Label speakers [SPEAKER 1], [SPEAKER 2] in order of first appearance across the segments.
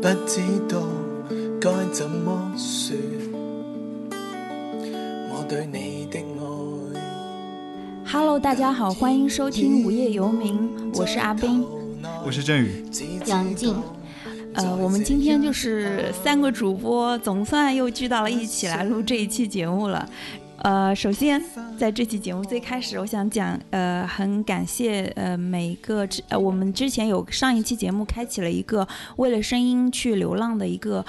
[SPEAKER 1] 不知道該怎麼說，我對你的愛。
[SPEAKER 2] Hello，大家好，欢迎收听《午夜游民》，我是阿斌。
[SPEAKER 3] 我是振宇，
[SPEAKER 4] 杨静，
[SPEAKER 2] 呃，我们今天就是三个主播，总算又聚到了一起来录这一期节目了。呃，首先在这期节目最开始，我想讲，呃，很感谢呃每一个之呃我们之前有上一期节目开启了一个为了声音去流浪的一个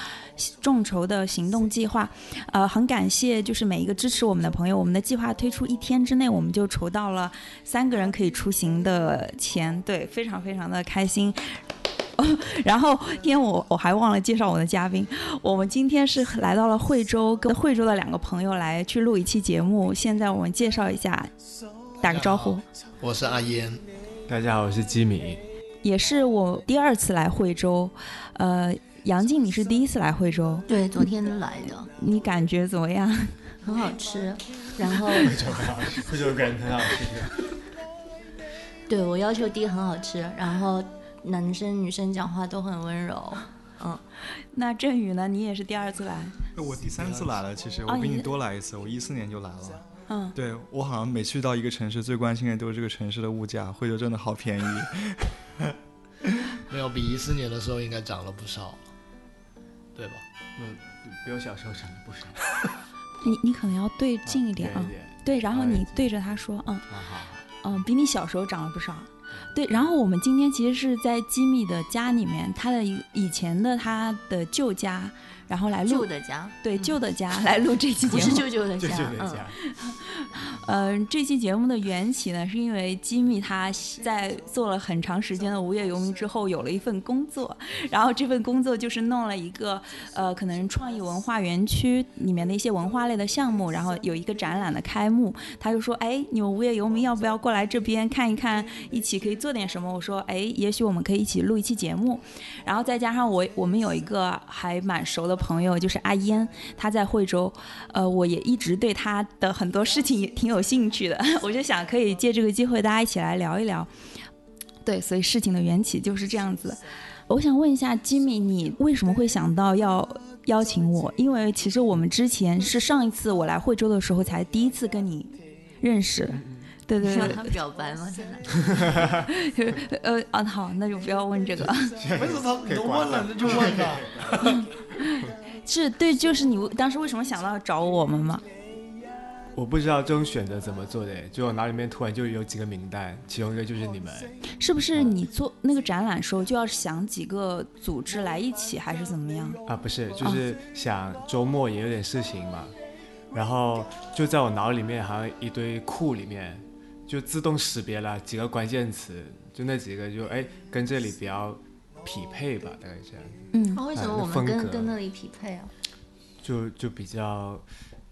[SPEAKER 2] 众筹的行动计划，呃，很感谢就是每一个支持我们的朋友，我们的计划推出一天之内，我们就筹到了三个人可以出行的钱，对，非常非常的开心。然后，因为我我还忘了介绍我们的嘉宾，我们今天是来到了惠州，跟惠州的两个朋友来去录一期节目。现在我们介绍一下，打个招呼，
[SPEAKER 5] 我是阿烟，
[SPEAKER 6] 大家好，我是基米。
[SPEAKER 2] 也是我第二次来惠州。呃，杨静，你是第一次来惠州，
[SPEAKER 4] 对，昨天来的，
[SPEAKER 2] 你感觉怎么样？
[SPEAKER 4] 很好吃。然 后，
[SPEAKER 6] 惠州感觉很好吃，
[SPEAKER 4] 对我要求低，很好吃。然后，男生女生讲话都很温柔。
[SPEAKER 2] 那振宇呢？你也是第二次来，
[SPEAKER 3] 我第三次来了，其实我
[SPEAKER 2] 哦你
[SPEAKER 3] 比你
[SPEAKER 2] 是
[SPEAKER 3] 多来一次，我一四年就来了。
[SPEAKER 2] 嗯，
[SPEAKER 3] 对我好像每去到一个城市，最关心的都是这个城市的物价，惠州真的好便宜。
[SPEAKER 5] 没有比一四年的时候应该涨了不少，对吧？
[SPEAKER 6] 比我小时候长得不少，
[SPEAKER 2] 你你可能要对近一点
[SPEAKER 6] 对
[SPEAKER 2] 啊
[SPEAKER 6] 一。点
[SPEAKER 2] 对，然后
[SPEAKER 6] 哎
[SPEAKER 2] 你对着他说，嗯。
[SPEAKER 6] 啊好，
[SPEAKER 2] 嗯，比你小时候长了不少。对，然后我们今天其实是在吉米的家里面，他的一以前的他的旧家，然后来录
[SPEAKER 4] 舅的家
[SPEAKER 2] 对旧的家嗯来录这期
[SPEAKER 4] 哎 不
[SPEAKER 2] 节
[SPEAKER 4] 是
[SPEAKER 2] 目。
[SPEAKER 4] 舅舅的
[SPEAKER 6] 就
[SPEAKER 4] 家，
[SPEAKER 6] 就在
[SPEAKER 4] 嗯，
[SPEAKER 6] 家，
[SPEAKER 2] 嗯、这期节目的缘起呢，是因为吉米他在做了很长时间的无业游民之后，有了一份工作，然后这份工作就是弄了一个呃，可能创意文化园区里面的一些文化类的项目，然后有一个展览的开幕，他就说：“哎，你们无业游民要不要过来这边看一看，一起可以做点什么？”我说：“哎，也许我们可以一起录一期节目。”然后再加上我，我们有一个还蛮熟的朋友，就是阿烟，她在惠州，呃，我也一直对她的很多事情也挺有兴趣的， 我就想可以借这个机会，大家一起来聊一聊。对，所以事情的缘起就是这样子。我想问一下吉米，你为什么会想到要邀请我？因为其实我们之前是上一次我来惠州的时候才第一次跟你认识。对对
[SPEAKER 4] 向
[SPEAKER 2] 对
[SPEAKER 4] 嗯他表白吗？现在
[SPEAKER 2] 对，呃，啊，好，那就不要问这个。
[SPEAKER 5] 没事，他
[SPEAKER 6] 你都问了
[SPEAKER 5] 那就问吧。
[SPEAKER 2] 是对，就是你当时为什么想到找我们嘛？
[SPEAKER 6] 我不知道这种选择怎么做的，就我脑里面突然就有几个名单，其中一个就是你们，
[SPEAKER 2] 是不是你做那个展览时候就要想几个组织来一起，还是怎么
[SPEAKER 4] 哦
[SPEAKER 2] 样？
[SPEAKER 6] 啊，不是，就是想周末也有点事情嘛，然后就在我脑里面好像一堆库里面就自动识别了几个关键词，就那几个就哎跟这里比较匹配吧，大概这样，
[SPEAKER 2] 嗯，
[SPEAKER 4] 那 为什么我
[SPEAKER 6] 风
[SPEAKER 4] 们
[SPEAKER 6] 格
[SPEAKER 4] 跟跟那里匹配啊？
[SPEAKER 6] 就就比较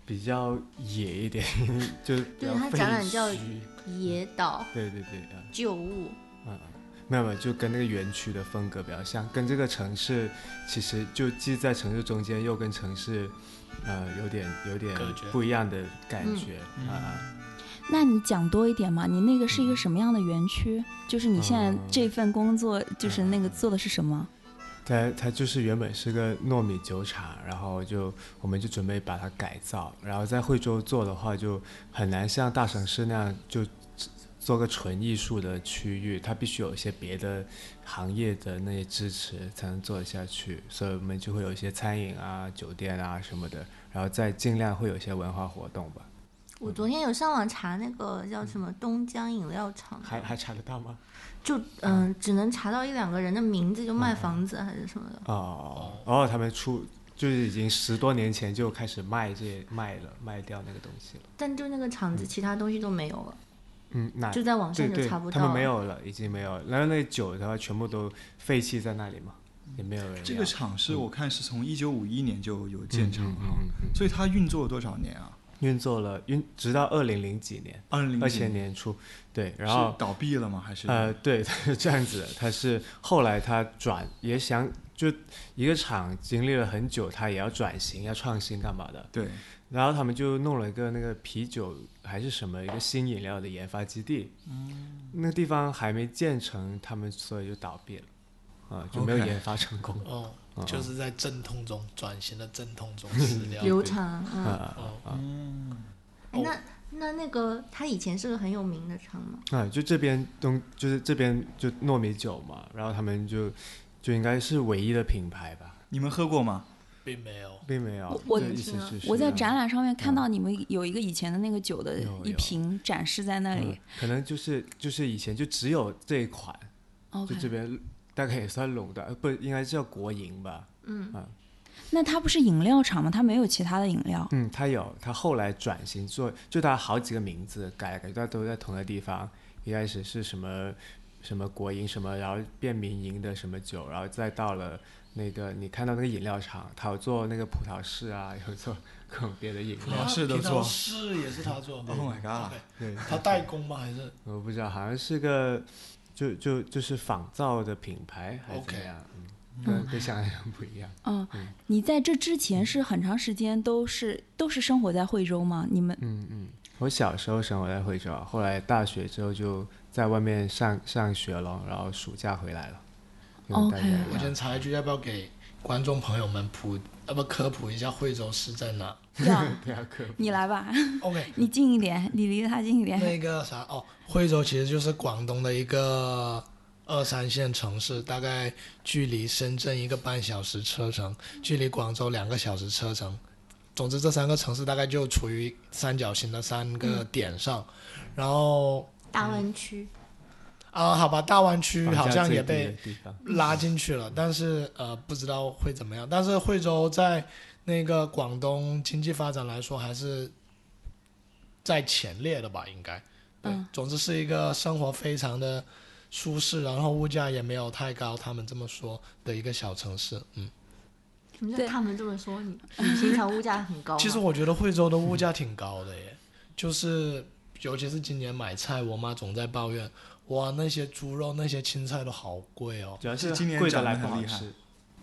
[SPEAKER 6] 比较野一点， 就比
[SPEAKER 4] 对
[SPEAKER 6] 较
[SPEAKER 4] 它
[SPEAKER 6] 废
[SPEAKER 4] 展览叫
[SPEAKER 6] 墟
[SPEAKER 4] 野岛
[SPEAKER 6] 对对对啊。
[SPEAKER 4] 旧物，
[SPEAKER 6] 嗯，没有没有，就跟那个园区的风格比较像，跟这个城市其实就既在城市中间，又跟城市，呃，有点有点
[SPEAKER 5] 隔绝
[SPEAKER 6] 不一样的感觉
[SPEAKER 5] 嗯
[SPEAKER 6] 啊、
[SPEAKER 2] 那你讲多一点嘛？你那个是一个什么样的园区？就是你现在
[SPEAKER 6] 嗯
[SPEAKER 2] 这份工作，就是那个做的是什么？
[SPEAKER 6] 哦它它就是原本是个糯米酒厂，然后就我们就准备把它改造，然后在惠州做的话，就很难像大城市那样就做个纯艺术的区域，它必须有一些别的行业的那些支持才能做得下去，所以我们就会有一些餐饮啊、酒店啊什么的，然后再尽量会有一些文化活动吧。
[SPEAKER 4] 我昨天有上网查那个叫什么东江饮料厂，
[SPEAKER 6] 还啊还查得到吗？
[SPEAKER 4] 就嗯、只能查到一两个人的名字就卖房子还是什么的。
[SPEAKER 6] 哦哦，他们出就是已经十多年前就开始卖这些卖了卖掉那个东西了。
[SPEAKER 4] 但就那个厂子，其他东西都没有了，
[SPEAKER 6] 嗯，那
[SPEAKER 4] 就在网
[SPEAKER 6] 对
[SPEAKER 4] 上就
[SPEAKER 6] 嗯对，
[SPEAKER 4] 查不到。
[SPEAKER 6] 他们没。有了，已经没有了。然后那酒的话，全部都废弃在那里嘛，也没有人要。
[SPEAKER 3] 这个厂是我看是从一九五一年就有建
[SPEAKER 6] 嗯
[SPEAKER 3] 厂
[SPEAKER 6] 嗯
[SPEAKER 3] 哈，
[SPEAKER 6] 嗯嗯
[SPEAKER 3] 所以它运作了多少年啊？
[SPEAKER 6] 运作了运，直到二零零几年，
[SPEAKER 3] 二零
[SPEAKER 6] 二千年初，对，然
[SPEAKER 3] 是
[SPEAKER 6] 后
[SPEAKER 3] 倒闭了吗？还是
[SPEAKER 6] 呃，对， 他是这样子的，他是后来他转也想，就一个厂经历了很久，他也要转型，要创新干嘛的，
[SPEAKER 3] 对，
[SPEAKER 6] 然后他们就弄了一个那个啤酒还是什么一个新饮料的研发基地，那个地方还没建成，他们所以就倒闭了，啊、就没有
[SPEAKER 3] OK
[SPEAKER 6] 研发成功。
[SPEAKER 5] 哦，
[SPEAKER 3] 嗯
[SPEAKER 5] 就是在阵痛中转型的阵痛中死掉。
[SPEAKER 4] 流长，嗯，
[SPEAKER 6] 啊
[SPEAKER 5] 哦，
[SPEAKER 4] 哎那那那个他以前是个很有名的厂吗？
[SPEAKER 6] 啊，就这边东就是这边就糯米酒嘛，然后他们就就应该是唯一的品牌吧，
[SPEAKER 3] 你们喝过吗？
[SPEAKER 5] 并没有。
[SPEAKER 6] 并没有。
[SPEAKER 2] 我
[SPEAKER 6] 就
[SPEAKER 4] 我
[SPEAKER 6] 一直是是
[SPEAKER 2] 我在
[SPEAKER 6] 嗯
[SPEAKER 2] 展览上面看到你们有一个以前的那个酒的
[SPEAKER 6] 有
[SPEAKER 2] 一
[SPEAKER 6] 有
[SPEAKER 2] 瓶展示在那
[SPEAKER 6] 嗯
[SPEAKER 2] 里。
[SPEAKER 6] 可能就是就是以前就只有这一款，就呃这
[SPEAKER 2] OK，
[SPEAKER 6] 边大概也算垄断，呃不应该叫国营吧？
[SPEAKER 2] 那它不是饮料厂吗？它没有其他的饮料。
[SPEAKER 6] 嗯，它有，它后来转型做，就它好几个名字改来改去，但都在同一个地方。一开始是什么什么国营什么，然后变民营的什么酒，然后再到了那个你看到那个饮料厂，它有做那个葡萄士啊，有做 各种别的饮
[SPEAKER 5] 啊
[SPEAKER 6] 料。
[SPEAKER 3] 老师都做
[SPEAKER 5] 是也是他做。
[SPEAKER 3] Oh my god
[SPEAKER 5] OK，
[SPEAKER 6] 对，
[SPEAKER 5] 他代工吗？还是
[SPEAKER 6] 我不知道，好像是个就就就是仿造的品牌还是怎
[SPEAKER 5] OK
[SPEAKER 6] 样嗯，跟跟想象不一样。
[SPEAKER 2] 嗯，你在这之前是很长时间都是都是生活在惠州吗？你们
[SPEAKER 6] 嗯嗯，我小时候生活在惠州，啊后来大学之后就在外面上上学了，然后暑假回来了。因为
[SPEAKER 2] OK
[SPEAKER 6] 待在
[SPEAKER 5] 我
[SPEAKER 6] 家
[SPEAKER 5] 先插一句，要不要给观众朋友们普，要不要科普一下惠州市在哪
[SPEAKER 2] 要
[SPEAKER 6] 不要客
[SPEAKER 2] 你来吧，
[SPEAKER 5] ？OK，
[SPEAKER 2] 你近一点，你离他近一点。
[SPEAKER 5] 那个啥哦，惠州其实就是广东的一个二三线城市，大概距离深圳一个半小时车程，距离广州两个小时车程。总之，这三个城市大概就处于三角形的三个
[SPEAKER 6] 嗯
[SPEAKER 5] 点上。然后
[SPEAKER 4] 大湾区，
[SPEAKER 5] 嗯啊，好吧，大湾区
[SPEAKER 6] 房
[SPEAKER 5] 好
[SPEAKER 6] 价
[SPEAKER 5] 像
[SPEAKER 6] 最
[SPEAKER 5] 也
[SPEAKER 6] 低
[SPEAKER 5] 被
[SPEAKER 6] 的地方
[SPEAKER 5] 拉进去了，但是呃，不知道会怎么样。但是惠州在那个广东经济发展来说，还是在前列的吧，应该。对，
[SPEAKER 2] 嗯
[SPEAKER 5] 总之是一个生活非常的舒适，然后物价也没有太高，他们这么说的一个小城市。嗯，
[SPEAKER 4] 什么
[SPEAKER 2] 对
[SPEAKER 4] 叫他们这么说你？你平常物价很高吗，
[SPEAKER 5] 其实我觉得惠州的物价挺高的耶，就是尤其是今年买菜，我妈总在抱怨，哇，那些猪肉、那些青菜都好贵哦。
[SPEAKER 6] 主要
[SPEAKER 3] 是今年
[SPEAKER 6] 贵的
[SPEAKER 3] 涨得
[SPEAKER 6] 来不
[SPEAKER 3] 很
[SPEAKER 6] 好
[SPEAKER 3] 厉害
[SPEAKER 6] 吃。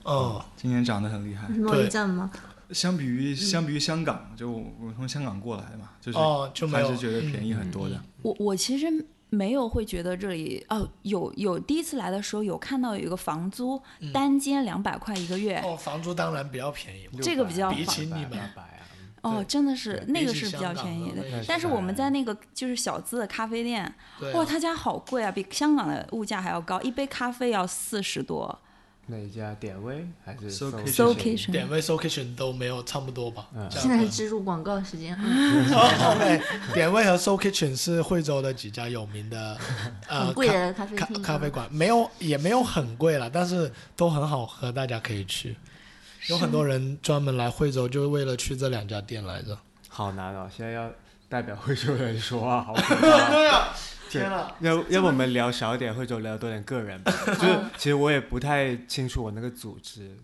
[SPEAKER 5] 嗯，
[SPEAKER 3] 今年涨得很厉害。
[SPEAKER 4] 诺一阵吗？
[SPEAKER 3] 相比于相比于香港，就我我从香港过来的嘛，就是
[SPEAKER 5] 哦，就没
[SPEAKER 3] 还
[SPEAKER 5] 有嗯
[SPEAKER 3] 是觉得便
[SPEAKER 5] 宜。
[SPEAKER 3] 宜很多的。
[SPEAKER 2] 我我其实没有会觉得这里哦，有有第一次来的时候有看到有一个房租、单间两百块一个月，
[SPEAKER 5] 嗯哦，房租当然比较便宜嘛。
[SPEAKER 2] 这个比较
[SPEAKER 5] 比起你们
[SPEAKER 6] 八百啊，嗯
[SPEAKER 2] 哦
[SPEAKER 5] 对
[SPEAKER 2] 真的是那
[SPEAKER 5] 比
[SPEAKER 2] 个
[SPEAKER 5] 起
[SPEAKER 2] 是比较
[SPEAKER 5] 香港
[SPEAKER 2] 便
[SPEAKER 5] 的
[SPEAKER 2] 宜的
[SPEAKER 5] 那个。
[SPEAKER 2] 但是我们
[SPEAKER 6] 还
[SPEAKER 2] 在那个就是小资的咖啡店，
[SPEAKER 5] 对啊、
[SPEAKER 2] 哇，他家好贵啊，比香港的物价还要高，一杯咖啡要四十多。
[SPEAKER 6] 那一家点位还是
[SPEAKER 3] So
[SPEAKER 6] So
[SPEAKER 3] Kitchen
[SPEAKER 2] So
[SPEAKER 6] Kitchen
[SPEAKER 2] Kitchen
[SPEAKER 5] 点位 So Kitchen 都没有差不多吧？
[SPEAKER 6] 嗯
[SPEAKER 5] 价格
[SPEAKER 4] 现在是植入广告时间，嗯
[SPEAKER 5] 哦，OK，点位和 So Kitchen 是惠州的几家有名的，呃，
[SPEAKER 4] 很贵的咖啡
[SPEAKER 5] 咖
[SPEAKER 4] 厅吗，
[SPEAKER 5] 咖啡馆，没有也没有很贵了，但是都很好喝，大家可以去。有很多人专门来惠州，就是为了去这两家店来着。
[SPEAKER 6] 好难哦，现在要代表惠州人说话，好 可怕。
[SPEAKER 5] 对啊，
[SPEAKER 6] 对，要要不我们聊少点，或者聊多点个 人吧。就是其实我也不太清楚我那个组织，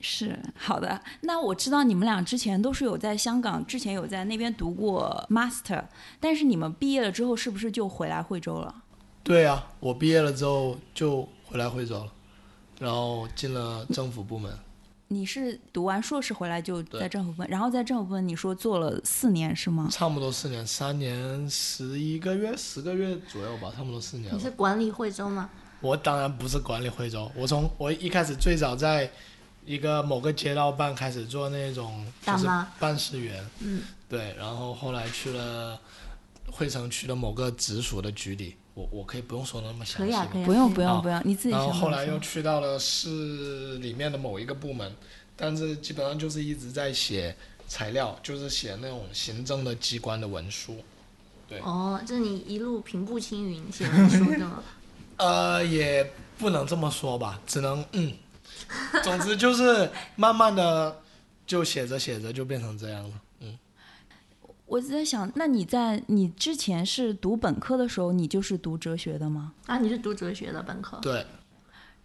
[SPEAKER 2] 是好的，那我知道你们俩之前都是有在香港，之前有在那边读过 master，但是你们毕业了之后是不是就回来惠州了？
[SPEAKER 5] 对啊，我毕业了之后就回来惠州了，然后进了政府部门。
[SPEAKER 2] 你是读完硕士回来就在
[SPEAKER 5] 对
[SPEAKER 2] 政府部门，然后在政府部门你说做了四年是吗？
[SPEAKER 5] 差不多四年，三年十一个月、十个月左右吧，差不多四年
[SPEAKER 4] 你
[SPEAKER 5] 了
[SPEAKER 4] 是。管理惠州吗？
[SPEAKER 5] 我当然不是管理惠州，我从我一开始最早在一个某个街道办开始做那种就
[SPEAKER 4] 大
[SPEAKER 5] 是
[SPEAKER 4] 妈
[SPEAKER 5] 办事员，
[SPEAKER 4] 嗯，
[SPEAKER 5] 对，然后后来去了惠城区的某个直属的局里，我我可以不用说那么详
[SPEAKER 4] 可
[SPEAKER 5] 细
[SPEAKER 4] 以
[SPEAKER 5] 吧
[SPEAKER 4] 啊，可以啊。
[SPEAKER 2] 不用不
[SPEAKER 4] 用，
[SPEAKER 2] 用
[SPEAKER 5] 啊
[SPEAKER 2] 不用，你自己
[SPEAKER 5] 然
[SPEAKER 2] 先
[SPEAKER 5] 后
[SPEAKER 2] 跟
[SPEAKER 5] 后
[SPEAKER 2] 我
[SPEAKER 5] 来
[SPEAKER 2] 说
[SPEAKER 5] 又去到了市里面的某一个部门，但是基本上就是一直在写材料，就是写那种行政的机关的文书，
[SPEAKER 4] 哦，这你一路平步青云写文书的吗？
[SPEAKER 5] 呃，也不能这么说吧，只能嗯，总之就是慢慢的就写着写着就变成这样了。嗯，
[SPEAKER 2] 我在想，那你在你之前是读本科的时候，你就是读哲学的吗？
[SPEAKER 4] 啊，你是读哲学的本科？
[SPEAKER 5] 对。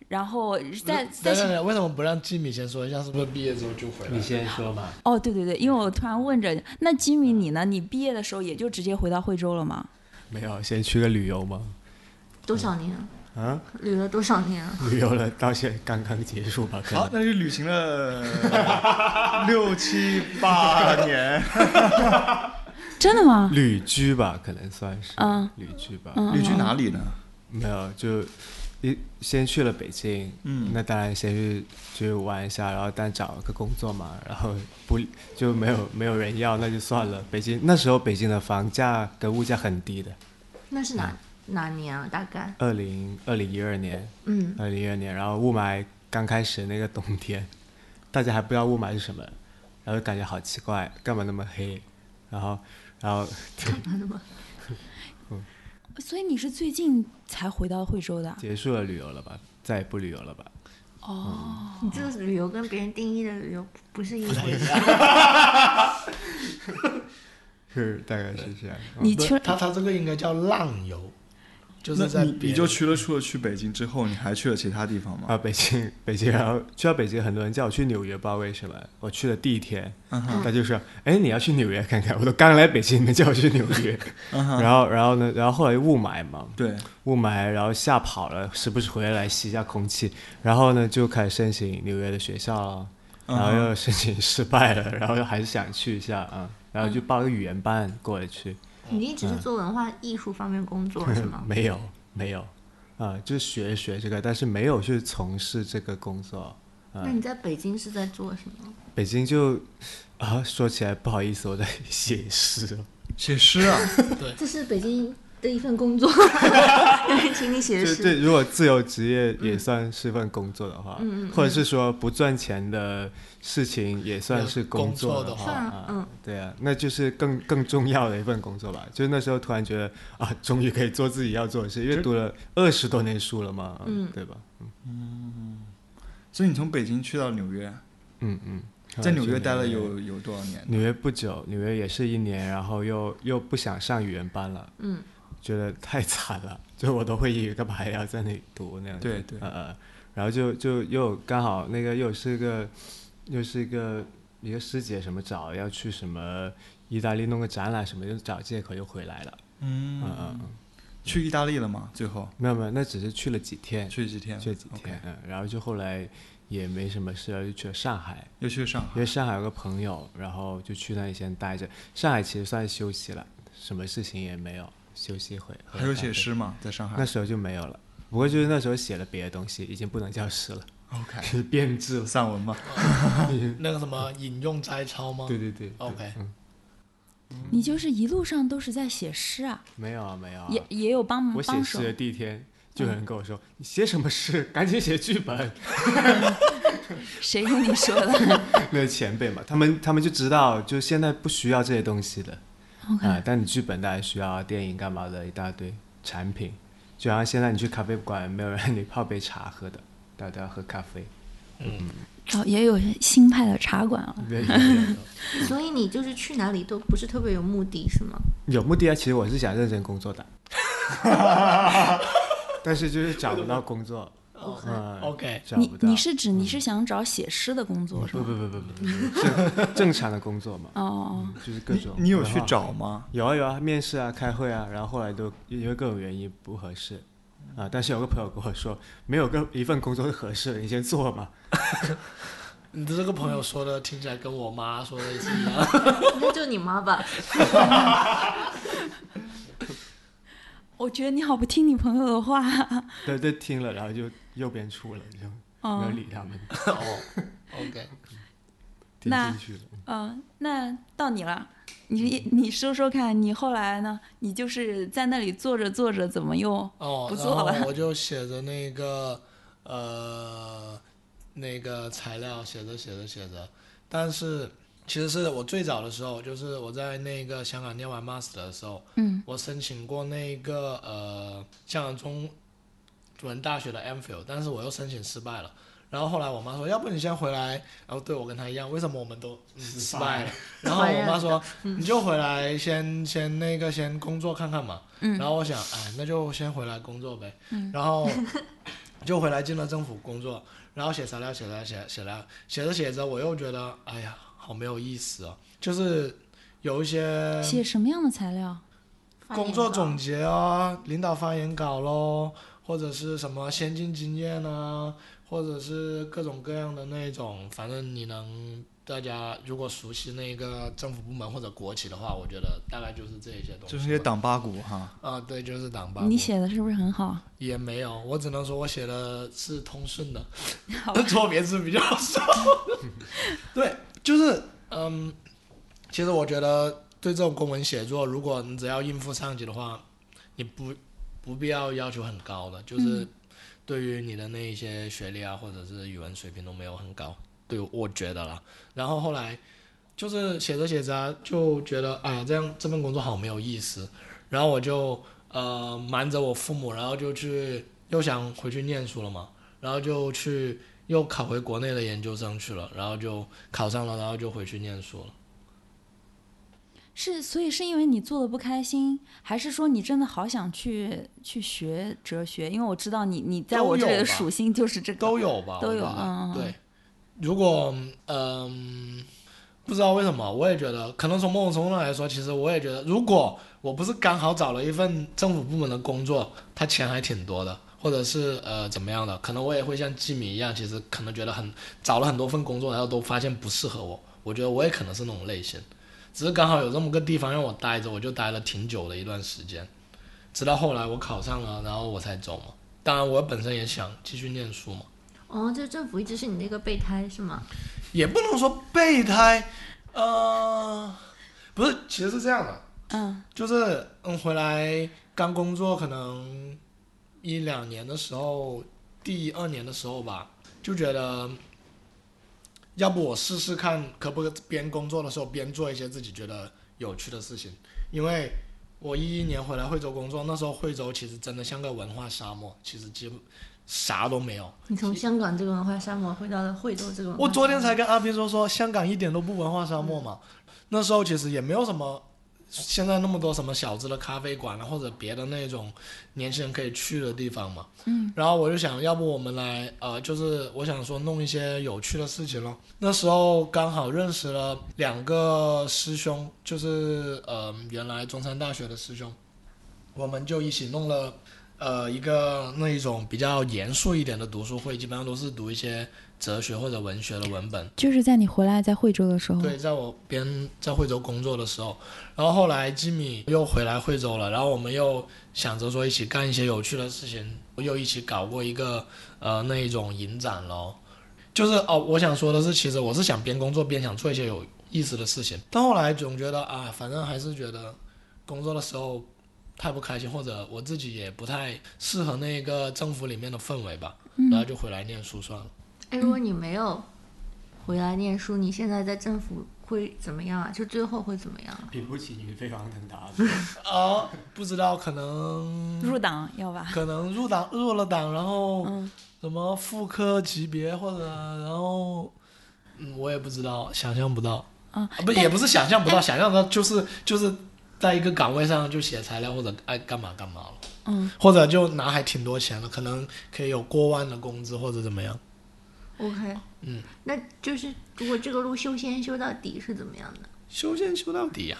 [SPEAKER 2] 然后在哦在
[SPEAKER 5] 等等等，为什么不让吉米先说一下？是不是毕业之后就回来了？
[SPEAKER 6] 先说嘛。
[SPEAKER 2] 哦，对对对，因为我突然问着，那吉米你呢？你毕业的时候也就直接回到惠州了吗？
[SPEAKER 6] 没有，先去个旅游嘛。
[SPEAKER 4] 多少年？
[SPEAKER 6] 啊，
[SPEAKER 4] 旅了多少年啊？
[SPEAKER 6] 旅游了，到现在刚刚结束吧，可
[SPEAKER 3] 好、
[SPEAKER 6] 能。
[SPEAKER 3] 那就旅行了 六七八 年，
[SPEAKER 2] 真的吗？
[SPEAKER 6] 旅居吧，可能算是。
[SPEAKER 2] 嗯
[SPEAKER 6] 旅居吧。
[SPEAKER 2] 嗯
[SPEAKER 3] 旅居哪里呢？
[SPEAKER 6] 没有，就一先去了北京，
[SPEAKER 3] 嗯
[SPEAKER 6] 那当然先去去玩一下，然后但找了个工作嘛，然后不就没有没有人要，那就算了。北京那时候北京的房价跟物价很低的，
[SPEAKER 4] 那是哪
[SPEAKER 5] 嗯
[SPEAKER 4] 哪年啊？大概
[SPEAKER 6] 二零二零一二年，
[SPEAKER 4] 嗯
[SPEAKER 6] 二零一二年，然后雾霾刚开始那个冬天，大家还不知道雾霾是什么，然后感觉好奇怪，干嘛那么黑？然后，然后
[SPEAKER 2] 所以你是最近才回到惠州的 啊？
[SPEAKER 6] 结束了旅游了吧？再也不旅游了吧？
[SPEAKER 2] 哦，
[SPEAKER 4] 你这个旅游跟别人定义的旅游不不是一回事。
[SPEAKER 6] 是，大概是这样。
[SPEAKER 2] 你
[SPEAKER 5] 不
[SPEAKER 2] 去
[SPEAKER 5] 是他他这个应该叫浪游，就是
[SPEAKER 3] 那
[SPEAKER 5] 在
[SPEAKER 3] 你
[SPEAKER 5] 别
[SPEAKER 3] 你
[SPEAKER 5] 人
[SPEAKER 3] 就去了除了去北京之后，你还去了其他地方吗？
[SPEAKER 6] 啊，北京， 北京，然后去到北京，很多人叫我去纽约，不知道为什么。我去了第一天，
[SPEAKER 3] 嗯哼
[SPEAKER 6] 他就说：“哎，你要去纽约看看。”我都刚来北京，你们叫我去纽约。
[SPEAKER 3] 嗯哼，
[SPEAKER 6] 然后，然后呢？然后后来雾霾嘛，
[SPEAKER 3] 对，
[SPEAKER 6] 雾霾，然后吓跑了，时不时回来吸一下空气。然后呢，就开始申请纽约的学校了，然后又申请失败了， 然后又还是想去一下啊，然后就报个语言班过来去。
[SPEAKER 4] 你一直是做文化艺术方面工 作 是吗？
[SPEAKER 6] 嗯没有，没有，啊，就是学学这个，但是没有去从事这个工作。
[SPEAKER 4] 那你在北京是在做什么？
[SPEAKER 6] 北京就啊，说起来不好意思，我在写诗，
[SPEAKER 3] 写诗啊，
[SPEAKER 4] 这是北京的一份工 作，有人请你写
[SPEAKER 6] 对
[SPEAKER 4] 诗。
[SPEAKER 6] 对，如果自由职业也算是份工作的话，
[SPEAKER 4] 嗯
[SPEAKER 6] 或者是说不赚钱的事情也算是工作
[SPEAKER 5] 工作的
[SPEAKER 6] 话，
[SPEAKER 4] 算啊
[SPEAKER 6] 啊
[SPEAKER 4] 嗯
[SPEAKER 6] 对啊，那就是更更重要的一份工作吧。就是那时候突然觉得啊，终于可以做自己要做的事，因为读了二十多年书了嘛，
[SPEAKER 4] 嗯
[SPEAKER 6] 对吧？
[SPEAKER 3] 所以你从北京去到纽约，
[SPEAKER 6] 嗯嗯，
[SPEAKER 3] 在纽约待了有有多少年？
[SPEAKER 6] 纽约不久，纽约也是一年，然后又又不想上语言班了，
[SPEAKER 4] 嗯，
[SPEAKER 6] 觉得太惨了， 就我都会英语，干嘛还要在那里读那样子？
[SPEAKER 3] 对对
[SPEAKER 6] 呃呃，然后就就又刚好那个又是一个又是一个一个师姐什么找要去什么意大利弄个展览什么，就找借口又回来了，嗯
[SPEAKER 3] 嗯，
[SPEAKER 6] 嗯嗯，
[SPEAKER 3] 去意大利了吗？最后
[SPEAKER 6] 没有没有，那只是去了几天，
[SPEAKER 3] 去几天？
[SPEAKER 6] 去了几天
[SPEAKER 3] OK，
[SPEAKER 6] 嗯，然后就后来也没什么事，然后就去了上海，
[SPEAKER 3] 又去上
[SPEAKER 6] 因
[SPEAKER 3] 海。
[SPEAKER 6] 为上海有个朋友，然后就去那里先待着。上海其实算是休息了，什么事情也没有，休息一会。喝
[SPEAKER 3] 还有
[SPEAKER 6] 咖啡
[SPEAKER 3] 写，诗吗？在上
[SPEAKER 6] 那
[SPEAKER 3] 海
[SPEAKER 6] 时候就没有了。不过就是那时候写了别的东西，已经不能叫诗了，
[SPEAKER 3] ？OK，
[SPEAKER 6] 是变质了。
[SPEAKER 3] 散文吗？
[SPEAKER 5] 那个什么引用摘抄吗？
[SPEAKER 6] 对对对，
[SPEAKER 5] ，OK，
[SPEAKER 3] 嗯
[SPEAKER 2] 你就是一路上都是在写诗啊，
[SPEAKER 6] 没有啊，没有啊。
[SPEAKER 2] 也也有帮
[SPEAKER 6] 我写
[SPEAKER 2] 帮手
[SPEAKER 6] 诗。的第一天，就有人跟我说：“你写什么诗？赶紧写剧本。
[SPEAKER 2] 谁跟你说 的？”
[SPEAKER 6] 那前辈嘛，他们他们就知道，就现在不需要这些东西的。啊、
[SPEAKER 2] OK
[SPEAKER 6] 但你剧本当然需要啊，电影干嘛的一大堆产品，就好像现在你去咖啡馆，没有人让你泡杯茶喝的，大家都要喝咖 啡。
[SPEAKER 2] 哦，也有新派的茶馆啊。
[SPEAKER 6] 嗯
[SPEAKER 4] 所以你就是去哪里都不是特别有目的，是吗？
[SPEAKER 6] 有目的啊，其实我是想认真工作的， 但是就是找不到工作。嗯
[SPEAKER 5] OK
[SPEAKER 6] 找
[SPEAKER 2] 你
[SPEAKER 6] 不到。
[SPEAKER 2] 你是指你是想找写诗的工作是
[SPEAKER 6] 不
[SPEAKER 2] 吗？
[SPEAKER 6] 不嗯不不不不，正正常的工作嘛，
[SPEAKER 2] 哦，
[SPEAKER 6] 就是各种。
[SPEAKER 3] 你有
[SPEAKER 6] 然
[SPEAKER 3] 去
[SPEAKER 6] 后
[SPEAKER 3] 找吗？
[SPEAKER 6] 有啊有啊，面试啊，开会啊，然后后来都因为各种原因不合适啊。但是有个朋友跟我说，没有个一份工作是合适的，你先做嘛。
[SPEAKER 5] 你的这个朋友说的听起来跟我妈说的是一样。
[SPEAKER 4] 那就你妈吧。
[SPEAKER 2] 我觉得你好不听你朋友的话。
[SPEAKER 6] 对对，听了，然后就右边出了，就没有
[SPEAKER 2] 哦，
[SPEAKER 6] 理他们，
[SPEAKER 5] 哦，OK，
[SPEAKER 6] 听
[SPEAKER 2] 那
[SPEAKER 6] 进去了。
[SPEAKER 2] 嗯，那到你了，你
[SPEAKER 6] 嗯
[SPEAKER 2] 你说说看，你后来呢？你就是在那里坐着坐着，怎么又
[SPEAKER 5] 哦，
[SPEAKER 2] 不
[SPEAKER 5] 然
[SPEAKER 2] 做
[SPEAKER 5] 后
[SPEAKER 2] 了
[SPEAKER 5] 我就写着那个呃那个材料，写着写着写着，但是其实是我最早的时候，就是我在那个香港念完 master 的时候，
[SPEAKER 2] 嗯，
[SPEAKER 5] 我申请过那个呃香港中文大学的 m p h i l 但是我又申请失败了。然后后来我妈说，要不你先回来，然后对我跟她一样，为什么我们都、嗯、失败 了？然后我妈说，
[SPEAKER 2] 嗯
[SPEAKER 5] 你就回来先先那个先工作看看嘛。
[SPEAKER 2] 嗯
[SPEAKER 5] 然后我想，哎，那就先回来工作呗。然后 就回来进了政府工作，然后写材料，写材料，写写材料，写着写着，我又觉得，哎呀，好没有意思哦，就是有一
[SPEAKER 6] 嗯
[SPEAKER 5] 些
[SPEAKER 2] 写什么样的材料？
[SPEAKER 5] 工作总结啊，领导发言稿喽，或者是什么先进经验啊，或者是各种各样的那种，反正你能大家如果熟悉那个政府部门或者国企的话，我觉得大概就是这一些东西吧。
[SPEAKER 3] 就是那些党八股哈。
[SPEAKER 5] 啊，对，就是党吧。
[SPEAKER 2] 你写的是不是很好？
[SPEAKER 5] 也没有，我只能说我写的是通顺的， 错别字比较少。对，就是嗯，其实我觉得对这种公文写作，如果你只要应付上级的话，你不不必要要求很高的，就是对于你的那一些学历啊，或者是语文水平都没有很高，对我，我觉得啦。然后后来就是写着写着、啊、就觉得，哎呀，这样这份工作好没有意思，然后我就呃瞒着我父母，然后就去又想回去念书了嘛，然后就去又考回国内的研究生去了，然后就考上了，然后就回去念书了。
[SPEAKER 2] 是，所以是因为你做的不开心，还是说你真的好想去去学哲学？因为我知道你，你在我这里的属性就是这个，
[SPEAKER 5] 都有吧？
[SPEAKER 2] 都有
[SPEAKER 5] 我觉得
[SPEAKER 2] 嗯嗯嗯
[SPEAKER 5] 对，如果嗯、不知道为什么，我也觉得，可能从某种程度上来说，其实我也觉得，如果我不是刚好找了一份政府部门的工作，他钱还挺多的，或者是呃怎么样的，可能我也会像季米一样，其实可能觉得很找了很多份工作，然后都发现不适合我。我觉得我也可能是那种类型，只是刚好有这么个地方让我待着，我就待了挺久的一段时间，直到后来我考上了，然后我才走嘛。当然，我本身也想继续念书嘛。
[SPEAKER 4] 哦，这政府一直是你的一个备胎是吗？
[SPEAKER 5] 也不能说备胎，呃，不是，其实是这样的，
[SPEAKER 2] 嗯，
[SPEAKER 5] 就是嗯，回来刚工作可能一两年的时候，第二年的时候吧，就觉得，要不我试试看，可不可边工作的时候边做一些自己觉得有趣的事情，因为。我一一年回来惠州工作，那时候惠州其实真的像个文化沙漠，其实几乎啥都没有，
[SPEAKER 4] 你从香港这个文化沙漠回到了惠州这啊个文化沙漠，
[SPEAKER 5] 哦我昨天才跟阿斌说说，香港一点都不文化沙漠嘛。那时候其实也没有什么，现在那么多什么小资的咖啡馆啊，或者别的那种年轻人可以去的地方嘛。嗯。然后我就想要不我们来呃，就是我想说弄一些有趣的事情咯。那时候刚好认识了两个师兄，就是呃原来中山大学的师兄，我们就一起弄了。呃，一个那一种比较严肃一点的读书会，基本上都是读一些哲学或者文学的文本。
[SPEAKER 2] 就是在你回来在惠州的时候，
[SPEAKER 5] 对，在我边在惠州工作的时候，然后后来吉米又回来惠州了，然后我们又想着说一起干一些有趣的事情，又一起搞过一个呃那一种影展咯。就是哦，我想说的是，其实我是想边工作边想做一些有意思的事情，但后来总觉得啊，反正还是觉得工作的时候太不开心，或者我自己也不太适合那个政府里面的氛围吧，然后就回来念书算了。
[SPEAKER 4] 哎，如果你没有回来念书，你现在在政府会怎么样啊？就最后会怎么样啊？
[SPEAKER 6] 平不起云飞黄腾达。
[SPEAKER 5] 哦，不知道，可能
[SPEAKER 2] 入党要吧？
[SPEAKER 5] 可能入党入了党，然后
[SPEAKER 2] 嗯
[SPEAKER 5] 什么副科级别或者然后，嗯，我也不知道，想象不到，
[SPEAKER 2] 啊，
[SPEAKER 5] 不也不是想象不到，想象到就是就是在一个岗位上就写材料或者爱干嘛干嘛了，
[SPEAKER 2] 嗯，
[SPEAKER 5] 或者就拿还挺多钱了，可能可以有过万的工资或者怎么样。
[SPEAKER 4] OK，
[SPEAKER 5] 嗯，
[SPEAKER 4] 那就是如果这个路修仙修到底是怎么样的？
[SPEAKER 5] 修仙修到底啊呀、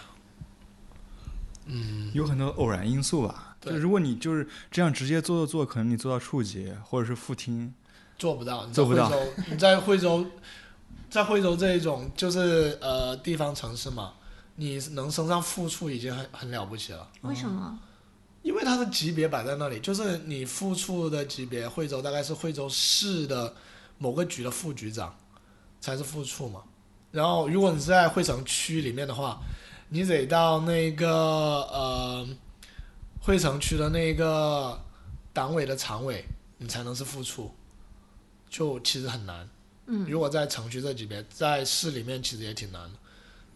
[SPEAKER 5] 嗯，
[SPEAKER 3] 有很多偶然因素吧。
[SPEAKER 5] 对
[SPEAKER 3] 就如果你就是这样直接做做做，可能你做到处级或者是副厅，
[SPEAKER 5] 做不到，你在
[SPEAKER 3] 做不到
[SPEAKER 5] 惠州。你在惠州，在惠州这一种就是呃地方城市嘛，你能升上副处已经很很了不起了，
[SPEAKER 6] 嗯
[SPEAKER 4] 为什么？
[SPEAKER 5] 因为它的级别摆在那里，就是你副处的级别，惠州大概是惠州市的某个局的副局长才是副处嘛。然后如果你是在惠城区里面的话，你得到那个呃惠城区的那个党委的常委，你才能是副处，就其实很难。
[SPEAKER 4] 嗯，
[SPEAKER 5] 如果在城区这级别，在市里面其实也挺难的。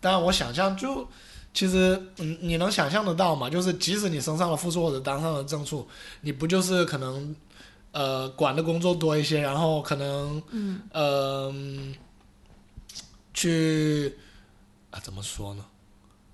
[SPEAKER 5] 但我想象就，其实嗯，你能想象得到嘛？就是即使你升上了副处或者当上了正处，你不就是可能呃管的工作多一些，然后可能
[SPEAKER 4] 嗯
[SPEAKER 5] 呃去啊怎么说呢？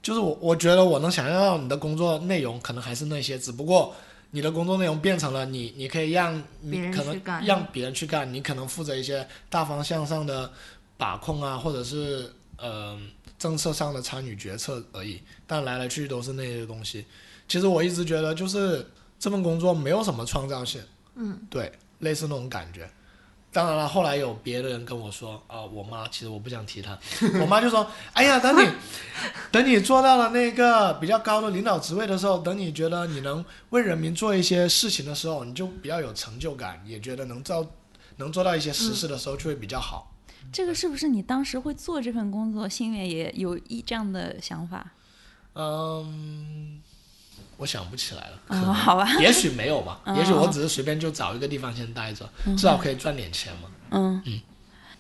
[SPEAKER 5] 就是我我觉得我能想象到你的工作内容可能还是那些，只不过你的工作内容变成了你你可以让
[SPEAKER 4] 别
[SPEAKER 5] 你
[SPEAKER 4] 人
[SPEAKER 5] 可
[SPEAKER 4] 去
[SPEAKER 5] 能
[SPEAKER 4] 干嗯
[SPEAKER 5] 让别人去干，你可能负责一些大方向上的把控啊，或者是呃政策上的参与决策而已。但来来去去都是那些东西。其实我一直觉得，就是这份工作没有什么创造性，
[SPEAKER 4] 嗯，
[SPEAKER 5] 对，类似那种感觉。当然了，后来有别的人跟我说啊、我妈其实我不想提她， 我妈就说：“哎呀，等你等你做到了那个比较高的领导职位的时候，等你觉得你能为人民做一些事情的时候，你就比较有成就感，也觉得能造能做到一些实事的时候就会比较好。
[SPEAKER 2] 这个是不是你当时会做这份工作，心里面也有一这样的想法
[SPEAKER 5] 嗯，我想不起来了，
[SPEAKER 2] 啊？好吧，
[SPEAKER 5] 也许没有吧，
[SPEAKER 2] 哦
[SPEAKER 5] 也许我只是随便就找一个地方先待着，至少可以赚点钱嘛。
[SPEAKER 2] 嗯。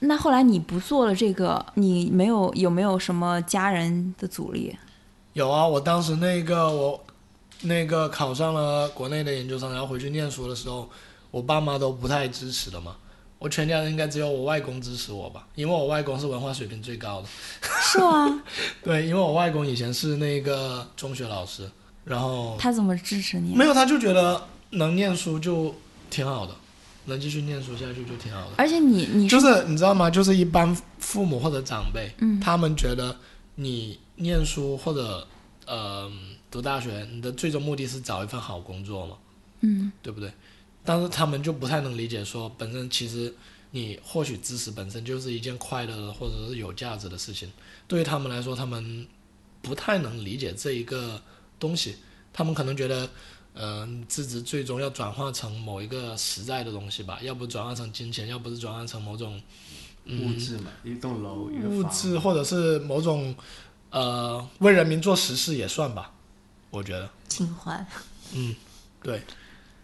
[SPEAKER 2] 那后来你不做了这个，你没有有没有什么家人的阻力？
[SPEAKER 5] 有啊，我当时那个我那个考上了国内的研究生，然后回去念书的时候，我爸妈都不太支持的嘛。我全家人应该只有我外公支持我吧，因为我外公是文化水平最高的。
[SPEAKER 2] 是啊吗？
[SPEAKER 5] 对，因为我外公以前是那个中学老师，然后
[SPEAKER 2] 他怎么支持你？
[SPEAKER 5] 没有他就觉得能念书就挺好的，能继续念书下去就挺好的。
[SPEAKER 2] 而且你你
[SPEAKER 5] 就是是你知道吗？就是一般父母或者长辈，
[SPEAKER 2] 嗯
[SPEAKER 5] 他们觉得你念书或者呃读大学，你的最终目的是找一份好工作嘛，
[SPEAKER 2] 嗯
[SPEAKER 5] 对不对？但是他们就不太能理解说，本身其实你获取知识本身就是一件快乐的或者是有价值的事情，对于他们来说，他们不太能理解这一个东西，他们可能觉得。嗯，资质最终要转化成某一个实在的东西吧，要不转化成金钱，要不是转化成某种
[SPEAKER 6] 物质嘛，一栋楼，一个
[SPEAKER 5] 嗯物
[SPEAKER 6] 房
[SPEAKER 5] 质或者是某种呃为人民做实事也算吧，我觉得
[SPEAKER 4] 情怀。
[SPEAKER 5] 对。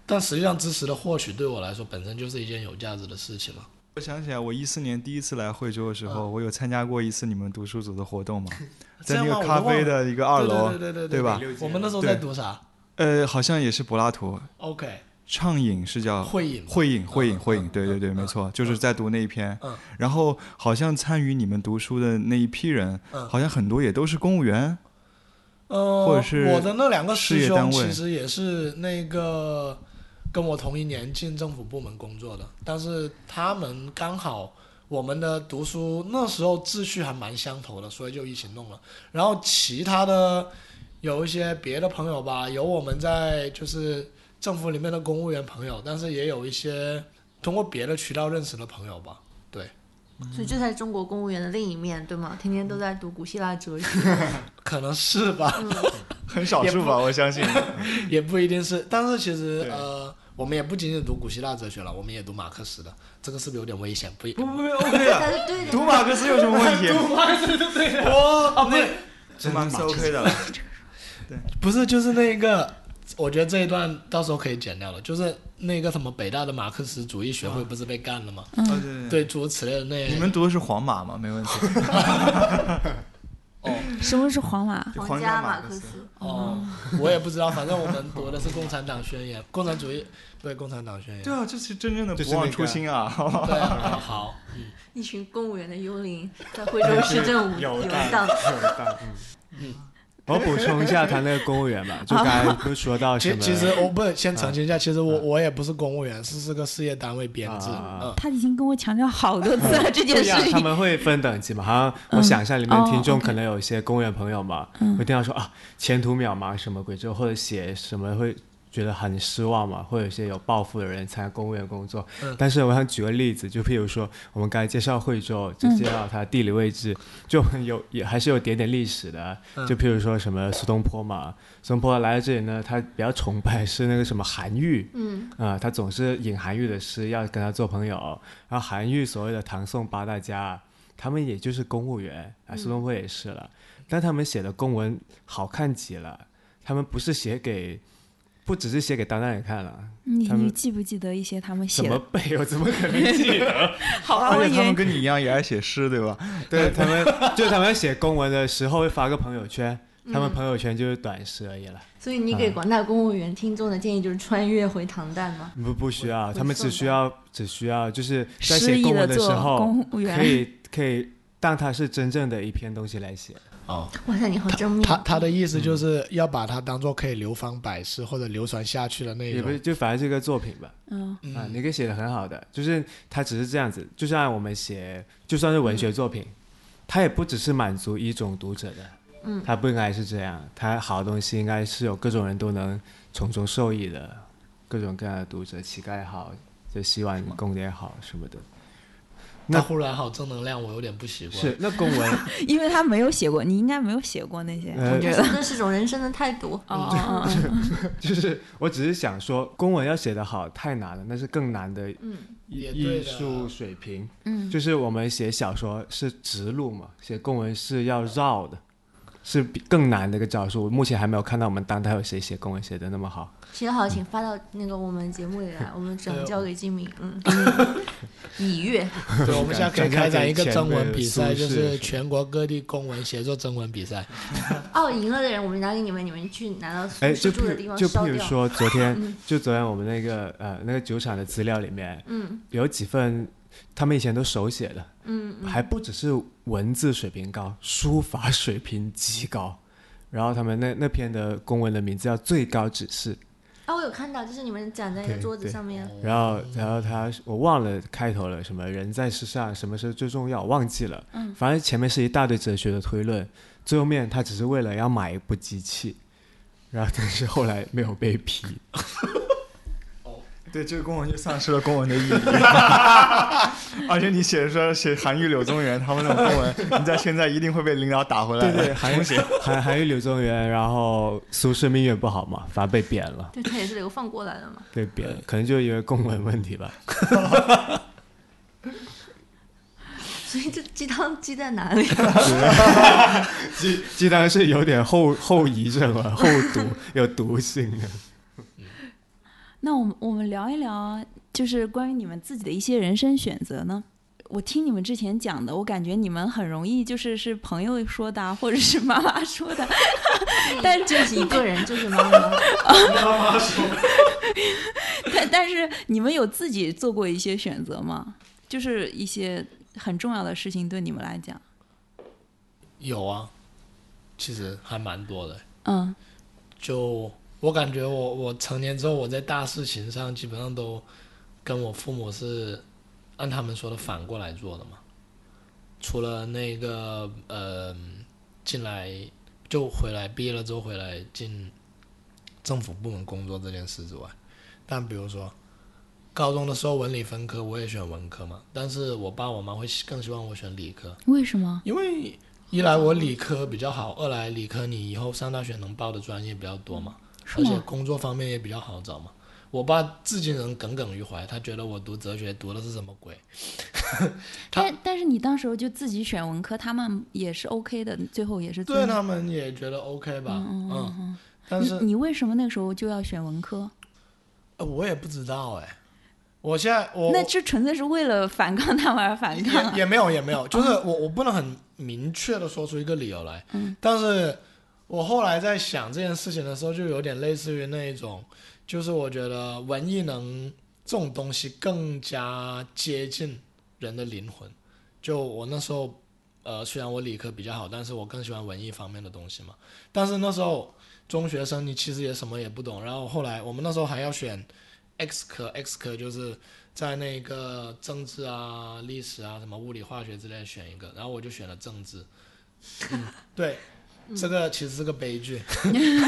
[SPEAKER 5] 但实际上，知识的获取对我来说本身就是一件有价值的事情嘛。
[SPEAKER 3] 我想起来，我一四年第一次来惠州的时
[SPEAKER 5] 嗯
[SPEAKER 3] 候，我有参加过一次你们读书组的活动 嘛，在那
[SPEAKER 5] 这样吗
[SPEAKER 3] 个咖啡的一个二楼，
[SPEAKER 5] 对对对对
[SPEAKER 3] 对吧？
[SPEAKER 5] 我们那时候在读啥
[SPEAKER 3] 呃，好像也是柏拉图，
[SPEAKER 5] ？OK，
[SPEAKER 3] 畅饮是叫
[SPEAKER 5] 会饮
[SPEAKER 3] 会饮，会饮，
[SPEAKER 5] 嗯
[SPEAKER 3] 会饮，
[SPEAKER 5] 嗯
[SPEAKER 3] 对对对，没错，就是在读那一篇
[SPEAKER 5] 嗯。
[SPEAKER 3] 然后好像参与你们读书的那一批人，
[SPEAKER 5] 嗯
[SPEAKER 3] 好像很多也都是公务 员。
[SPEAKER 5] 呃，
[SPEAKER 3] 或者是
[SPEAKER 5] 我的那两个
[SPEAKER 3] 事
[SPEAKER 5] 师
[SPEAKER 3] 业单
[SPEAKER 5] 兄
[SPEAKER 3] 位
[SPEAKER 5] 其实也是那个跟我同一年进政府部门工作的，但是他们刚好我们的读书那时候秩序还蛮相投的，所以就一起弄了。然后其他的有一些别的朋友吧，有我们在就是政府里面的公务员朋友，但是也有一些通过别的渠道认识的朋友吧。
[SPEAKER 6] 嗯
[SPEAKER 4] 所以这才是中国公务员的另一面，对吗？天天都在读古希腊哲
[SPEAKER 6] 嗯
[SPEAKER 4] 学，
[SPEAKER 5] 可能是吧，
[SPEAKER 3] 嗯 很少
[SPEAKER 5] 数
[SPEAKER 3] 吧，我相信。
[SPEAKER 5] 也不一定是，但是其实
[SPEAKER 3] 对
[SPEAKER 5] 呃，我们也不仅仅读古希腊哲学了，我们也读马克思的，这个是不是有点危险？不，
[SPEAKER 3] 不不不，OK 的，
[SPEAKER 5] 啊
[SPEAKER 4] 才是 对的。
[SPEAKER 3] 读马克思有什么问 题？
[SPEAKER 5] 哦，啊，不是，
[SPEAKER 3] 读马克思 OK 的了。
[SPEAKER 5] 不是，就是那个，我觉得这一段到时候可以剪掉了，就是那个什么北大的马克思主义学会不是被干了吗？
[SPEAKER 3] 哦对对对，
[SPEAKER 5] 对，诸如此类的那
[SPEAKER 3] 嗯你们读的是皇马吗？没问题。
[SPEAKER 2] 什么是皇马？
[SPEAKER 4] 皇家马克思，
[SPEAKER 5] 哦，
[SPEAKER 3] 嗯
[SPEAKER 5] 我也不知道，反正我们读的是《共产党宣言》，共产主义，对，《共产党宣言
[SPEAKER 3] 对》。啊，这是真正的
[SPEAKER 6] 就
[SPEAKER 3] 不
[SPEAKER 6] 是那
[SPEAKER 3] 忘
[SPEAKER 6] 个
[SPEAKER 3] 初心啊！
[SPEAKER 5] 对啊，好，嗯
[SPEAKER 4] 一群公务员的幽灵在惠州市政舞游荡。
[SPEAKER 6] 有荡。嗯，我补充一下他那个公务员吧，就刚才不是说到什
[SPEAKER 5] 其
[SPEAKER 6] 么？
[SPEAKER 5] 其实我不是先
[SPEAKER 6] 啊
[SPEAKER 5] 澄清一下，其实我我也不是公务员，是是个事业单位编制，
[SPEAKER 6] 啊
[SPEAKER 5] 嗯，
[SPEAKER 2] 他已经跟我强调好多次 了这
[SPEAKER 6] 不
[SPEAKER 2] 件
[SPEAKER 6] 一样，
[SPEAKER 2] 事
[SPEAKER 6] 哎他
[SPEAKER 2] 情。
[SPEAKER 6] 们会分等级嘛？好像我想一下，里面
[SPEAKER 2] 嗯
[SPEAKER 6] 听
[SPEAKER 2] 哦
[SPEAKER 6] 众
[SPEAKER 2] ，OK 嗯
[SPEAKER 6] 可能有一些公务员朋友嘛，会听到说啊前途渺茫什么鬼之后，或者写什么会觉得很失望嘛，会有一些有抱负的人参加公务员工作。
[SPEAKER 5] 嗯
[SPEAKER 6] 但是我想举个例子，就譬如说我们刚才介绍惠州，就
[SPEAKER 2] 嗯
[SPEAKER 6] 介绍它地理位置，就很有也还是有点点历史的啊。
[SPEAKER 5] 嗯
[SPEAKER 6] 就譬如说什么苏东坡嘛，苏东坡来到这里呢，他比较崇拜是那个什么韩愈，
[SPEAKER 4] 嗯，
[SPEAKER 6] 啊、他总是引韩愈的诗，要跟他做朋友。然后韩愈所谓的唐宋八大家，他们也就是公务员
[SPEAKER 2] 嗯
[SPEAKER 6] 啊，苏东坡也是了，但他们写的公文好看极了，他们不是写给，不只是写给当代人看了，
[SPEAKER 2] 你
[SPEAKER 6] 他们
[SPEAKER 2] 你记不记得一些他们
[SPEAKER 6] 怎
[SPEAKER 2] 写
[SPEAKER 6] 么
[SPEAKER 2] 的？
[SPEAKER 6] 背我怎么可能记 得？
[SPEAKER 2] 好吧，我
[SPEAKER 3] 而
[SPEAKER 2] 以
[SPEAKER 3] 且他们
[SPEAKER 2] 为
[SPEAKER 3] 跟你一样也爱写诗，对吧？
[SPEAKER 6] 对他们，就他们写公文的时候会发个朋友圈，
[SPEAKER 2] 嗯
[SPEAKER 6] 他们朋友圈就是短诗而已了。
[SPEAKER 4] 所以你给
[SPEAKER 6] 嗯
[SPEAKER 4] 广大公务员听众的建议就是穿越回唐代吗？
[SPEAKER 6] 不不需要，
[SPEAKER 4] 会
[SPEAKER 6] 他们只
[SPEAKER 4] 送
[SPEAKER 6] 需
[SPEAKER 4] 的
[SPEAKER 6] 要只需要就是
[SPEAKER 2] 失
[SPEAKER 6] 在写
[SPEAKER 2] 意
[SPEAKER 6] 公
[SPEAKER 2] 地
[SPEAKER 6] 文的
[SPEAKER 2] 做
[SPEAKER 6] 时候
[SPEAKER 2] 公务，员
[SPEAKER 6] 可以可以当它是真正的一篇东西来写。
[SPEAKER 5] 哦。
[SPEAKER 4] 哇塞，你好狰
[SPEAKER 5] 他
[SPEAKER 4] 狞！
[SPEAKER 5] 他的意思
[SPEAKER 6] 嗯
[SPEAKER 5] 就是要把它当做可以流芳百世或者流传下去的内
[SPEAKER 6] 也不是，
[SPEAKER 5] 容。
[SPEAKER 6] 就反正是一个作品吧。
[SPEAKER 2] 嗯
[SPEAKER 6] 啊，你可以写的很好的，就是它只是这样子，就像我们写，就算是文学作品，它也不只是满足一种读者的，
[SPEAKER 4] 嗯
[SPEAKER 6] 它不应该是这样，它好的东西应该是有各种人都能从中受益的，各种各样的读者，乞丐也好，就洗碗工的也好什么的，那
[SPEAKER 5] 他忽然好正能量，我有点不习惯。
[SPEAKER 6] 是，那公 文，
[SPEAKER 2] 因为他没有写过，你应该没有写过那些，
[SPEAKER 6] 呃
[SPEAKER 2] 我觉
[SPEAKER 4] 我
[SPEAKER 2] 得。
[SPEAKER 4] 觉得是种人生的态度。
[SPEAKER 6] 嗯
[SPEAKER 2] 哦 哦哦，
[SPEAKER 6] 就是我只是想说，公文要写得好太难了，那是更难的
[SPEAKER 4] 嗯，
[SPEAKER 6] 艺
[SPEAKER 5] 也
[SPEAKER 6] 艺
[SPEAKER 5] 对的
[SPEAKER 6] 术水平。
[SPEAKER 2] 嗯，
[SPEAKER 6] 就是我们写小说是直路嘛，写公文是要绕的，是比更难的一个招数。我目前还没有看到我们当代有谁写公文写的那么好。
[SPEAKER 4] 写好请发到那个我们节目里来，我们转交给金明， 嗯，以阅。
[SPEAKER 5] 啊对，我们现在可以开展一个征文比赛，就
[SPEAKER 6] 前辈的苏轼
[SPEAKER 5] 是全国各地公文写作征文比赛。
[SPEAKER 4] 哦，赢了的人我们拿给你们，你们去拿到
[SPEAKER 6] 哎，
[SPEAKER 4] 宿舍
[SPEAKER 6] 就譬
[SPEAKER 4] 住的
[SPEAKER 6] 如
[SPEAKER 4] 地方
[SPEAKER 6] 就
[SPEAKER 4] 烧
[SPEAKER 6] 譬如
[SPEAKER 4] 掉。
[SPEAKER 6] 说昨 天，就昨天我们那个呃那个酒厂的资料里面，
[SPEAKER 4] 嗯
[SPEAKER 6] 有几份他们以前都手写的，
[SPEAKER 4] 嗯嗯，
[SPEAKER 6] 还不只是文字水平高，书法水平极高。然后他们那那篇的公文的名字叫《最高指示
[SPEAKER 4] 啊，我有看到，就是你们展在一个
[SPEAKER 6] 对
[SPEAKER 4] 桌子
[SPEAKER 6] 对
[SPEAKER 4] 上面。》，
[SPEAKER 6] 然后然后他我忘了开头了，什么人在世上什么是最重要，我忘记了。嗯，反正前面是一大堆哲学的推论，最后面他只是为了要买一部机器，然后但是后来没有被批。
[SPEAKER 3] 对，这个公文就丧失了公文的意义。 而且你写说写韩愈、柳宗元他们那种公文，你在现在一定会被领导打回来
[SPEAKER 6] 对
[SPEAKER 3] 的。
[SPEAKER 6] 对，韩愈韩韩愈、柳宗元，然后苏轼命运不好嘛，反而被贬了，
[SPEAKER 4] 对，他也是流放过来的嘛。
[SPEAKER 6] 被贬了，可能就因为公文问题吧。
[SPEAKER 4] 所以这鸡汤鸡在哪里？啊
[SPEAKER 6] 鸡鸡蛋是有点后后遗症啊，后毒 有毒性的。
[SPEAKER 2] 那我们我们聊一聊，就是关于你们自己的一些人生选择呢。我听你们之前讲的，我感觉你们很容易就是是朋友说的啊，或者是妈妈说的，啊但是
[SPEAKER 4] 就是一个人，就是妈妈。
[SPEAKER 2] 但但是你们有自己做过一些选择吗？就是一些很重要的事情对你们来讲，
[SPEAKER 5] 有啊，其实还蛮多的。
[SPEAKER 2] 嗯
[SPEAKER 5] 就我感觉我，我成年之后，我在大事情上基本上都跟我父母是按他们说的反过来做的嘛。除了那个呃，进来就回来，毕业了之后回来进政府部门工作这件事之外，但比如说高中的时候文理分科，我也选文科嘛，但是我爸我妈会更希望我选理科，
[SPEAKER 2] 为什么？
[SPEAKER 5] 因为一来我理科比较好，二来理科你以后上大学能报的专业比较多嘛，
[SPEAKER 2] 是
[SPEAKER 5] 而且
[SPEAKER 2] 吗？
[SPEAKER 5] 工作方面也比较好找嘛。我爸至今仍耿耿于怀，他觉得我读哲学读的是什么鬼？他
[SPEAKER 2] 但但是你当时候就自己选文科，他们也是 OK 的，最后也是
[SPEAKER 5] 对
[SPEAKER 2] 尊重
[SPEAKER 5] 他们也觉得 OK 吧，嗯，但是
[SPEAKER 2] 你你为什么那个时候就要选文科？
[SPEAKER 5] 呃我也不知道哎，我现在我
[SPEAKER 2] 那这纯粹是为了反抗他们而反抗啊
[SPEAKER 5] 也也没有也没有，就是我我不能很明确的说出一个理由来，但是我后来在想这件事情的时候，就有点类似于那一种，就是我觉得文艺能这种东西更加接近人的灵魂。就我那时候，呃，虽然我理科比较好，但是我更喜欢文艺方面的东西嘛。但是那时候中学生，你其实也什么也不懂。然后后来我们那时候还要选 X 科，X 科就是在那个政治啊、历史啊、什么物理、化学之类的选一个，然后我就选了政治。嗯，对，这个其实是个悲剧，不知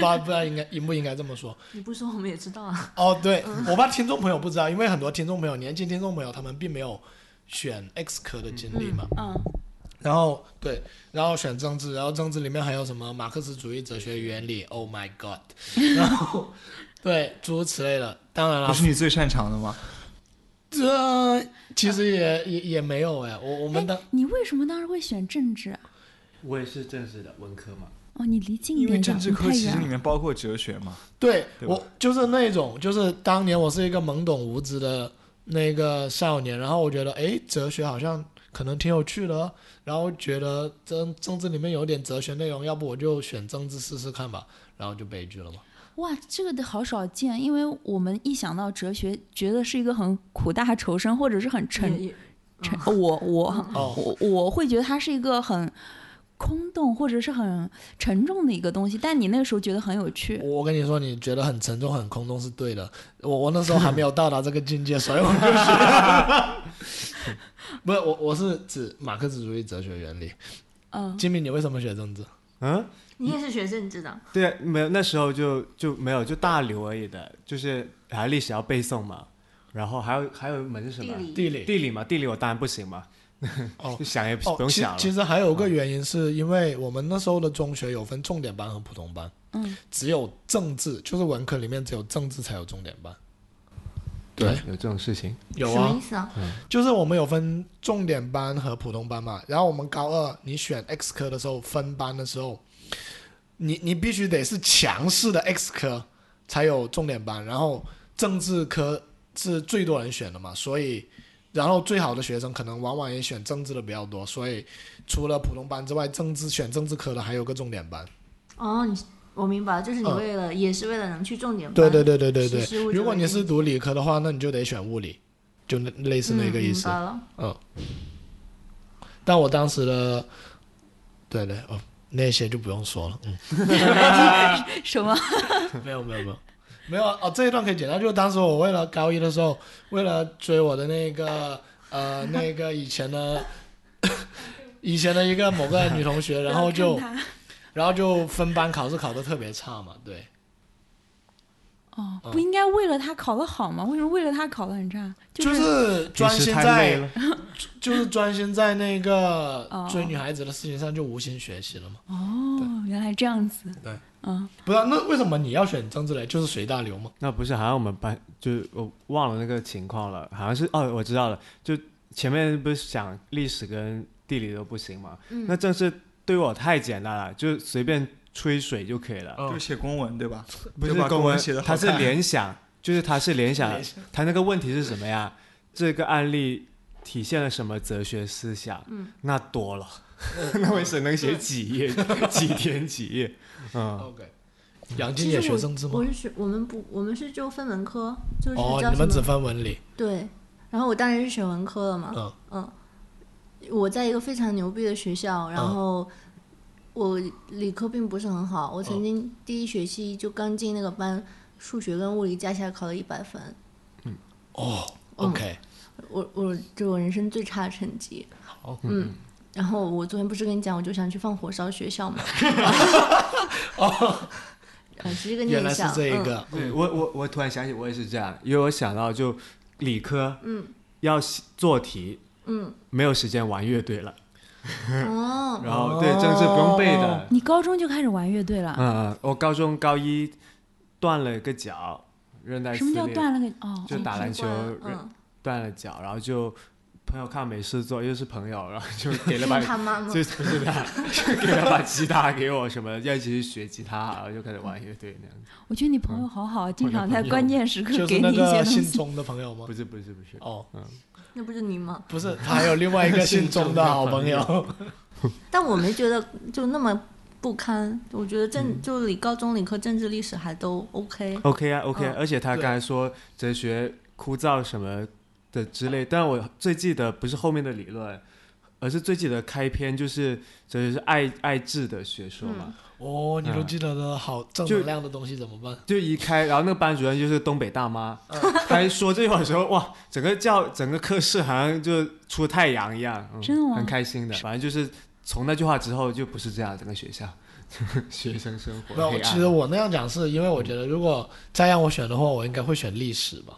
[SPEAKER 5] 道不知道应该应不应该这么说。
[SPEAKER 4] 你不说我们也知道啊。
[SPEAKER 5] 哦，对，我怕听众朋友不知道，因为很多听众朋友、年轻听众朋友他们并没有选 X 科的经历嘛。
[SPEAKER 2] 嗯
[SPEAKER 5] 然后对，然后选政治，然后政治里面还有什么马克思主义哲学原理？Oh my god！然后 对诸如此类的，当然 了
[SPEAKER 3] 不，是你最擅长的吗？
[SPEAKER 5] 这、其实也也也没有哎，我我们当
[SPEAKER 2] 你为什么当时会选政治啊？
[SPEAKER 6] 我也是正式的文科嘛，
[SPEAKER 2] 哦，你离近一
[SPEAKER 3] 因为
[SPEAKER 2] 点讲，
[SPEAKER 3] 政治
[SPEAKER 2] 你
[SPEAKER 3] 科
[SPEAKER 2] 太
[SPEAKER 3] 其实
[SPEAKER 2] 远
[SPEAKER 3] 里
[SPEAKER 2] 了。
[SPEAKER 3] 面包括哲学嘛。
[SPEAKER 5] 对
[SPEAKER 3] 对吧
[SPEAKER 5] 我就是那种，就是当年我是一个懵懂无知的那个少年，然后我觉得诶，哲学好像可能挺有趣的，然后觉得政政治里面有点哲学内容，要不我就选政治试试看吧，然后就悲剧了嘛。
[SPEAKER 2] 哇，这个的好少见，因为我们一想到哲学，觉得是一个很苦大仇深，或者是很沉
[SPEAKER 4] 也也
[SPEAKER 2] 沉。我我
[SPEAKER 5] 哦，
[SPEAKER 2] 我我会觉得它是一个很空洞，或者是很沉重的一个东西。但你那个时候觉得很有趣，
[SPEAKER 5] 我跟你说，你觉得很沉重、很空洞是对的。我我那时候还没有到达这个境界，所以我就学。 不是我，我是指马克思主义哲学原理。
[SPEAKER 2] 嗯，
[SPEAKER 5] 金明，你为什么学政治？
[SPEAKER 6] 嗯，
[SPEAKER 4] 你也是学政治的，
[SPEAKER 6] 对啊，没有那时候就就没有就大流而已的，就是还历史要背诵嘛，然后还有还有一门是什么？
[SPEAKER 5] 地理
[SPEAKER 6] 地理嘛，地理我当然不行嘛，
[SPEAKER 5] 哦
[SPEAKER 6] 就 想也
[SPEAKER 5] 哦
[SPEAKER 6] 不，用
[SPEAKER 5] 其
[SPEAKER 6] 想了。
[SPEAKER 5] 其实还有个原因，是因为我们那时候的中学有分重点班和普通班，
[SPEAKER 2] 嗯，
[SPEAKER 5] 只有政治，就是文科里面只有政治才有重点班。
[SPEAKER 6] 对，有这种事情。
[SPEAKER 5] 有
[SPEAKER 4] 什么意，思啊？
[SPEAKER 5] 就是我们有分重点班和普通班嘛。然后我们高二你选 X 科的时候，分班的时候，你你必须得是强势的 X 科才有重点班，然后政治科是最多人选的嘛，所以。然后最好的学生可能往往也选政治的比较多，所以除了普通班之外，政治选政治科的还有个重点班。
[SPEAKER 4] 哦，你我明白了，就是你
[SPEAKER 5] 嗯
[SPEAKER 4] 为了、也是为了能去重点班。
[SPEAKER 5] 对对对对对
[SPEAKER 4] 识时务
[SPEAKER 5] 对，
[SPEAKER 4] 者
[SPEAKER 5] 如果
[SPEAKER 4] 为
[SPEAKER 5] 你是
[SPEAKER 4] 俊
[SPEAKER 5] 读理科的话，那你就得选物理，就那类似那个意
[SPEAKER 4] 嗯、
[SPEAKER 5] 思
[SPEAKER 4] 明。白了，
[SPEAKER 5] 嗯，但我当时的，对对哦，那些就不用说了。嗯，
[SPEAKER 2] 什么？
[SPEAKER 5] 没有没有没有没有啊哦，这一段可以剪掉。就是当时我为了高一的时候，为了追我的那个呃那个以前的 以前的一个某个女同学，然后哦就
[SPEAKER 2] 不要看他
[SPEAKER 5] 然后就分班考试考的特别差嘛，对。
[SPEAKER 2] 哦，不应该为了他考得好吗？为什么为了他考得很差？、
[SPEAKER 5] 就是是专
[SPEAKER 6] 平时
[SPEAKER 5] 心
[SPEAKER 6] 太累
[SPEAKER 5] 在
[SPEAKER 6] 了，
[SPEAKER 5] 就是专心在那个
[SPEAKER 2] 哦
[SPEAKER 5] 追女孩子的事情上，就无心学习了嘛。
[SPEAKER 2] 哦，原来这样子。
[SPEAKER 5] 对，
[SPEAKER 2] 嗯，
[SPEAKER 5] 不是啊，那为什么你要选政治类？就是随大流嘛。
[SPEAKER 6] 那不是，好像我们班就是我忘了那个情况了，好像是哦，我知道了，就前面不是想历史跟地理都不行嘛，
[SPEAKER 5] 嗯
[SPEAKER 6] 那正是对我太简单了，就随便吹水就可以了，
[SPEAKER 5] 嗯
[SPEAKER 3] 就写公文对吧？
[SPEAKER 6] 不是
[SPEAKER 3] 就把
[SPEAKER 6] 公
[SPEAKER 3] 哦公文写的
[SPEAKER 6] 它是联想，就是它是联想，它那个问题是什么呀？这个案例体现了什么哲学思想？嗯，那多了， 那我只能写几页，几天几页，嗯，
[SPEAKER 5] OK，杨
[SPEAKER 4] 其实
[SPEAKER 5] 静也
[SPEAKER 4] 我
[SPEAKER 5] 学政治吗
[SPEAKER 4] 我？是学我们不我们是就分文科，就是
[SPEAKER 5] 哦，
[SPEAKER 4] 叫
[SPEAKER 5] 你
[SPEAKER 4] 什
[SPEAKER 5] 们只
[SPEAKER 4] 么？
[SPEAKER 5] 分文理。
[SPEAKER 4] 对，然后我当然是选文科了嘛。
[SPEAKER 5] 嗯
[SPEAKER 4] 嗯，我在一个非常牛逼的学校，然
[SPEAKER 5] 嗯
[SPEAKER 4] 后我理科并不是很好，我
[SPEAKER 5] 嗯
[SPEAKER 4] 曾经第一学期就刚进那个班，数学跟物理加起来考了一百分，
[SPEAKER 5] 哦，OK，
[SPEAKER 4] 嗯我我这我人生最差的成绩。
[SPEAKER 5] 好。
[SPEAKER 4] 嗯。然后我昨天不是跟你讲，我就想去放火烧学校 嘛。哦，只是个念
[SPEAKER 5] 原来是
[SPEAKER 4] 想。
[SPEAKER 5] 这一
[SPEAKER 4] 嗯
[SPEAKER 5] 个。
[SPEAKER 6] 对我我我突然想起我也是这样，因为我想到就理科，嗯，要写做题，
[SPEAKER 4] 嗯，
[SPEAKER 6] 没有时间玩乐队了，
[SPEAKER 4] 哦，
[SPEAKER 6] 然后对政治不用背的，
[SPEAKER 2] 你高中就开始玩乐队了？
[SPEAKER 6] 嗯嗯，我高中高一断了个脚，韧带
[SPEAKER 2] 什么
[SPEAKER 6] 撕
[SPEAKER 2] 叫
[SPEAKER 6] 裂
[SPEAKER 2] 断了个？哦，
[SPEAKER 6] 就打篮球
[SPEAKER 4] 嗯，
[SPEAKER 6] 断了脚，然后就朋友看没事做，又是朋友，然后 就给了把
[SPEAKER 4] 是他妈妈。
[SPEAKER 6] 就不是他，就给了把吉他给我什么，要一起去学吉他，然后就开始玩乐队那样子。
[SPEAKER 2] 我觉得你朋友好好，经常
[SPEAKER 6] 我的
[SPEAKER 2] 在
[SPEAKER 6] 朋友
[SPEAKER 2] 关键时刻
[SPEAKER 5] 就
[SPEAKER 2] 给你
[SPEAKER 5] 是那
[SPEAKER 2] 一些东
[SPEAKER 5] 个姓
[SPEAKER 2] 西。
[SPEAKER 5] 钟的朋友吗
[SPEAKER 6] 不？是不是不是，
[SPEAKER 5] 哦，
[SPEAKER 4] 那不是你吗？
[SPEAKER 5] 不是，他还有另外一个姓钟的好朋友。
[SPEAKER 4] 但我没觉得就那么不堪，我觉得政、
[SPEAKER 5] 嗯
[SPEAKER 4] 就理高中理科政治历史还都 OK。
[SPEAKER 6] OK 啊 OK，、
[SPEAKER 4] 嗯
[SPEAKER 6] 而且他刚才说哲学枯燥什么的之类，但我最记得不是后面的理论，而是最记得开篇就是哲学是爱爱智的学说
[SPEAKER 4] 嗯
[SPEAKER 6] 嘛。
[SPEAKER 5] 哦，你都记得的好正
[SPEAKER 6] 就
[SPEAKER 5] 能量的东西怎么办？
[SPEAKER 6] 就一开，然后那个班主任就是东北大妈，
[SPEAKER 5] 嗯
[SPEAKER 6] 她一说这话的时候，哇，整个教整个课室好像就出太阳一样，嗯、
[SPEAKER 2] 真的吗
[SPEAKER 6] 很开心的，反正就是从那句话之后就不是这样，整个学校 学生生活
[SPEAKER 5] 没有
[SPEAKER 6] 黑，暗
[SPEAKER 5] 其实我那样讲是因为我觉得，如果再让我选的话，我应该会选历史吧。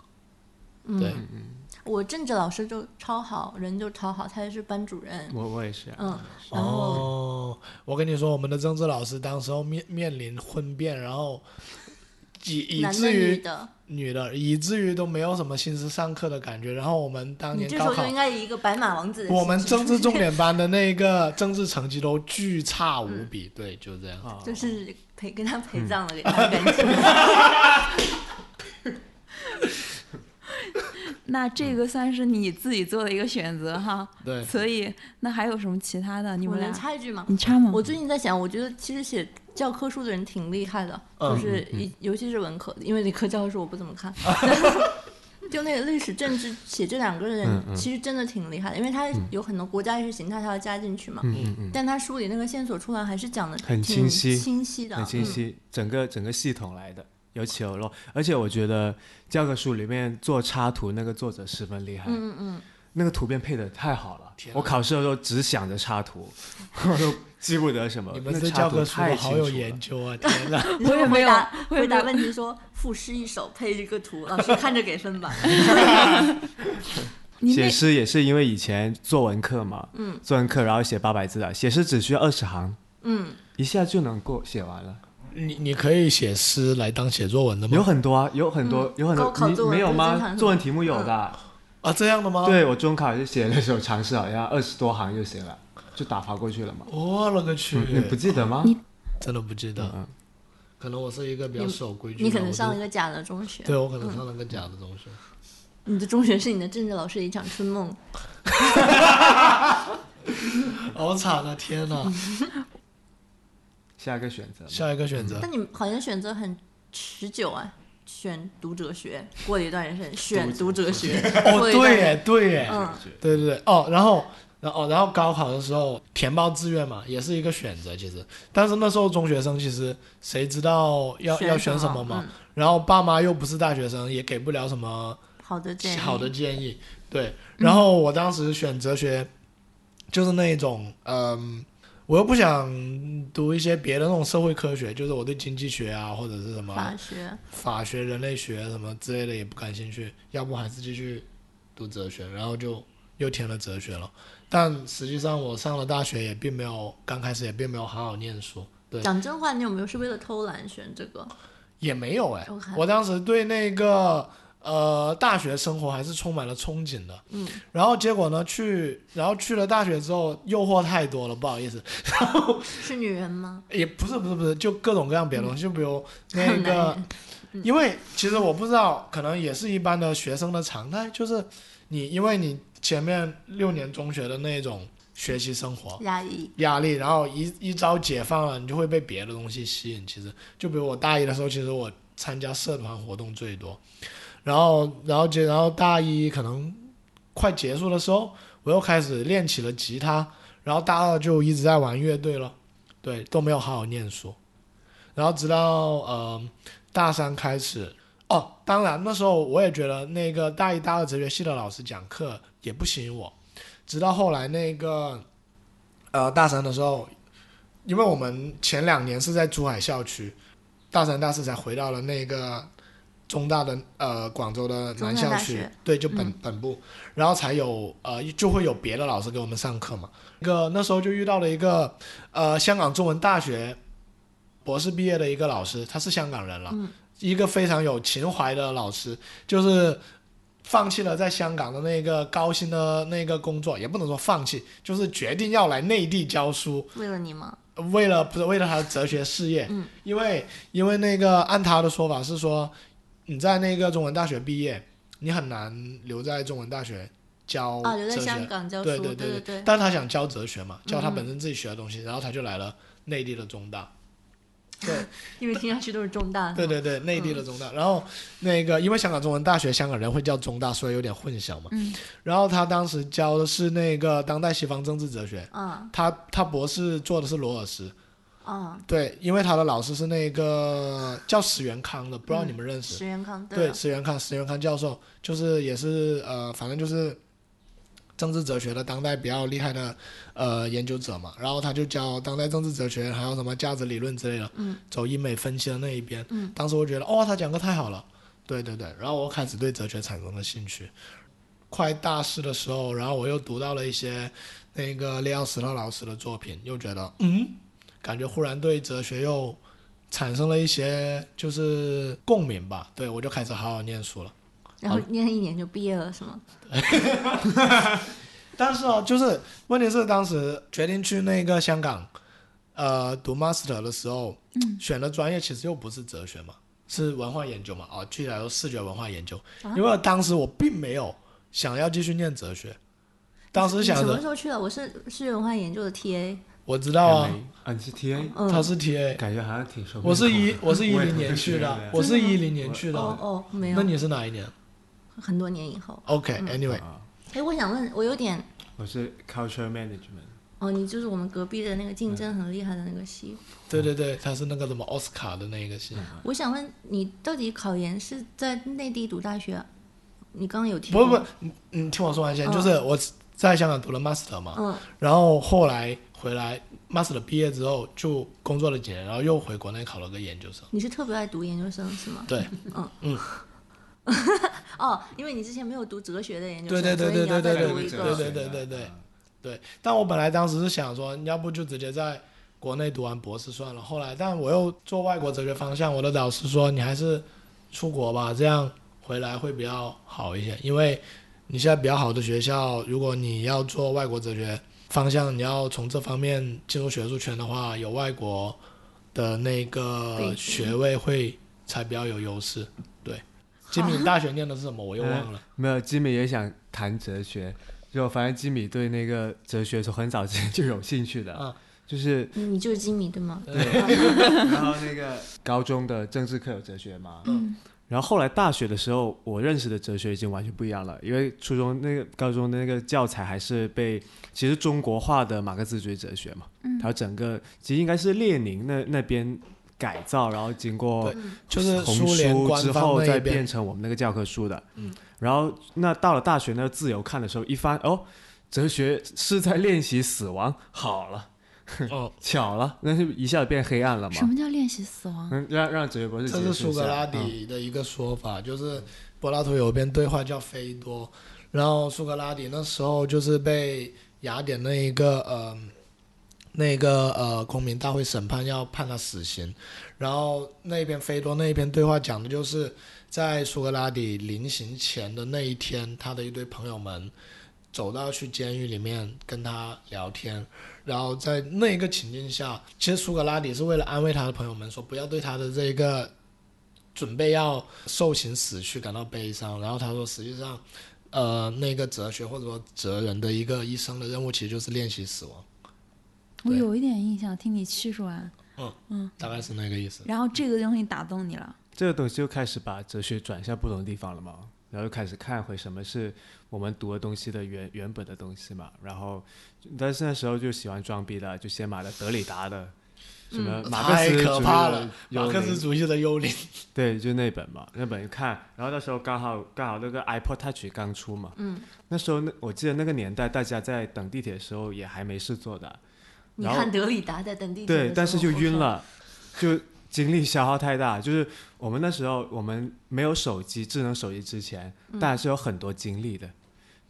[SPEAKER 4] 嗯
[SPEAKER 5] 对，
[SPEAKER 4] 我政治老师就超好，人就超好，他也是班主任，
[SPEAKER 6] 我我也是、啊，
[SPEAKER 4] 嗯，然后、
[SPEAKER 5] 哦，我跟你说，我们的政治老师当时候面面临婚变，然后以以
[SPEAKER 4] 男的
[SPEAKER 5] 至
[SPEAKER 4] 女
[SPEAKER 5] 于
[SPEAKER 4] 的，
[SPEAKER 5] 女的，以至于都没有什么心思上课的感觉。然后我们当
[SPEAKER 4] 你
[SPEAKER 5] 年
[SPEAKER 4] 这时
[SPEAKER 5] 高
[SPEAKER 4] 候
[SPEAKER 5] 考
[SPEAKER 4] 就应，该以一个白马王子的
[SPEAKER 5] 我们
[SPEAKER 4] 形
[SPEAKER 5] 政
[SPEAKER 4] 象
[SPEAKER 5] 治重点班的那个政治成绩都巨差无比。
[SPEAKER 4] 嗯
[SPEAKER 5] 对，就是这样。
[SPEAKER 4] 啊就是陪跟他
[SPEAKER 2] 嗯
[SPEAKER 4] 陪葬了，给他的感 觉。
[SPEAKER 2] 那这个算是你自己做的一个选择哈。
[SPEAKER 5] 嗯对
[SPEAKER 2] 所以那还有什么其他的？你
[SPEAKER 4] 我
[SPEAKER 2] 们
[SPEAKER 4] 能
[SPEAKER 2] 俩，
[SPEAKER 4] 插一句吗？
[SPEAKER 2] 你插吗？
[SPEAKER 4] 我最近在想，我觉得其实写教科书的人挺厉害的，
[SPEAKER 5] 嗯
[SPEAKER 4] 就是一尤其是文科，因为理科教科书我不怎么 看。就那个历史、政治写这两个人
[SPEAKER 6] 嗯，嗯
[SPEAKER 4] 其实真的挺厉害的，因为他有很多国家意识形态他要加进去嘛。
[SPEAKER 6] 嗯嗯嗯，
[SPEAKER 4] 但他梳理那个线索出来，还是讲的
[SPEAKER 6] 很清晰
[SPEAKER 4] 清晰的，嗯
[SPEAKER 6] 很清晰，整个整个系统来的有起有落，而且我觉得教科书里面做插图那个作者十分厉害，
[SPEAKER 4] 嗯。嗯嗯
[SPEAKER 6] 那个图片配的太好了
[SPEAKER 5] 天，啊
[SPEAKER 6] 我考试的时候只想着插图，我都记不得什么。
[SPEAKER 5] 你们
[SPEAKER 6] 那
[SPEAKER 5] 对
[SPEAKER 6] 差
[SPEAKER 5] 教
[SPEAKER 6] 不多
[SPEAKER 5] 科书
[SPEAKER 6] 太
[SPEAKER 5] 好
[SPEAKER 6] 清
[SPEAKER 5] 有
[SPEAKER 6] 楚了
[SPEAKER 5] 研究啊！天哪，
[SPEAKER 2] 我也没
[SPEAKER 7] 回
[SPEAKER 2] 有
[SPEAKER 7] 答
[SPEAKER 2] 我也
[SPEAKER 7] 回答
[SPEAKER 2] 没有
[SPEAKER 7] 问题 说赋诗一首配这个图，老师看着给 分吧。
[SPEAKER 2] 您那
[SPEAKER 6] 写诗也是因为以前作文课嘛，嗯，作文课然后写八百字的，写诗只需要二十行，
[SPEAKER 4] 嗯，
[SPEAKER 6] 一下就能够写完了。
[SPEAKER 5] 你你可以写诗来当写作文的
[SPEAKER 6] 有
[SPEAKER 5] 吗？
[SPEAKER 6] 很多啊，有很多，有很
[SPEAKER 4] 嗯高
[SPEAKER 6] 多，
[SPEAKER 4] 考
[SPEAKER 6] 你
[SPEAKER 4] 作文
[SPEAKER 6] 没有
[SPEAKER 4] 不是经常嗯
[SPEAKER 6] 吗？
[SPEAKER 4] 很
[SPEAKER 6] 作文题目有的，
[SPEAKER 5] 啊，这样的吗？，
[SPEAKER 6] 对我中考就写了首长诗，好像二十多行就写了，就打发过去了嘛。
[SPEAKER 5] 我勒个去！
[SPEAKER 4] 嗯
[SPEAKER 6] 你不记得吗？
[SPEAKER 5] 真的不记得，
[SPEAKER 6] 嗯，
[SPEAKER 5] 可能我是一个比较守规矩的。
[SPEAKER 4] 你可能
[SPEAKER 5] 我就
[SPEAKER 4] 上了一个假的中学，
[SPEAKER 5] 对我可能上了个假的东西。
[SPEAKER 4] 你的中学是你的政治老师的一场春梦。嗯
[SPEAKER 5] 好惨啊！天哪，
[SPEAKER 6] 下一个选择吧。
[SPEAKER 5] 下一个选择
[SPEAKER 4] 但你好像选择很持久啊，选读哲学，过了一段人生选读哲学，
[SPEAKER 5] 哦，
[SPEAKER 4] 过了一段
[SPEAKER 5] 对耶，对耶，
[SPEAKER 4] 嗯，
[SPEAKER 5] 对对对，哦，然后，然后，哦然后高考的时候填报志愿嘛，也是一个选择，其实，但是那时候中学生其实谁知道要
[SPEAKER 4] 选
[SPEAKER 5] 要
[SPEAKER 4] 什
[SPEAKER 5] 选
[SPEAKER 4] 么嗯
[SPEAKER 5] 什么嘛，然后爸妈又不是大学生，也给不了什么
[SPEAKER 4] 好的建议，嗯
[SPEAKER 5] 好的建议，对，然后我当时选哲学，就是那一种，嗯。我又不想读一些别的那种社会科学，就是我对经济学啊或者是什么
[SPEAKER 4] 法学，
[SPEAKER 5] 法学、人类学什么之类的也不感兴趣，要不还是继续读哲学，然后就又填了哲学了。但实际上我上了大学也并没有，刚开始也并没有好好念书，对，
[SPEAKER 4] 讲真话，你有没有是为了偷懒选这个？
[SPEAKER 5] 也没有哎、
[SPEAKER 4] OK
[SPEAKER 5] 我当时对那个呃大学生活还是充满了憧憬的，嗯，然后结果呢去，然后去了大学之后诱惑太多了，不好意思，
[SPEAKER 4] 是女人吗？嗯
[SPEAKER 5] 也不是不是不是，就各种各样别的东西，就比如那
[SPEAKER 4] 很难嗯
[SPEAKER 5] 个
[SPEAKER 4] 忍，
[SPEAKER 5] 因为其实我不知道，可能也是一般的学生的常态，就是你因为你前面六年中学的那种学习生活
[SPEAKER 4] 压抑，
[SPEAKER 5] 压力，然后一一朝解放了，你就会被别的东西吸引。其实就比如我大一的时候，其实我参加社团活动最多，然后然后接然后大一可能快结束的时候，我又开始练起了吉他，然后大二就一直在玩乐队了，对，都没有好好念书，然后直到呃大三开始，哦，当然那时候我也觉得那个大一大二哲学系的老师讲课也不吸引我，直到后来那个呃大三的时候，因为我们前两年是在珠海校区，大三大四才回到了那个。中大的呃广州的
[SPEAKER 4] 中
[SPEAKER 5] 南
[SPEAKER 4] 山
[SPEAKER 5] 校
[SPEAKER 4] 大
[SPEAKER 5] 区
[SPEAKER 4] 学，嗯
[SPEAKER 5] 对，就本、本部，然后才有呃就会有别的老师给我们上课嘛。一个那时候就遇到了一个呃香港中文大学博士毕业的一个老师，他是香港人了，一个非常有情怀的老师，就是放弃了在香港的那个高薪的那个工作，也不能说放弃，就是决定要来内地教书，
[SPEAKER 4] 为了你吗？
[SPEAKER 5] 为了不是为了他的哲学事业，
[SPEAKER 4] 嗯
[SPEAKER 5] 因为因为那个按他的说法是说，你在那个中文大学毕业，你很难留在中文大学教
[SPEAKER 4] 啊，留在
[SPEAKER 5] 哲哦学
[SPEAKER 4] 香港教书，
[SPEAKER 5] 对
[SPEAKER 4] 对
[SPEAKER 5] 对
[SPEAKER 4] 对，
[SPEAKER 5] 但他想教哲学嘛，教他本身自己学的东西，然后他就来了内地的中大，
[SPEAKER 4] 因为听上去都是中大，
[SPEAKER 5] 对对对，内地的中大。然后那个因为香港中文大学香港人会叫中大，所以有点混淆嘛。
[SPEAKER 2] 嗯
[SPEAKER 5] 然后他当时教的是那个当代西方政治哲学，
[SPEAKER 4] 啊
[SPEAKER 5] 他他博士做的是罗尔斯，
[SPEAKER 4] 啊，
[SPEAKER 5] 对，因为他的老师是那个叫石元康的，不知道你们认识？
[SPEAKER 4] 石元康，
[SPEAKER 5] 对，啊
[SPEAKER 4] 了
[SPEAKER 5] 石元康，石元康教授就是也是呃，反正就是政治哲学的当代比较厉害的呃研究者嘛。然后他就教当代政治哲学，还有什么价值理论之类的，嗯，走英美分析的那一边。嗯，当时我觉得哦，他讲课太好了，对对对。然后我开始对哲学产生了兴趣。快大四的时候，然后我又读到了一些那个列奥斯特老师的作品，又觉得嗯，感觉忽然对哲学又产生了一些就是共鸣吧，对我就开始好好念书了。
[SPEAKER 4] 然后念一年就毕业了是吗？
[SPEAKER 5] 但是哦，就是问题是当时决定去那个香港，呃，读 master 的时候，
[SPEAKER 4] 嗯
[SPEAKER 5] 选的专业其实又不是哲学嘛，是文化研究嘛，啊、具体来说视觉文化研究，
[SPEAKER 4] 啊
[SPEAKER 5] 因为当时我并没有想要继续念哲学，当时
[SPEAKER 4] 你
[SPEAKER 5] 想
[SPEAKER 4] 什么
[SPEAKER 5] 着
[SPEAKER 4] 时候去的？我是是文化研究的 TA，
[SPEAKER 5] 我知道
[SPEAKER 6] 还
[SPEAKER 5] 啊
[SPEAKER 6] 没，，啊，你是 TA，
[SPEAKER 4] 嗯，
[SPEAKER 5] 他是 TA，
[SPEAKER 6] 感觉好像挺熟面孔的。
[SPEAKER 5] 我是一我是一
[SPEAKER 6] 我也
[SPEAKER 5] 零年
[SPEAKER 6] 不
[SPEAKER 5] 去
[SPEAKER 6] 觉
[SPEAKER 5] 的啊
[SPEAKER 6] 得，
[SPEAKER 5] 我是一零年去
[SPEAKER 4] 哦
[SPEAKER 5] 的，啊
[SPEAKER 4] 哦，没有
[SPEAKER 5] 那，你是哪一年
[SPEAKER 4] 很多年以后。
[SPEAKER 5] ？OK，Anyway，、
[SPEAKER 4] 哎，我想问，我有点
[SPEAKER 6] 我是 culture management，
[SPEAKER 4] 哦，你就是我们隔壁的那个竞
[SPEAKER 5] 嗯
[SPEAKER 4] 争很厉害的那个系。
[SPEAKER 5] 对对对，他是那个什么奥斯卡的那个戏。
[SPEAKER 4] 我想问你，到底考研是在内地读大学啊？你刚刚有提
[SPEAKER 5] 不嗯
[SPEAKER 4] 过
[SPEAKER 5] 不，你你听我说完先，就是我在香港读了 master 嘛，
[SPEAKER 4] 嗯
[SPEAKER 5] 然后后来回来 master 毕业之后就工作了几年，然后又回国内考了个研究生。
[SPEAKER 4] 你是特别爱读研究生是吗？
[SPEAKER 5] 对，
[SPEAKER 4] 哦，因为你之前没有读哲学的研究
[SPEAKER 5] 对
[SPEAKER 4] 生，
[SPEAKER 5] 对对对对对
[SPEAKER 4] 所以你要再
[SPEAKER 5] 对
[SPEAKER 4] 读
[SPEAKER 5] 对
[SPEAKER 4] 一
[SPEAKER 5] 对
[SPEAKER 4] 个。
[SPEAKER 5] 对嗯对对对对。但我本来当时是想说，要不就直接在国内读完博士算了。后来，但我又做外国哲学方向，我的导师说你还是出国吧，这样回来会比较好一些。因为你现在比较好的学校，如果你要做外国哲学方向，你要从这方面进入学术圈的话，有外国的
[SPEAKER 4] 背
[SPEAKER 5] 那个
[SPEAKER 4] 景
[SPEAKER 5] 学位会才比较有优势。对，吉米，你大学念的是什么？我又忘了。
[SPEAKER 6] 没有，吉米也想谈哲学，就反正吉米对那个哲学从很早之前就有兴趣的，
[SPEAKER 5] 啊
[SPEAKER 6] 就是
[SPEAKER 4] 你你就是金米对吗？
[SPEAKER 6] 然后那个 高中的政治课有哲学嘛，
[SPEAKER 2] 嗯
[SPEAKER 6] 然后后来大学的时候，我认识的哲学已经完全不一样了，因为初中那个高中的那个教材还是被其实中国化的马克思主义哲学嘛，
[SPEAKER 2] 嗯
[SPEAKER 6] 它整个其实应该是列宁那那边改造，然后经过
[SPEAKER 2] 嗯
[SPEAKER 5] 就是
[SPEAKER 6] 红
[SPEAKER 5] 苏联官
[SPEAKER 6] 之
[SPEAKER 5] 方
[SPEAKER 6] 后
[SPEAKER 5] 那
[SPEAKER 6] 再
[SPEAKER 5] 一边嗯
[SPEAKER 6] 变成我们那个教科书的。然后那到了大学那自由看的时候，一翻哦，哲学是在练习死亡，好了，
[SPEAKER 5] 哦，
[SPEAKER 6] 巧了，那就一下子变黑暗了
[SPEAKER 2] 什
[SPEAKER 6] 嘛。
[SPEAKER 2] 么叫练习死亡？
[SPEAKER 6] 嗯，让让哲学博士
[SPEAKER 5] 这
[SPEAKER 6] 解
[SPEAKER 5] 是
[SPEAKER 6] 释
[SPEAKER 5] 苏
[SPEAKER 6] 一下嗯
[SPEAKER 5] 格拉底的一个说法，就是柏拉图有一篇对话叫《菲多》，然后苏格拉底那时候就是被雅典那一个呃那个呃公民大会审判要判他死刑，然后那篇《菲多》那篇对话讲的就是在苏格拉底临刑前的那一天，他的一堆朋友们走到去监狱里面跟他聊天，然后在那一个情境下，其实苏格拉底是为了安慰他的朋友们说，不要对他的这个准备要受刑死去感到悲伤。然后他说，实际上，呃，那个哲学或者说哲人的一个一生的任务，其实就是练习死亡，
[SPEAKER 2] 我
[SPEAKER 5] 对
[SPEAKER 2] 有一点印象，听你叙述完，
[SPEAKER 5] 大概是那个意思。
[SPEAKER 2] 然后这个东西打动你了。
[SPEAKER 6] 这个东西就开始把哲学转向不同地方了嘛，然后就开始看回什么是我们读的东西的原原本的东西嘛，然后但是那时候就喜欢装逼了，就先买了德里达的。什么马克思
[SPEAKER 5] 嗯太
[SPEAKER 6] 主义
[SPEAKER 5] 可怕
[SPEAKER 6] 的
[SPEAKER 5] 了！马
[SPEAKER 6] 幽
[SPEAKER 5] 克
[SPEAKER 6] 灵
[SPEAKER 5] 思主义的幽灵，
[SPEAKER 6] 对，就那本嘛，那本看，然后那时候刚好刚好那个 iPod Touch 刚出嘛，嗯，那时候那我记得那个年代，大家在等地铁的时候也还没事做的，
[SPEAKER 7] 你
[SPEAKER 6] 然后
[SPEAKER 7] 看德里达在等地铁的时
[SPEAKER 6] 对
[SPEAKER 7] 候，
[SPEAKER 6] 但是就晕。了，就精力消耗太大。就是我们那时候我们没有手机，智能手机之前，大家是有很多精力的，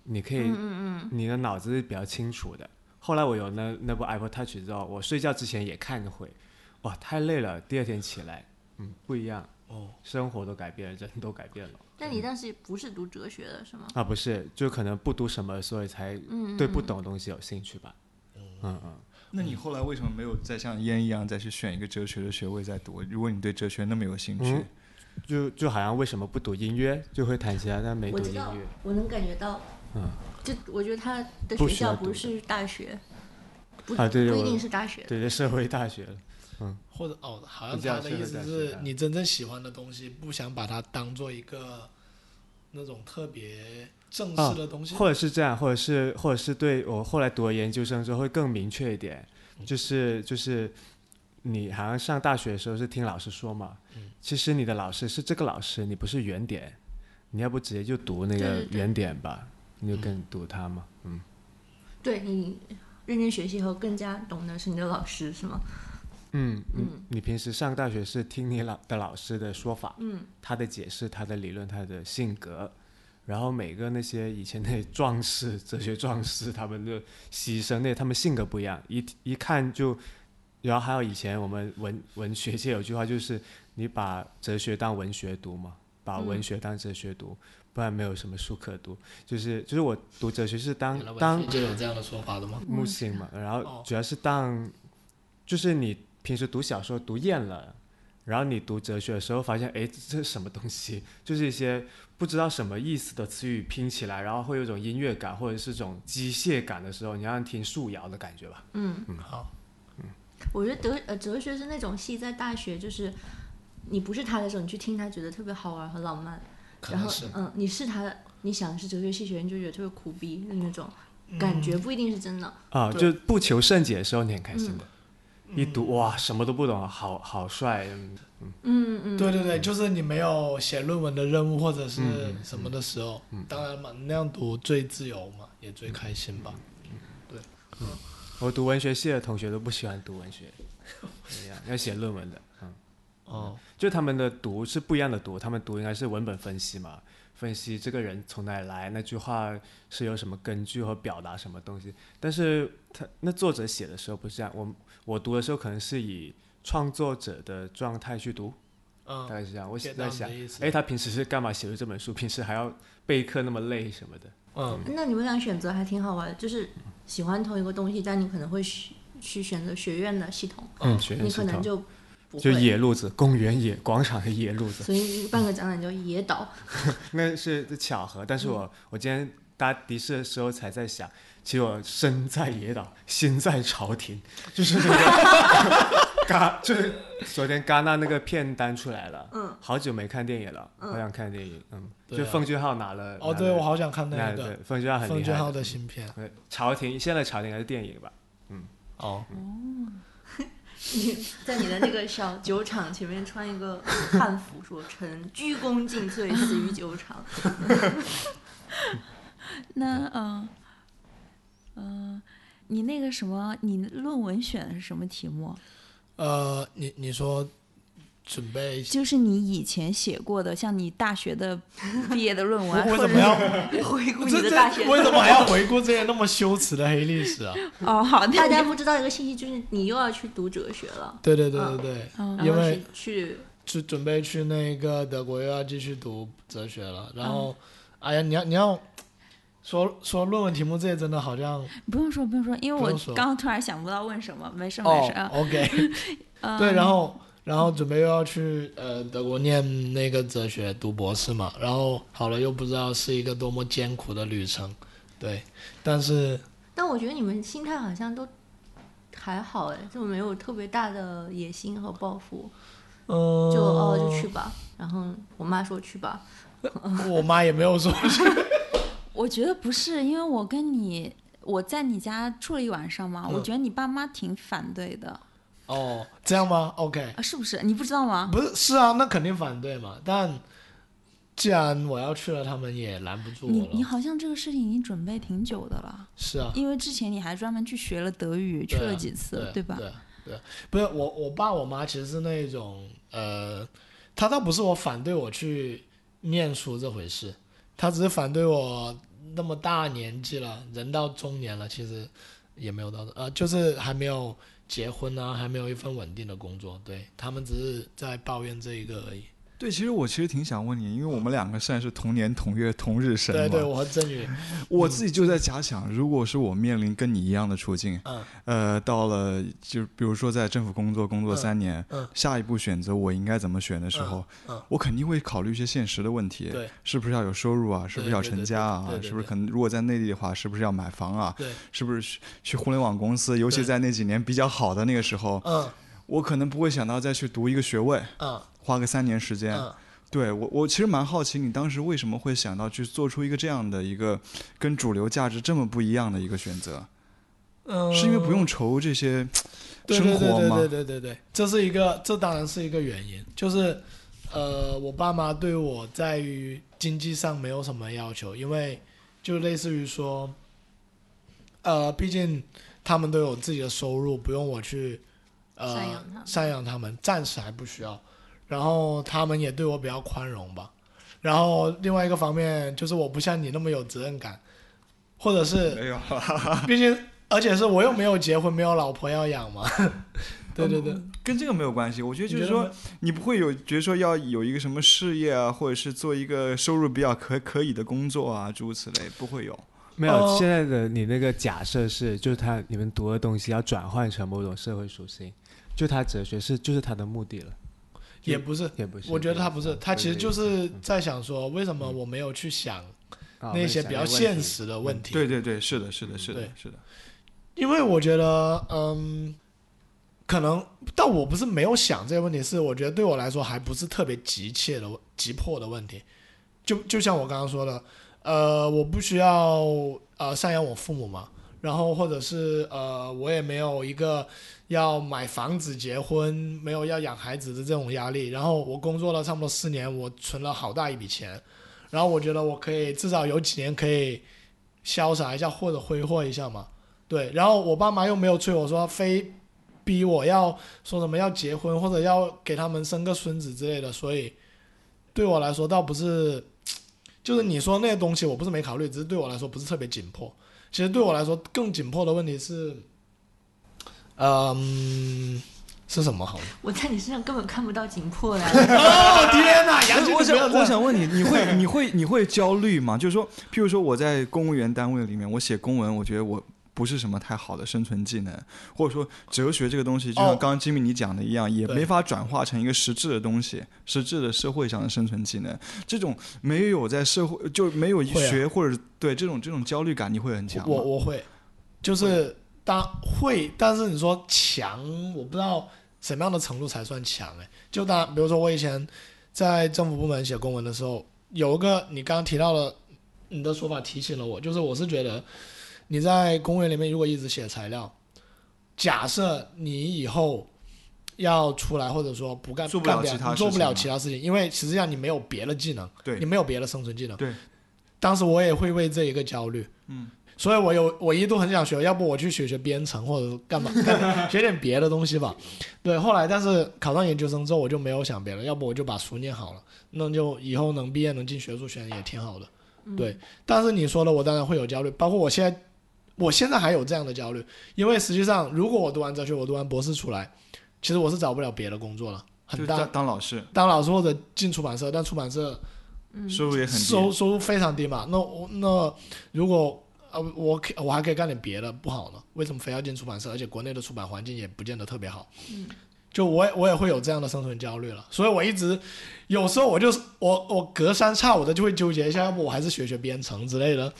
[SPEAKER 6] 你可以，你的脑子是比较清楚的。后来我有那那部 Apple Touch 之后，我睡觉之前也看一会，哇，太累了，第二天起来，嗯，不一样。
[SPEAKER 5] 哦，
[SPEAKER 6] 生活都改变，人都改变了
[SPEAKER 7] 但你当时不是读哲学的是吗？
[SPEAKER 6] 啊！不是，就可能不读什么，所以才对不懂的东西有兴趣吧。嗯嗯，
[SPEAKER 3] 那你后来为什么没有再像烟一样再去选一个哲学的学位再读？如果你对哲学那么有兴趣，
[SPEAKER 6] 嗯就就好像为什么不读音乐，就会弹吉他，但没
[SPEAKER 4] 我
[SPEAKER 6] 读
[SPEAKER 4] 知
[SPEAKER 6] 音
[SPEAKER 4] 道
[SPEAKER 6] 乐。，
[SPEAKER 4] 我能感觉到。
[SPEAKER 6] 嗯。
[SPEAKER 4] 就我觉得他的
[SPEAKER 6] 不
[SPEAKER 4] 学
[SPEAKER 6] 需要
[SPEAKER 4] 校
[SPEAKER 6] 读
[SPEAKER 4] 不
[SPEAKER 6] 的
[SPEAKER 4] 是大学，不
[SPEAKER 6] 啊对对
[SPEAKER 4] 不一
[SPEAKER 6] 我
[SPEAKER 4] 定是大学。
[SPEAKER 6] 对，这社会大学了。
[SPEAKER 5] 或者哦，好
[SPEAKER 6] 比
[SPEAKER 5] 像他
[SPEAKER 6] 较
[SPEAKER 5] 的
[SPEAKER 6] 适合
[SPEAKER 5] 意思
[SPEAKER 6] 在学
[SPEAKER 5] 是
[SPEAKER 6] 校
[SPEAKER 5] 你真正喜欢的东西，不想把它当做一个那种特别正
[SPEAKER 6] 啊
[SPEAKER 5] 式的东西。
[SPEAKER 6] 或者是这样，或者是或者是对我后来读了研究生之后会更明确一点，
[SPEAKER 7] 嗯
[SPEAKER 6] 就是就是你好像上大学的时候是听老师说嘛，
[SPEAKER 7] 嗯
[SPEAKER 6] 其实你的老师是这个老师，你不是原点，你要不直接就读那
[SPEAKER 7] 对
[SPEAKER 6] 个
[SPEAKER 7] 对对
[SPEAKER 6] 原点吧，你就跟读它嘛，嗯。
[SPEAKER 4] 对你认真学习以后，更加懂的是你的老师，是吗？
[SPEAKER 6] 嗯，你你平时上大学是听你老的老师的说法，嗯，他的解释、他的理论、他的性格，然后每个那些以前那壮士、哲学壮士，他们的牺牲，那他们性格不一样，一一看就，然后还有以前我们文文学界有句话就是，你把哲学当文学读嘛，把文学当哲学读，不然没有什么书可读。就是就是我读哲学是当
[SPEAKER 5] 原来
[SPEAKER 6] 当
[SPEAKER 5] 文学界有这样的说法的吗？
[SPEAKER 6] 木星嘛，然后
[SPEAKER 5] 哦
[SPEAKER 6] 主要是当，就是你平时读小说读厌了，然后你读哲学的时候发现，哎，这这是什么东西？就是一些不知道什么意思的词语拼起来，然后会有一种音乐感或者是一种机械感的时候，你好像听素谣的感觉吧？
[SPEAKER 5] 好，
[SPEAKER 4] 嗯我觉得德呃哲学是那种系在大学，就是你不是他的时候，你去听他觉得特别好玩和浪漫，
[SPEAKER 5] 可
[SPEAKER 4] 然
[SPEAKER 5] 能
[SPEAKER 4] 后
[SPEAKER 5] 是
[SPEAKER 4] 嗯，你是他，你想是哲学系学生就觉得特别苦逼的那种感觉，不一定是真的。
[SPEAKER 6] 啊，
[SPEAKER 5] 对嗯
[SPEAKER 6] 就不求甚解的时候你很开心的，一读哇什么都不懂，好好帅，嗯
[SPEAKER 4] 嗯嗯，
[SPEAKER 5] 对对对，就是你没有写论文的任务或者是
[SPEAKER 6] 嗯
[SPEAKER 5] 什么的时候，当然嘛，那样读最自由嘛，也最开心吧。
[SPEAKER 6] 我读文学系的同学都不喜欢读 文学，一样要写论文的，嗯，
[SPEAKER 5] 哦，
[SPEAKER 6] 就他们的读是不一样的读，他们读应该是文本分析嘛，分析这个人从哪里来，那句话是有什么根据和表达什么东西。但是他那作者写的时候不是这样，我我读的时候可能是以创作者的状态去读，大
[SPEAKER 5] 嗯，
[SPEAKER 6] 概是这样。我
[SPEAKER 5] get
[SPEAKER 6] 在
[SPEAKER 5] down
[SPEAKER 6] 想
[SPEAKER 5] 的意，思
[SPEAKER 6] 哎，他平时是干嘛写的这本书？平时还要备课那么累什么的。
[SPEAKER 5] 嗯，
[SPEAKER 4] 那你们俩选择还挺好玩的，就是喜欢同一个东西，但你可能会去去选择学院的系统，
[SPEAKER 6] 嗯，学院
[SPEAKER 4] 你
[SPEAKER 6] 系
[SPEAKER 4] 可能
[SPEAKER 6] 统
[SPEAKER 4] 就不
[SPEAKER 6] 就
[SPEAKER 4] 会，
[SPEAKER 6] 野路子，公园野广场的野路子。
[SPEAKER 4] 所以办个展览叫野岛。
[SPEAKER 6] 那是巧合，但是我、我今天搭的士的时候才在想，其实我身在野岛，心在朝廷，就是那个 戛，就是昨天戛纳那个片单出来了，
[SPEAKER 7] 嗯，
[SPEAKER 6] 好久没看电影了，好想看电影，嗯，
[SPEAKER 5] 对
[SPEAKER 6] 就
[SPEAKER 5] 啊
[SPEAKER 6] 奉俊昊拿了，
[SPEAKER 5] 哦，
[SPEAKER 6] 拿
[SPEAKER 5] 对
[SPEAKER 6] 了
[SPEAKER 5] 我好想看
[SPEAKER 6] 拿
[SPEAKER 5] 那
[SPEAKER 6] 了对
[SPEAKER 5] 个
[SPEAKER 6] 奉俊昊很
[SPEAKER 5] 奉
[SPEAKER 6] 厉
[SPEAKER 5] 俊
[SPEAKER 6] 害
[SPEAKER 5] 昊
[SPEAKER 6] 的，
[SPEAKER 5] 的新片，
[SPEAKER 6] 对朝廷现在朝廷还是电影吧，
[SPEAKER 5] 哦，
[SPEAKER 7] 你
[SPEAKER 4] 在你的那个小酒场前面穿一个汉服，说臣鞠躬尽瘁，死于酒场。
[SPEAKER 2] 那嗯嗯、呃你那个什么，你论文选的是什么题目？
[SPEAKER 5] 呃，你你说准备
[SPEAKER 2] 就是你以前写过的，像你大学 的毕业的论文啊，
[SPEAKER 5] 我
[SPEAKER 2] 或
[SPEAKER 5] 怎
[SPEAKER 2] 者
[SPEAKER 5] 么要
[SPEAKER 7] 回顾
[SPEAKER 5] 这
[SPEAKER 7] 你的大学
[SPEAKER 5] 这为什么还要回顾这些那么羞耻的黑历史啊？
[SPEAKER 2] 哦好，那
[SPEAKER 4] 大
[SPEAKER 2] 你
[SPEAKER 4] 家不知道一个信息，就是你又要去读哲学了，
[SPEAKER 5] 对对对对对，
[SPEAKER 2] 嗯
[SPEAKER 4] 然
[SPEAKER 5] 因
[SPEAKER 4] 后
[SPEAKER 5] 为
[SPEAKER 4] 是去
[SPEAKER 5] 去准备去那个德国又要继续读哲学了，然后，哎呀，你要你要说说论文题目这些真的好像
[SPEAKER 2] 不用说不用说，因为
[SPEAKER 5] 不
[SPEAKER 2] 我
[SPEAKER 5] 用说
[SPEAKER 2] 刚刚突然想不到问什么，没事没
[SPEAKER 5] 哦
[SPEAKER 2] 事啊，
[SPEAKER 5] ，OK，
[SPEAKER 2] 嗯
[SPEAKER 5] 对，然后然后准备又要去呃德国念那个哲学读博士嘛，然后好了又不知道是一个多么艰苦的旅程，对，但是
[SPEAKER 4] 但我觉得你们心态好像都还好哎，就没有特别大的野心和抱负，
[SPEAKER 5] 嗯，
[SPEAKER 4] 就哦就去吧。然后我妈说去吧，
[SPEAKER 5] 我妈也没 有说
[SPEAKER 2] 嗯我觉得不是，因为我跟你我在你家住了一晚上嘛，我
[SPEAKER 5] 嗯
[SPEAKER 2] 觉得你爸妈挺反对的，
[SPEAKER 5] 哦 这样吗？OK，
[SPEAKER 2] 啊，是不是？你不知道吗？
[SPEAKER 5] 不是是啊，那肯定反对嘛，但。既然我要去了，他们也拦不住我
[SPEAKER 2] 你
[SPEAKER 5] 了。
[SPEAKER 2] 你好像这个事情已经准备挺久的了，
[SPEAKER 5] 是啊，
[SPEAKER 2] 因为之前你还专门去学了德语，去
[SPEAKER 5] 对啊
[SPEAKER 2] 了几次，
[SPEAKER 5] 对
[SPEAKER 2] 吧？
[SPEAKER 5] 对对，不是我我爸我妈其实是那种呃，他倒不是我反对我去念书这回事，他只是反对我那么大年纪了，人到中年了，其实也没有到呃，就是还没有结婚啊，还没有一份稳定的工作，对他们只是在抱怨这一个而已。
[SPEAKER 3] 对，其实我其实挺想问你，因为我们两个现在是同年同月同日生嘛，
[SPEAKER 5] 对对，我和嗯振宇，
[SPEAKER 3] 我自己就在假想，如果是我面临跟你一样的处境，
[SPEAKER 5] 嗯
[SPEAKER 3] 呃，到了就比如说在政府工作工作
[SPEAKER 5] 嗯
[SPEAKER 3] 三年，
[SPEAKER 5] 嗯
[SPEAKER 3] 下一步选择我应该怎么选的时候，
[SPEAKER 5] 嗯嗯
[SPEAKER 3] 我肯定会考虑一些现实的问题，
[SPEAKER 5] 对
[SPEAKER 3] 是不是要有收入啊，是不是要成家啊
[SPEAKER 5] 对对对，对
[SPEAKER 3] 是不是可能如果在内地的话，是不是要买房啊，
[SPEAKER 5] 对，
[SPEAKER 3] 是不是去去互联网公司，尤其
[SPEAKER 5] 对
[SPEAKER 3] 在那几年比较好的那个时候，
[SPEAKER 5] 嗯
[SPEAKER 3] 我可能不会想到再去读一个学位，
[SPEAKER 5] 嗯
[SPEAKER 3] 花个三年时间，
[SPEAKER 5] 嗯，
[SPEAKER 3] 对我，我其实蛮好奇，你当时为什么会想到去做出一个这样的一个跟主流价值这么不一样的一个选择？
[SPEAKER 5] 嗯
[SPEAKER 3] 是因为不用愁这些
[SPEAKER 5] 对
[SPEAKER 3] 生活吗？
[SPEAKER 5] 对对对对对对，这是一个，这当然是一个原因，就是呃，我爸妈对我在于经济上没有什么要求，因为就类似于说，呃，毕竟他们都有自己的收入，不用我去呃
[SPEAKER 4] 赡养他们
[SPEAKER 5] 赡养他们，暂时还不需要。然后他们也对我比较宽容吧。然后另外一个方面就是我不像你那么有责任感，或者是
[SPEAKER 3] 没有，
[SPEAKER 5] 毕竟，而且是我又没有结婚，没有老婆要养嘛。 对对对，
[SPEAKER 4] 嗯
[SPEAKER 3] 跟这个没有关系。我觉得
[SPEAKER 5] 你
[SPEAKER 3] 就是
[SPEAKER 5] 觉得
[SPEAKER 3] 说
[SPEAKER 5] 呢，
[SPEAKER 3] 你不会有觉得说要有一个什么事业啊，或者是做一个收入比较可可以的工作啊，诸如此类，不会有。
[SPEAKER 6] 没有，
[SPEAKER 5] 哦
[SPEAKER 6] 现在的你那个假设是，就是他你们读的东西要转换成某种社会属性，就他哲学是就是他的目的了，
[SPEAKER 5] 也不是，
[SPEAKER 6] 也不是。
[SPEAKER 5] 我觉得他不是，他其实就是是在想说，为什么我没有去嗯啊想
[SPEAKER 6] 啊
[SPEAKER 5] 那些比较现，实 的问题？嗯
[SPEAKER 3] 对对对，是的，是的，是的
[SPEAKER 5] 对，
[SPEAKER 3] 是的。
[SPEAKER 5] 因为我觉得，嗯，可能，但我不是没有想这些问题，是我觉得对我来说还不是特别急切的、急迫的问题。就就像我刚刚说的，呃，我不需要呃赡养我父母嘛，然后或者是呃我也没有一个要买房子、结婚、没有要养孩子的这种压力。然后我工作了差不多四年，我存了好大一笔钱，然后我觉得我可以至少有几年可以潇洒一下或者挥霍一下嘛。对，然后我爸妈又没有催我说非逼我要说什么要结婚或者要给他们生个孙子之类的，所以对我来说倒不是，就是你说那些东西我不是没考虑，只是对我来说不是特别紧迫。其实对我来说更紧迫的问题是，嗯，是什么好呢？
[SPEAKER 7] 我在你身上根本看不到紧迫呀。
[SPEAKER 5] 哦天哪，杨姐，
[SPEAKER 3] 哎我
[SPEAKER 5] 你不要
[SPEAKER 3] 想，
[SPEAKER 5] 这
[SPEAKER 3] 我
[SPEAKER 5] 样
[SPEAKER 3] 想问你，你会，你会，你会焦虑吗？就是说，譬如说我在公务员单位里面，我写公文，我觉得我不是什么太好的生存技能，或者说哲学这个东西，就像
[SPEAKER 5] 哦
[SPEAKER 3] 刚刚吉米你讲的一样，也
[SPEAKER 5] 对
[SPEAKER 3] 没法转化成一个实质的东西，实质的社会上的生存技能。这种没有在社会就没有
[SPEAKER 5] 会啊
[SPEAKER 3] 学或者对这种这种焦虑感，你会很强吗？
[SPEAKER 5] 我我会，就是当会，但是你说强，我不知道什么样的程度才算强哎。就当比如说我以前在政府部门写公文的时候，有一个你刚刚提到的，你的说法提醒了我，就是我是觉得你在公务员里面如果一直写材料，假设你以后。要出来，或者说不干，
[SPEAKER 3] 做不了
[SPEAKER 5] 干
[SPEAKER 3] 其他
[SPEAKER 5] 你做
[SPEAKER 3] 事
[SPEAKER 5] 不
[SPEAKER 3] 情啊
[SPEAKER 5] 了
[SPEAKER 3] 了
[SPEAKER 5] 其他事情，因为实际上你没有别的技能，
[SPEAKER 3] 对
[SPEAKER 5] 你没有别的生存技能。
[SPEAKER 3] 对，
[SPEAKER 5] 当时我也会为这一个焦虑，
[SPEAKER 3] 嗯，
[SPEAKER 5] 所以我有我一度很想学，要不我去学学编程或者 干嘛，干学点别的东西吧。对，后来但是考上研究生之后，我就没有想别的，要不我就把书念好了，那就以后能毕业能进学术圈也挺好的。对，但是你说的我当然会有焦虑，包括我现在，我现在还有这样的焦虑，因为实际上如果我读完哲学，我读完博士出来，其实我是找不了别的工作了，
[SPEAKER 3] 就
[SPEAKER 5] 很
[SPEAKER 3] 是当
[SPEAKER 5] 大。
[SPEAKER 3] 当老师，
[SPEAKER 5] 当老师或者进出版社，但出版社
[SPEAKER 3] 收入也很低。
[SPEAKER 5] 收收入非常低嘛。那我那如果呃我可我还可以干点别的，不好呢？为什么非要进出版社？而且国内的出版环境也不见得特别好。嗯，就我也我也会有这样的生存焦虑了，所以我一直有时候我就是我我隔三差五的就会纠结一下，要不我还是学学编程之类的。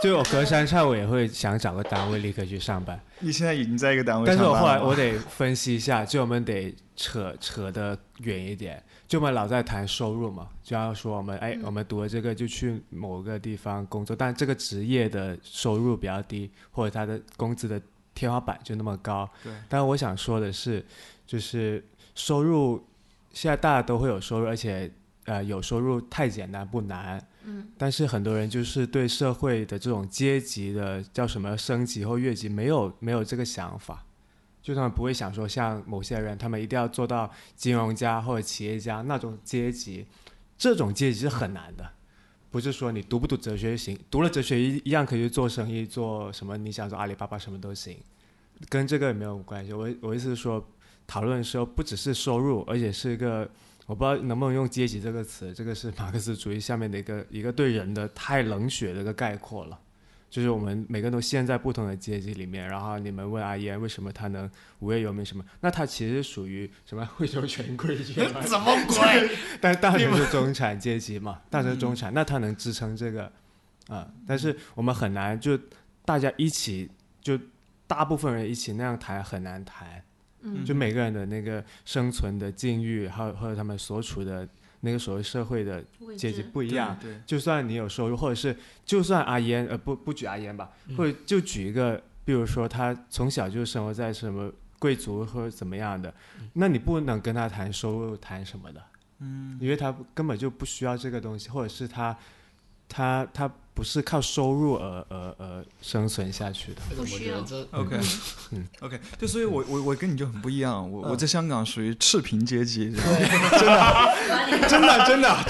[SPEAKER 6] 就我隔三差五也会想找个单位立刻去上班，
[SPEAKER 3] 你现在已经在一个单位
[SPEAKER 6] 但
[SPEAKER 3] 上
[SPEAKER 6] 是
[SPEAKER 3] 班
[SPEAKER 6] 我
[SPEAKER 3] 了吗，
[SPEAKER 6] 后来我得分析一下，就我们得扯扯得远一点，就我们老在谈收入嘛，就要说我们哎，我们读了这个就去某个地方工作，但这个职业的收入比较低，或者他的工资的天花板就那么高。
[SPEAKER 3] 对
[SPEAKER 6] 但我想说的是，就是收入现在大家都会有收入，而且呃有收入太简单不难。嗯，但是很多人就是对社会的这种阶级的叫什么升级或越级没有没有这个想法，就他们不会想说像某些人，他们一定要做到金融家或者企业家那种阶级，这种阶级是很难的。不是说你读不读哲学行，读了哲学一一样可以去做生意，做什么你想做阿里巴巴什么都行，跟这个没有关系。我我意思是说，讨论的时候不只是收入，而且是一个我不知道能不能用阶级这个词，这个是马克思主义下面的一个一个对人的太冷血的一个概括了。就是我们每个人都陷在不同的阶级里面，然后你们问阿哎燕为什么她能无业游民什么，那她其实属于什么贵州权贵 圈嘛，
[SPEAKER 5] 怎么鬼？
[SPEAKER 6] 但大学是中产阶级嘛，大学是中产，那他能支撑这个啊、但是我们很难就大家一起就大部分人一起那样谈很难谈，
[SPEAKER 3] 嗯
[SPEAKER 6] 就每个人的那个生存的境遇，还有还有他们所处的那个所谓社会的
[SPEAKER 7] 位
[SPEAKER 6] 阶级
[SPEAKER 7] 置
[SPEAKER 6] 不一样，
[SPEAKER 3] 对，
[SPEAKER 6] 就算你有收入，或者是就算阿烟，呃，不不举阿烟吧，
[SPEAKER 5] 嗯
[SPEAKER 6] 或者就举一个，比如说他从小就生活在什么贵族或者怎么样的，
[SPEAKER 5] 嗯
[SPEAKER 6] 那你不能跟他谈收入谈什么的，嗯，因为他根本就不需要这个东西，或者是他他他不是靠收入而而而生存下去的。
[SPEAKER 5] 我
[SPEAKER 7] 不需
[SPEAKER 5] 觉
[SPEAKER 7] 要
[SPEAKER 5] 得这
[SPEAKER 3] OK，
[SPEAKER 6] 嗯
[SPEAKER 3] ，OK，对，所以我我我跟你就很不一样，我、
[SPEAKER 5] 嗯
[SPEAKER 3] 我在香港属于赤贫阶级，真的，真的，真的， 真的，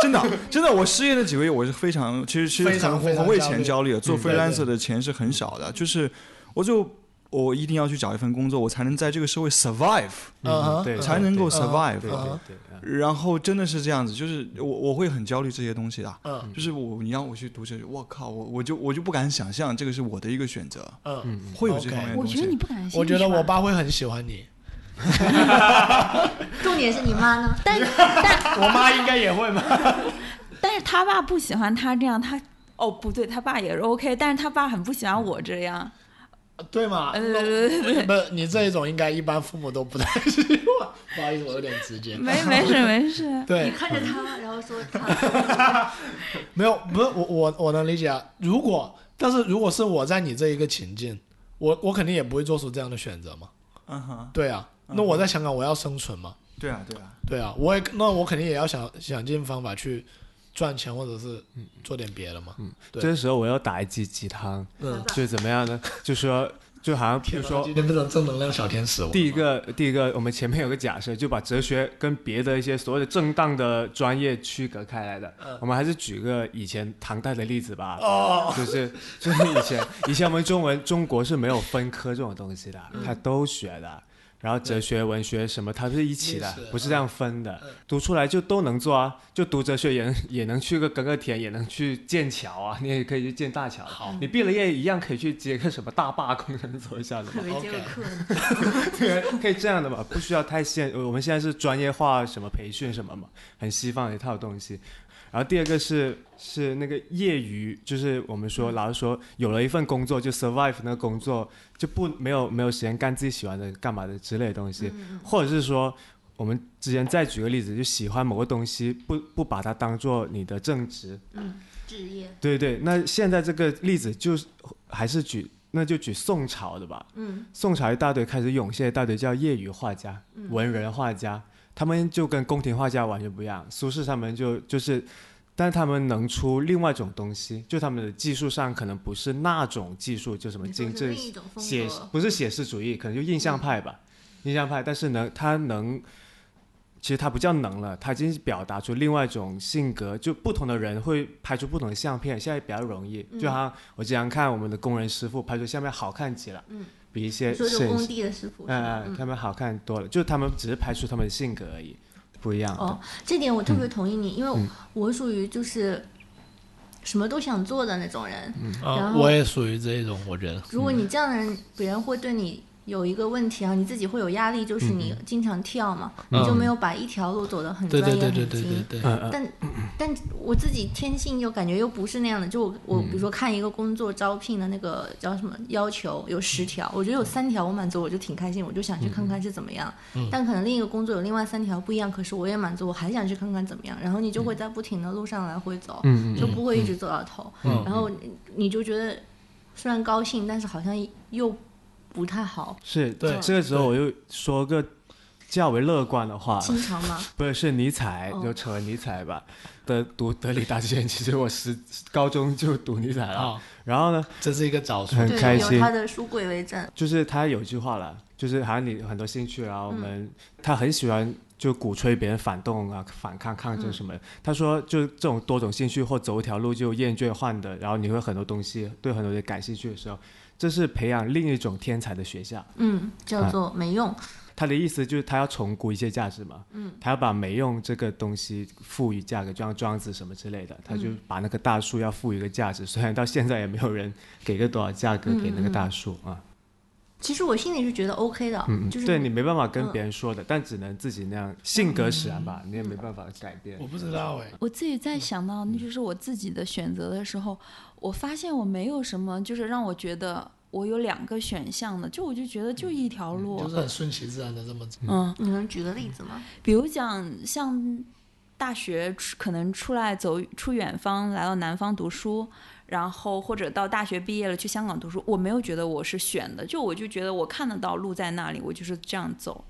[SPEAKER 3] 真的，真的，我失业那几个月，我是非常，其实其实
[SPEAKER 5] 非常
[SPEAKER 3] 很
[SPEAKER 5] 非常
[SPEAKER 3] 很为钱
[SPEAKER 5] 焦嗯
[SPEAKER 3] 焦虑的，做
[SPEAKER 5] 对对
[SPEAKER 3] freelancer 的钱是很少的，就是我就我一定要去找一份工作，我才能在这个社会 survive，
[SPEAKER 5] 嗯哼
[SPEAKER 6] 对，
[SPEAKER 3] 才能够
[SPEAKER 5] 对
[SPEAKER 3] survive，、
[SPEAKER 6] 对对对，嗯
[SPEAKER 3] 然后真的是这样子，就是我我会很焦虑这些东西的，
[SPEAKER 5] 嗯
[SPEAKER 3] 就是我你让我去读哲学，我靠，我我就我就不敢想象这个是我的一个选择，
[SPEAKER 5] 嗯，
[SPEAKER 3] 会有这方面的
[SPEAKER 5] OK
[SPEAKER 3] 东
[SPEAKER 2] 我
[SPEAKER 3] 西。
[SPEAKER 2] 觉得你不敢信。
[SPEAKER 5] 我觉得
[SPEAKER 2] 是吧
[SPEAKER 5] 我爸会很喜欢你，
[SPEAKER 4] 重点是你妈 呢，
[SPEAKER 2] 但但
[SPEAKER 5] 我妈应该也 会吧？
[SPEAKER 2] 但是他爸不喜欢他这样，他哦不对，他爸也是 OK，但是他爸很不喜
[SPEAKER 5] 嗯
[SPEAKER 2] 欢我这
[SPEAKER 5] 啊
[SPEAKER 2] 样。
[SPEAKER 5] 对嘛？
[SPEAKER 2] 呃
[SPEAKER 5] 那
[SPEAKER 2] 对对对对
[SPEAKER 5] 不是你这一种应该一般父母都不太 喜欢。不好意思，我有点直接。
[SPEAKER 2] 没没 事没事，
[SPEAKER 5] 对
[SPEAKER 7] 你，看着他，然后说他，
[SPEAKER 5] 没有，不是我我我能理解啊。如果但是如果是我在你这一个情境，我我肯定也不会做出这样的选择嘛。
[SPEAKER 3] 嗯哼，
[SPEAKER 5] 对啊，那我在香港我要生存嘛。
[SPEAKER 3] 对啊，对啊，
[SPEAKER 5] 对啊，我也那我肯定也要想想尽方法去赚钱或者是做点别的嘛。对
[SPEAKER 6] 这时候我又打一剂鸡汤，
[SPEAKER 5] 嗯，
[SPEAKER 6] 就怎么样呢？就说就好像比如说
[SPEAKER 5] 今天变成正能量小天使，我
[SPEAKER 6] 第一个，第一个，我们前面有个假设，就把哲学跟别的一些所谓的正当的专业区隔开来的。我们还是举个以前唐代的例子吧，
[SPEAKER 5] 嗯哦
[SPEAKER 6] 就是就是以前以前我们中文中国是没有分科这种东西的，
[SPEAKER 5] 嗯
[SPEAKER 6] 它都学的。然后哲学、文学什么，它是一起的
[SPEAKER 5] 也是，嗯
[SPEAKER 6] 不是这样分的。读出来就都能做啊，就读哲学也能也能去个耕个田，也能去建桥啊，你也可以去建大桥。好，你毕了业一样可以去接个什么大罢工，做一下的嘛。
[SPEAKER 7] 没接过课呢。
[SPEAKER 6] 对， 可以这样的嘛，不需要太限。我们现在是专业化什么培训什么嘛，很西方的一套东西。然后第二个是是那个业余，就是我们说老是说有了一份工作就 survive 那个工作就不没有没有时间干自己喜欢的干嘛的之类的东西，或者是说我们之前再举个例子，就喜欢某个东西不不把它当做你的正职，
[SPEAKER 4] 置业，
[SPEAKER 6] 对对，那现在这个例子就是还是举，那就举宋朝的吧。
[SPEAKER 4] 嗯，
[SPEAKER 6] 宋朝一大堆开始涌现一大堆叫业余画家、文人画家，他们就跟宫廷画家完全不一样。苏轼他们就就是，但他们能出另外一种东西，就他们的技术上可能不是那种技术，就什么
[SPEAKER 4] 你说
[SPEAKER 6] 精
[SPEAKER 4] 是
[SPEAKER 6] 致
[SPEAKER 4] 另一种风
[SPEAKER 6] 写
[SPEAKER 4] 格，嗯
[SPEAKER 6] 不是写实主义，可能就印象派吧，印象派。但是呢，他能，其实他不叫能了，他已经表达出另外一种性格。就不同的人会拍出不同的相片，现在比较容易。
[SPEAKER 4] 嗯
[SPEAKER 6] 就好像我经常看我们的工人师傅拍出相片好看极了，
[SPEAKER 4] 嗯
[SPEAKER 6] 比一
[SPEAKER 4] 你
[SPEAKER 6] 些
[SPEAKER 4] 说
[SPEAKER 6] 摄
[SPEAKER 4] 是
[SPEAKER 6] 影
[SPEAKER 4] 工
[SPEAKER 6] 师，
[SPEAKER 4] 地的师傅是吧？
[SPEAKER 6] 嗯，他们好看多了。就他们只是拍出他们的性格而已，不一样的。
[SPEAKER 4] 哦，这点我特别同意你，因为
[SPEAKER 6] 嗯
[SPEAKER 4] 我属于就是什么都想做的那种人。然
[SPEAKER 5] 啊，
[SPEAKER 4] 后
[SPEAKER 5] 我也属于这种，我觉得。
[SPEAKER 4] 如果你这样的人，别人会对你有一个问题啊，你自己会有压力，就是你经常跳嘛，
[SPEAKER 5] 嗯
[SPEAKER 4] 你就没有把一条路走得很
[SPEAKER 5] 对
[SPEAKER 4] 专
[SPEAKER 5] 对
[SPEAKER 4] 业
[SPEAKER 5] 对对
[SPEAKER 4] 很
[SPEAKER 5] 对
[SPEAKER 4] 精
[SPEAKER 5] 对。对，
[SPEAKER 6] 嗯嗯
[SPEAKER 4] 但但我自己天性又感觉又不是那样的，就我
[SPEAKER 6] 嗯
[SPEAKER 4] 我比如说看一个工作招聘的那个叫什么要求有十条，
[SPEAKER 6] 嗯
[SPEAKER 4] 我觉得有三条我满足我就挺开心，我就想去看看是怎么样。
[SPEAKER 6] 嗯
[SPEAKER 4] 但可能另一个工作有另外三条不一样，可是我也满足，我还想去看看怎么样。然后你就会在不停的路上来回走，
[SPEAKER 6] 嗯嗯
[SPEAKER 4] 就不会一直走到头。
[SPEAKER 5] 嗯
[SPEAKER 4] 然后你你就觉得虽然高兴，但是好像又不太好，
[SPEAKER 6] 嗯是。
[SPEAKER 5] 对
[SPEAKER 6] 这个时候我又说个较为乐观的话，
[SPEAKER 4] 经常嘛。
[SPEAKER 6] 不是是尼采，
[SPEAKER 4] 哦
[SPEAKER 6] 就扯尼采吧。的读德里达之前， 其实我十高中就读尼采 了。
[SPEAKER 5] 啊，
[SPEAKER 6] 然后呢，
[SPEAKER 5] 这是一个早熟。
[SPEAKER 6] 很
[SPEAKER 4] 对，
[SPEAKER 6] 开
[SPEAKER 4] 有
[SPEAKER 6] 心
[SPEAKER 4] 他的书柜为证。
[SPEAKER 6] 就是他有一句话了，就是好像你很多兴趣，然后我们、他很喜欢就鼓吹别人反动啊、反抗、抗争什么的。他说，就这种多种兴趣或走一条路就厌倦患的，然后你会很多东西对很多东西感兴趣的时候，这是培养另一种天才的学校。
[SPEAKER 4] 嗯，
[SPEAKER 6] 啊
[SPEAKER 4] 叫做没用。
[SPEAKER 6] 他的意思就是他要重估一些价值嘛，嗯，他要把没用这个东西赋予价格，就像庄子什么之类的，
[SPEAKER 2] 嗯
[SPEAKER 6] 他就把那个大树要赋予一个价值， 虽然到现在也没有人给个多少价格给那个大树啊，
[SPEAKER 4] 其实我心里是觉得 OK 的，
[SPEAKER 6] 嗯，
[SPEAKER 4] 就是
[SPEAKER 6] 对你没办法跟别人说
[SPEAKER 2] 嗯
[SPEAKER 6] 的，但只能自己那样性格使然吧，你也没办法改变
[SPEAKER 5] 我。
[SPEAKER 2] 嗯
[SPEAKER 5] 不知道哎，
[SPEAKER 2] 我自己在想到，那就是我自己的选择的时候，我发现我没有什么，就是让我觉得我有两个选项的，就我就觉得就一条路，
[SPEAKER 5] 嗯就是很顺其自然的这么走。
[SPEAKER 2] 嗯，
[SPEAKER 4] 你能举个例子吗？
[SPEAKER 2] 比如讲像大学出可能出来走出远方来到南方读书，然后或者到大学毕业了去香港读书，我没有觉得我是选的，就我就觉得我看得到路在那里，我就是这样走。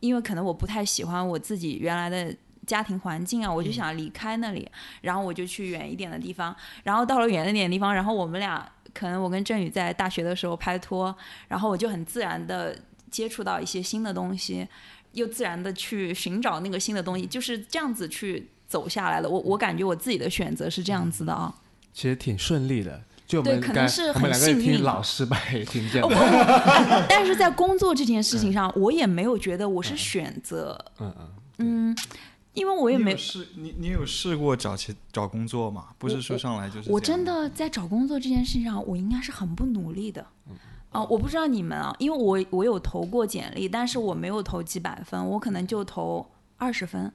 [SPEAKER 2] 因为可能我不太喜欢我自己原来的家庭环境啊，我就想离开那里，然后我就去远一点的地方，然后到了远一点的地方，然后我们俩可能我跟振宇在大学的时候拍拖，然后我就很自然的接触到一些新的东西，又自然的去寻找那个新的东西，就是这样子去走下来的。我我感觉我自己的选择是这样子的啊、
[SPEAKER 6] 其实挺顺利的，就我
[SPEAKER 2] 对
[SPEAKER 6] 们
[SPEAKER 2] 可能
[SPEAKER 6] 刚
[SPEAKER 2] 是
[SPEAKER 6] 我
[SPEAKER 2] 很
[SPEAKER 6] 们两个
[SPEAKER 2] 幸运哦
[SPEAKER 6] 听老失败，听见的，
[SPEAKER 2] 但是在工作这件事情上，我也没有觉得我是选择，
[SPEAKER 6] 嗯嗯，
[SPEAKER 2] 嗯，因为我也
[SPEAKER 3] 你
[SPEAKER 2] 没
[SPEAKER 3] 有，试你你有试过找其找工作吗？不是说上来就是
[SPEAKER 2] 我
[SPEAKER 3] 这
[SPEAKER 2] 真
[SPEAKER 3] 样
[SPEAKER 2] 的在找工作这件事情上，我应该是很不努力的。
[SPEAKER 3] 嗯
[SPEAKER 2] 啊、我不知道你们啊，因为我我有投过简历，但是我没有投几百分，我可能就投二十分。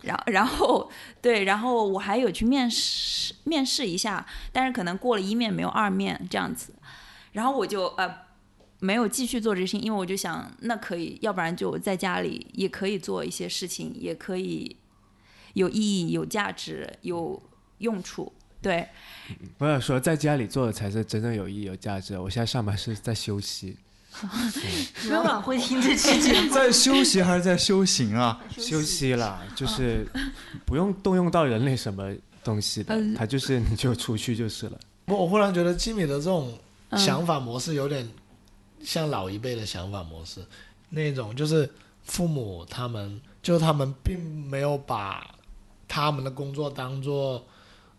[SPEAKER 2] 然然后对，然后我还有去面试面试一下，但是可能过了一面没有二面这样子，然后我就呃没有继续做这个事情，因为我就想那可以，要不然就在家里也可以做一些事情，也可以有意义、有价值、有用处。对，
[SPEAKER 6] 我想说在家里做的才是真正有意义、有价值的。我现在上班是在休息，
[SPEAKER 4] 你们晚会听这期节目，
[SPEAKER 3] 在 修习还是在修行啊？
[SPEAKER 6] 休息啦，就是不用动用到人类什么东西的，
[SPEAKER 2] 嗯
[SPEAKER 6] 它就是你就出去就是了。
[SPEAKER 5] 我我忽然觉得吉米的这种想法模式有点像老一辈的想法模式，那种就是父母他们就他们并没有把他们的工作当做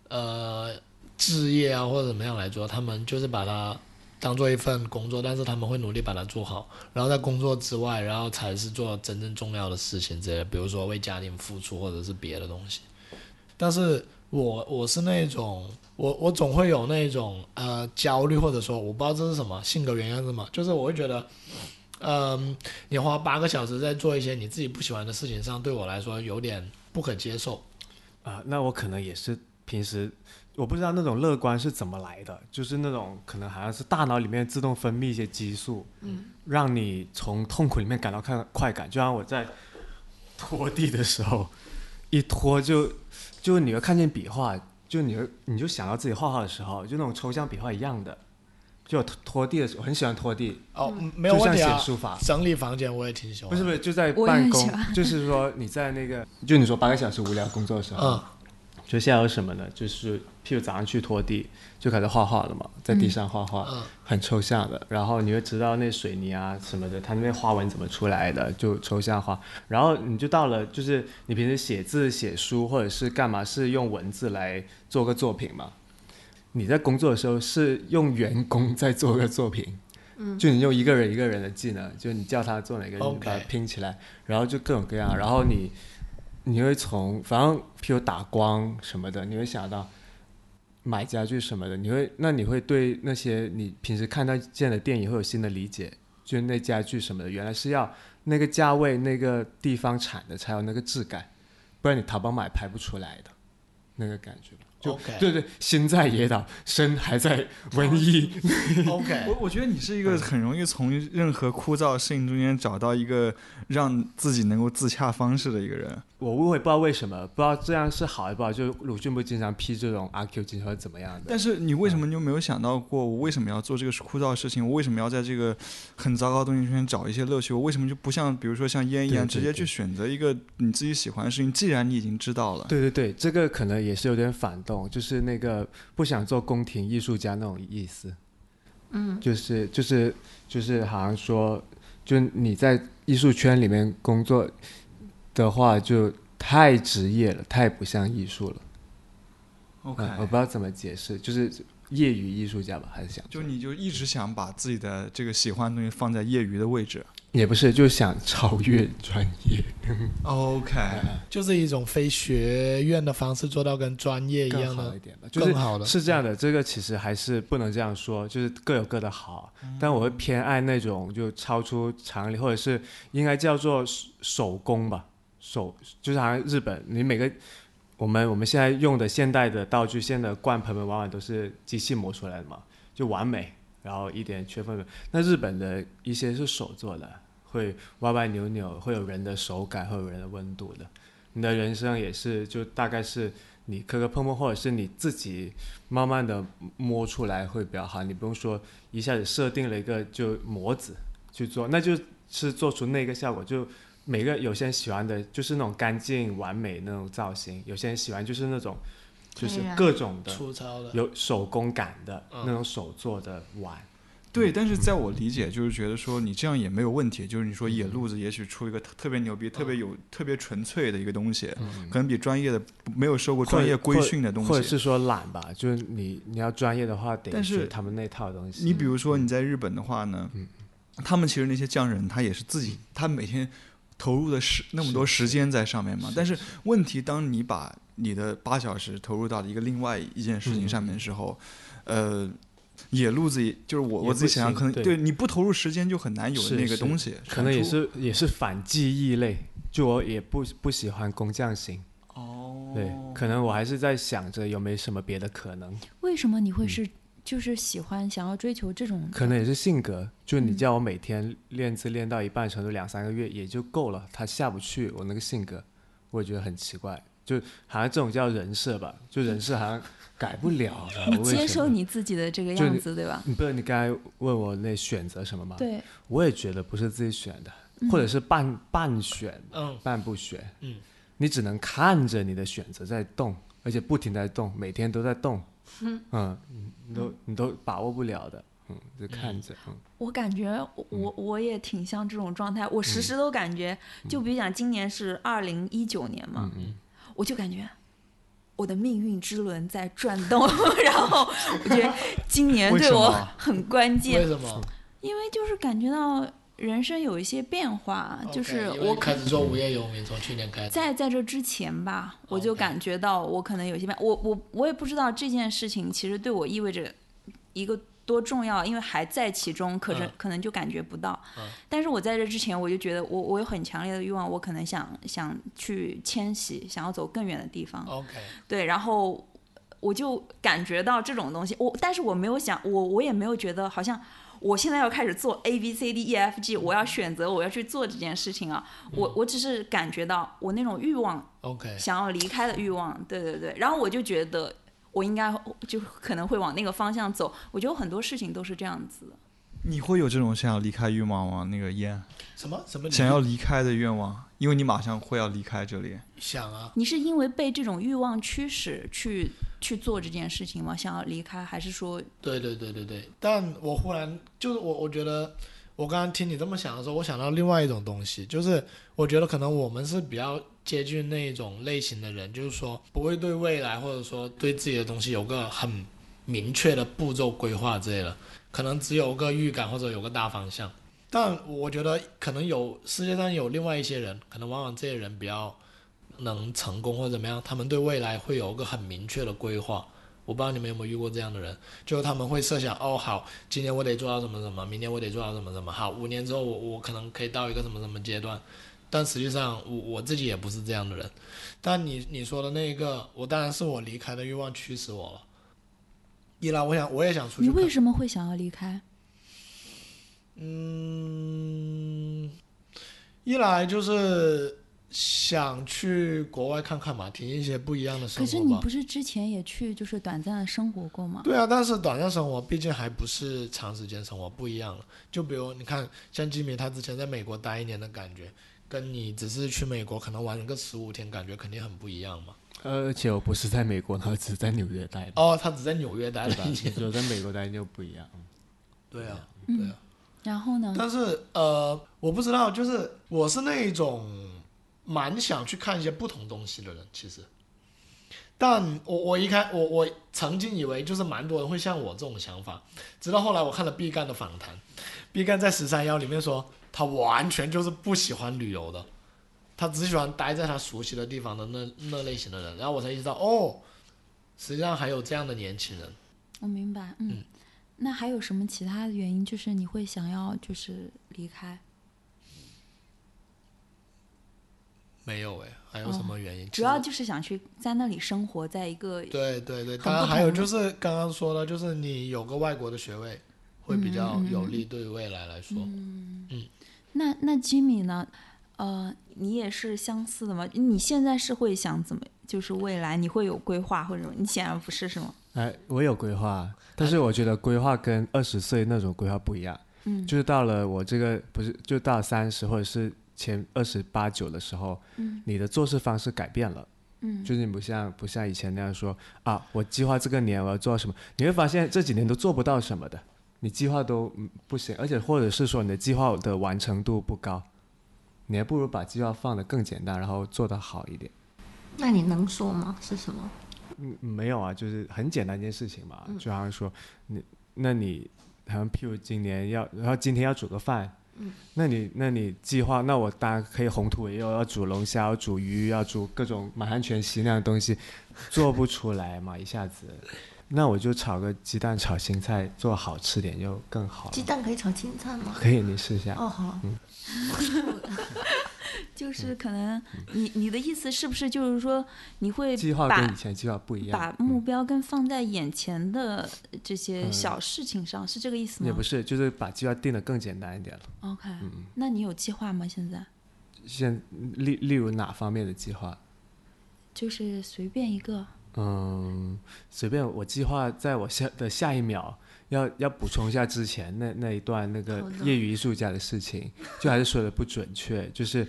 [SPEAKER 5] 呃置业啊或者怎么样来做，他们就是把它当做一份工作，但是他们会努力把它做好，然后在工作之外，然后才是做真正重要的事情之类的，比如说为家庭付出或者是别的东西。但是我我是那种，我我总会有那种呃焦虑，或者说我不知道这是什么性格原因还是什么，就是我会觉得，嗯、你花八个小时在做一些你自己不喜欢的事情上，对我来说有点不可接受。
[SPEAKER 6] 啊，那我可能也是平时我不知道那种乐观是怎么来的，就是那种可能好像是大脑里面自动分泌一些激素，嗯，让你从痛苦里面感到看快感。就像我在拖地的时候，一拖就就你会看见笔画，就你会你就想到自己画画的时候，就那种抽象笔画一样的。就我拖拖地的时候，我很喜欢拖地，
[SPEAKER 5] 哦，
[SPEAKER 2] 嗯
[SPEAKER 5] 没有
[SPEAKER 6] 就
[SPEAKER 5] 问
[SPEAKER 6] 像
[SPEAKER 5] 题啊
[SPEAKER 6] 写。书法，
[SPEAKER 5] 整理房间我也挺喜欢。
[SPEAKER 6] 不是不是，就在
[SPEAKER 2] 我也
[SPEAKER 6] 办
[SPEAKER 2] 很
[SPEAKER 6] 公
[SPEAKER 2] 喜，
[SPEAKER 6] 就是说你在那个，就你说八个小时无聊工作的时候，
[SPEAKER 5] 嗯，
[SPEAKER 6] 就现在有什么呢？就是譬如早上去拖地，就开始画画了嘛，在地上画画，
[SPEAKER 5] 嗯
[SPEAKER 6] 很抽象的。然后你会知道那水泥啊什么的，它那边花纹怎么出来的，就抽象画。然后你就到了，就是你平时写字、写书或者是干嘛，是用文字来做个作品嘛？你在工作的时候是用员工在做个作品，嗯，就你用一个人一个人的技能，就你叫他做哪个，你
[SPEAKER 5] OK
[SPEAKER 6] 把它拼起来，然后就各种各样，然后你你会从反正譬如打光什么的，你会想到买家具什么的，你会那你会对那些你平时看到见的电影会有新的理解，就是那家具什么的，原来是要那个价位、那个地方产的才有那个质感，不然你淘宝买拍不出来的那个感觉。就
[SPEAKER 5] OK
[SPEAKER 6] 对对，心在野岛，身还在文艺。哎
[SPEAKER 5] OK，
[SPEAKER 3] 我我觉得你是一个很容易从任何枯燥的事情中间找到一个让自己能够自洽方式的一个人。
[SPEAKER 6] 我我也不知道为什么，不知道这样是好还是不好。就鲁迅不经常批这种阿 Q 精神或者怎么样的？
[SPEAKER 3] 但是你为什
[SPEAKER 6] 嗯
[SPEAKER 3] 么就没有想到过，我为什么要做这个枯燥的事情？我为什么要在这个很糟糕的东西中间找一些乐趣？我为什么就不像比如说像烟一样，
[SPEAKER 6] 对对
[SPEAKER 3] 直接
[SPEAKER 6] 对
[SPEAKER 3] 去选择一个你自己喜欢的事情？既然你已经知道了，
[SPEAKER 6] 对对对，这个可能也是有点反动，就是那个不想做宫廷艺术家那种意思。嗯，就是就是就是，好像说，就你在艺术圈里面工作的话，就太职业了，太不像艺术了。
[SPEAKER 3] ，OK，
[SPEAKER 6] 嗯我不知道怎么解释，就是业余艺术家吧，还是想
[SPEAKER 3] 就你就一直想把自己的这个喜欢的东西放在业余的位置。
[SPEAKER 6] 也不是，就想超越专业。
[SPEAKER 3] OK，
[SPEAKER 5] 就是一种非学院的方式做到跟专业一
[SPEAKER 6] 更
[SPEAKER 5] 样
[SPEAKER 6] 好
[SPEAKER 5] 的
[SPEAKER 6] 一。点吧，就是
[SPEAKER 5] 更好的
[SPEAKER 6] 是这样的，这个其实还是不能这样说，就是各有各的好，但我会偏爱那种就超出常理，或者是应该叫做手手工吧，手就是好像日本，你每个我们我们现在用的现代的道具，现在的罐盆们往往都是机器磨出来的嘛，就完美，然后一点缺分没有。那日本的一些是手做的，会歪歪扭扭，会有人的手感，会有人的温度的。你的人生也是，就大概是你磕磕碰碰，或者是你自己慢慢的摸出来会比较好。你不用说一下子设定了一个就模子去做，那就是做出那个效果。就每个有些人喜欢的就是那种干净完美那种造型，有些人喜欢就是那种 就是
[SPEAKER 4] 哎呀
[SPEAKER 6] 各种的
[SPEAKER 5] 粗糙的，
[SPEAKER 6] 有手工感的
[SPEAKER 5] 嗯
[SPEAKER 6] 那种手做的碗。
[SPEAKER 3] 对，但是在我理解，就是觉得说你这样也没有问题，就是你说野路子也许出一个特特别牛逼、特别有、特别纯粹的一个东西，可能比专业的没有受过专业规训的东
[SPEAKER 6] 或者
[SPEAKER 3] 西。
[SPEAKER 6] 是说懒吧，就是你你要专业的话，得
[SPEAKER 3] 但是
[SPEAKER 6] 学他们那套东西。
[SPEAKER 3] 你比如说你在日本的话呢，他们其实那些匠人他也是自己，他每天投入的时那么多时间在上面嘛。但是问题，当你把你的八小时投入到了一个另外一件事情上面的时候，呃。野路子也就是我
[SPEAKER 6] 也
[SPEAKER 3] 我自己
[SPEAKER 6] 不
[SPEAKER 3] 想象，
[SPEAKER 6] 行
[SPEAKER 3] 可能
[SPEAKER 6] 对
[SPEAKER 3] 你不投入时间就很难有
[SPEAKER 6] 是
[SPEAKER 3] 那个
[SPEAKER 6] 是
[SPEAKER 3] 东西产出。
[SPEAKER 6] 可能也是也是反记忆类，就我也不不喜欢工匠型。
[SPEAKER 3] 哦，
[SPEAKER 6] 对，可能我还是在想着有没什么别的可能，
[SPEAKER 2] 为什么你会是就是喜欢想要追求这种？
[SPEAKER 6] 嗯可能也是性格。就
[SPEAKER 3] 嗯
[SPEAKER 6] 你叫我每天练字练到一半程度，两三个月也就够了，他下不去我那个性格，我也觉得很奇怪。就好像这种叫人设吧，就人设好像改不了啊
[SPEAKER 2] 你
[SPEAKER 6] 了。为
[SPEAKER 2] 接
[SPEAKER 6] 什么
[SPEAKER 2] 受你自己的这个
[SPEAKER 6] 就
[SPEAKER 2] 样
[SPEAKER 6] 你
[SPEAKER 2] 子，对吧？
[SPEAKER 6] 你不是你刚才问我那选择什么吗？，
[SPEAKER 2] 对，
[SPEAKER 6] 我也觉得不是自己选的，或者是半半选，
[SPEAKER 5] 嗯
[SPEAKER 6] 半不选。
[SPEAKER 5] 嗯，
[SPEAKER 6] 你只能看着你的选择在动，而且不停地在动，每天都在动。嗯，你都你都把握不了的。嗯，就看着。嗯，
[SPEAKER 2] 我感觉我我我也挺像这种状态，我
[SPEAKER 6] 嗯
[SPEAKER 2] 时时都感觉，就比如讲今年是二零一九年嘛，
[SPEAKER 6] 嗯
[SPEAKER 2] 我就感觉。我的命运之轮在转动， 然后我觉得今年
[SPEAKER 3] 为
[SPEAKER 2] 对
[SPEAKER 3] 什
[SPEAKER 2] 我
[SPEAKER 3] 么
[SPEAKER 2] 很关
[SPEAKER 5] 为
[SPEAKER 2] 键，
[SPEAKER 5] 什么？
[SPEAKER 2] 因为就是感觉到人生有一些变化，嗯就
[SPEAKER 5] OK，
[SPEAKER 2] 是
[SPEAKER 5] 因为
[SPEAKER 2] 我可
[SPEAKER 5] 开始做无业游民，从去年开始。
[SPEAKER 2] 在在这之前吧，我就
[SPEAKER 5] OK
[SPEAKER 2] 感觉到我可能有些变，我我我也不知道这件事情其实对我意味着一个多重要，因为还在其中，可是、
[SPEAKER 5] 嗯
[SPEAKER 2] 可能就感觉不到。
[SPEAKER 5] 嗯
[SPEAKER 2] 但是我在这之前，我就觉得我我有很强烈的欲望，我可能想想去迁徙，想要走更远的地方。
[SPEAKER 5] OK，
[SPEAKER 2] 对，然后我就感觉到这种东西，我但是我没有想，我我也没有觉得好像我现在要开始做 A B C D E F G，我要选择我要去做这件事情啊，我我只是感觉到我那种欲望
[SPEAKER 5] OK，
[SPEAKER 2] 想要离开的欲望，对对对，然后我就觉得。我应该就可能会往那个方向走，我觉得很多事情都是这样子的。
[SPEAKER 3] 你会有这种想要离开欲望吗？那个烟，
[SPEAKER 5] 什么什么
[SPEAKER 3] 想要离开的愿望，因为你马上会要离开这里。
[SPEAKER 5] 想啊？
[SPEAKER 2] 你是因为被这种欲望驱使去去做这件事情吗？想要离开，还是说
[SPEAKER 5] 对对对对对，但我忽然就是我，我觉得我刚刚听你这么想的时候，我想到另外一种东西，就是我觉得可能我们是比较接近那一种类型的人，就是说不会对未来或者说对自己的东西有个很明确的步骤规划之类的，可能只有个预感或者有个大方向。但我觉得可能有世界上有另外一些人，可能往往这些人比较能成功或者怎么样，他们对未来会有一个很明确的规划。我不知道你们有没有遇过这样的人。就他们会设想，哦，好，今年我得做到什么什么，明年我得做到什么什么，好，五年之后我我可能可以到一个什么什么阶段，但实际上我我自己也不是这样的人。但你你说的那一个，我当然是我离开的欲望驱使我了。一来，我想我也想出去
[SPEAKER 2] 你
[SPEAKER 5] 看。
[SPEAKER 2] 为什么会想要离开？
[SPEAKER 5] 嗯，一来就是想去国外看看嘛，体验一些不一样的
[SPEAKER 2] 可
[SPEAKER 5] 生活吧。
[SPEAKER 2] 是你不是之前也去就是短暂的生活过吗？
[SPEAKER 5] 对啊，但是短暂生活毕竟还不是长时间生活，不一样了。就比如你看，像吉米他之前在美国待一年的感觉，跟你只是去美国可能玩个十五天，感觉肯定很不一样嘛。
[SPEAKER 6] 而且我不是在美国，然后只是在纽约待的，
[SPEAKER 5] 哦，他只在纽约待
[SPEAKER 6] 对
[SPEAKER 5] 了
[SPEAKER 6] 吧
[SPEAKER 5] 一？年。
[SPEAKER 6] 就在美国待就不一样。
[SPEAKER 5] 对啊，对啊。
[SPEAKER 2] 然后呢？
[SPEAKER 5] 但是呃，我不知道，就是我是那一种蛮想去看一些不同东西的人，其实。但我我一开我我曾经以为就是蛮多人会像我这种想法，直到后来我看了毕赣的访谈，毕赣在《十三幺》里面说他完全就是不喜欢旅游的，他只喜欢待在他熟悉的地方的那那类型的人，然后我才意识到哦，实际上还有这样的年轻人。
[SPEAKER 2] 我明白，嗯。那还有什么其他的原因？就是你会想要就是离开，
[SPEAKER 5] 没有哎，还有什么原因？
[SPEAKER 2] 主要就是想去在那里生活，在一个
[SPEAKER 5] 对对对，
[SPEAKER 2] 很
[SPEAKER 5] 当
[SPEAKER 2] 不
[SPEAKER 5] 然还有
[SPEAKER 2] 同
[SPEAKER 5] 就是刚刚说的，就是你有个外国的学位，会比较
[SPEAKER 2] 嗯
[SPEAKER 5] 有利对未来来说。
[SPEAKER 2] 那那 Jimmy 呢？呃，你也是相似的吗？你现在是会想怎么，就是未来你会有规划或者什么？你显然不是，是吗？
[SPEAKER 6] 哎，我有规划，但
[SPEAKER 2] 哎
[SPEAKER 6] 是我觉得规划跟二十岁那种规划不一样。
[SPEAKER 2] 嗯
[SPEAKER 6] 就是到了我这个不是，就到三十或者是前二十八九的时候，
[SPEAKER 2] 嗯
[SPEAKER 6] 你的做事方式改变了。
[SPEAKER 2] 嗯
[SPEAKER 6] 就是你不像不像以前那样说啊，我计划这个年我要做什么，你会发现这几年都做不到什么的，你计划都嗯不行，而且或者是说你的计划的完成度不高，你还不如把计划放得更简单，然后做得好一点。
[SPEAKER 4] 那你能说吗？是什么？
[SPEAKER 6] 嗯，没有啊，就是很简单一件事情嘛，就好像说你，那你好像譬如今年要，然后今天要煮个饭，那你那你计划，那我当然可以红土也有，要煮龙虾，要煮鱼，要煮各种满汉全席那样的东西，做不出来嘛，一下子，那我就炒个鸡蛋炒青菜，做好吃点就更好
[SPEAKER 4] 鸡
[SPEAKER 6] 了。
[SPEAKER 4] 蛋可以炒青菜吗？
[SPEAKER 6] 可以，你试一下。
[SPEAKER 4] 哦，好，
[SPEAKER 2] 就是可能你你的意思是不是就是说你会
[SPEAKER 6] 计划
[SPEAKER 2] 把
[SPEAKER 6] 跟以前计划不一样。嗯
[SPEAKER 2] 把目标跟放在眼前的这些小事情上，是这个意思吗？
[SPEAKER 6] 也不是，嗯就是把计划定得更简单一点了。
[SPEAKER 2] OK，、那你有计划吗？现在
[SPEAKER 6] 现例例如哪方面的计划？
[SPEAKER 2] 就是随便一个。
[SPEAKER 6] 嗯，随便，我计划在我下的下一秒要要补充一下之前那那一段那个
[SPEAKER 4] 好的
[SPEAKER 6] 业余艺术家的事情，就还是说的不准确，就是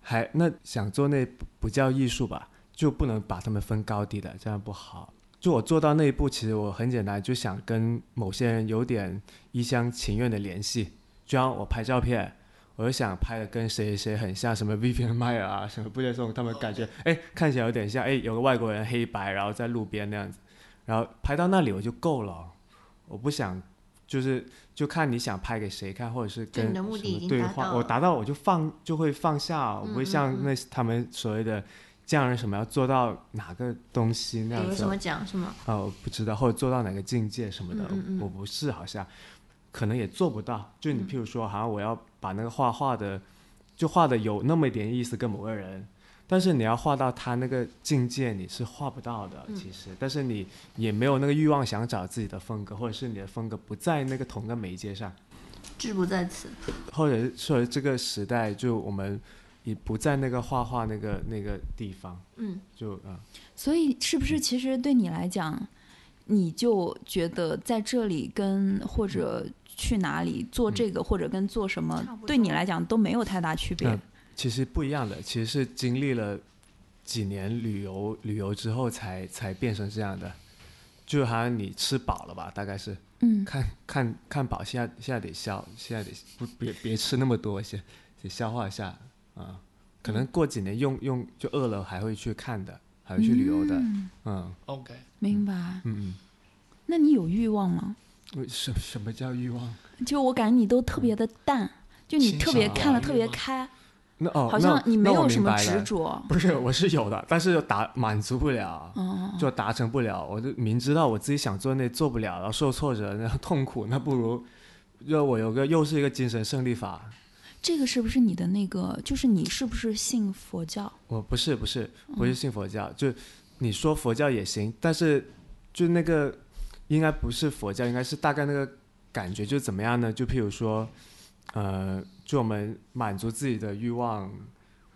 [SPEAKER 6] 还那想做那不不叫艺术吧，就不能把他们分高低的，这样不好。就我做到那一步，其实我很简单，就想跟某些人有点一厢情愿的联系，就像我拍照片。我就想拍的跟谁谁谁很像，什么 Vivian Meyer 啊，什么布列松，他们
[SPEAKER 4] 哦
[SPEAKER 6] 感觉哎看起来有点像，哎有个外国人黑白，然后在路边那样子，然后拍到那里我就够了，我不想就是就看你想拍给谁看，或者是
[SPEAKER 4] 就
[SPEAKER 6] 跟
[SPEAKER 4] 你的目的
[SPEAKER 6] 什么
[SPEAKER 4] 已经
[SPEAKER 6] 对
[SPEAKER 4] 达
[SPEAKER 6] 话，
[SPEAKER 4] 到
[SPEAKER 6] 我
[SPEAKER 4] 了嗯
[SPEAKER 6] 达到我就放就会放下，我不会像那他们所谓的匠人什么要做到哪个东西那
[SPEAKER 4] 比
[SPEAKER 6] 样
[SPEAKER 4] 如
[SPEAKER 6] 子
[SPEAKER 4] 什，么奖什么，
[SPEAKER 6] 啊，我不知道，或者做到哪个境界什么的，
[SPEAKER 4] 嗯嗯嗯嗯
[SPEAKER 6] 我不是好像，可能也做不到。就你譬如说，好像我要把那个画画的，就画的有那么一点意思跟某个人，但是你要画到他那个境界，你是画不到的。
[SPEAKER 4] 嗯
[SPEAKER 6] 其实，但是你也没有那个欲望想找自己的风格，或者是你的风格不在那个同个媒介上，
[SPEAKER 4] 志不在此。
[SPEAKER 6] 或者是说这个时代就我们也不在那个画画那个那个地方，
[SPEAKER 4] 嗯，
[SPEAKER 6] 就啊。
[SPEAKER 2] 所以，是不是
[SPEAKER 6] 嗯
[SPEAKER 2] 其实对你来讲，你就觉得在这里跟或者去哪里做
[SPEAKER 6] 嗯
[SPEAKER 2] 这个，或者跟做什么
[SPEAKER 4] 差不，多
[SPEAKER 2] 对你来讲都没有太大区别。
[SPEAKER 6] 嗯其实不一样的，其实是经历了几年旅游旅游之后才才变成这样的，就好像你吃饱了吧，大概是
[SPEAKER 2] 嗯，
[SPEAKER 6] 看看看饱，现在现在得消，现在得不别别吃那么多，先得消化一下啊、可能过几年用用就饿了，还会去看的，还会去旅游的，
[SPEAKER 2] 嗯
[SPEAKER 6] 嗯
[SPEAKER 5] OK，
[SPEAKER 2] 明白。
[SPEAKER 6] 嗯
[SPEAKER 2] 那你有欲望吗？
[SPEAKER 6] 嗯，什什么叫欲望？
[SPEAKER 2] 就我感觉你都特别的淡，就你
[SPEAKER 5] 欣
[SPEAKER 2] 特别
[SPEAKER 5] 赏
[SPEAKER 6] 啊
[SPEAKER 2] 看了
[SPEAKER 5] 欲
[SPEAKER 2] 特别
[SPEAKER 5] 望
[SPEAKER 2] 开，
[SPEAKER 6] 那哦，
[SPEAKER 2] 好
[SPEAKER 6] 那
[SPEAKER 2] 像你没
[SPEAKER 6] 那我
[SPEAKER 2] 有什
[SPEAKER 6] 明
[SPEAKER 2] 么
[SPEAKER 6] 白了
[SPEAKER 2] 执着。
[SPEAKER 6] 不是，我是有的，但是达满足不了，就达成不了。我就明知道我自己想做那做不了，然后受挫折，然后痛苦，那不如就我有个又是一个精神胜利法。
[SPEAKER 2] 这个是不是你的那个？就是你是不是信佛教？
[SPEAKER 6] 我不是不是不是信佛教，就你说佛教也行，但是就那个应该不是佛教，应该是大概那个感觉就怎么样呢？就譬如说，呃，就我们满足自己的欲望，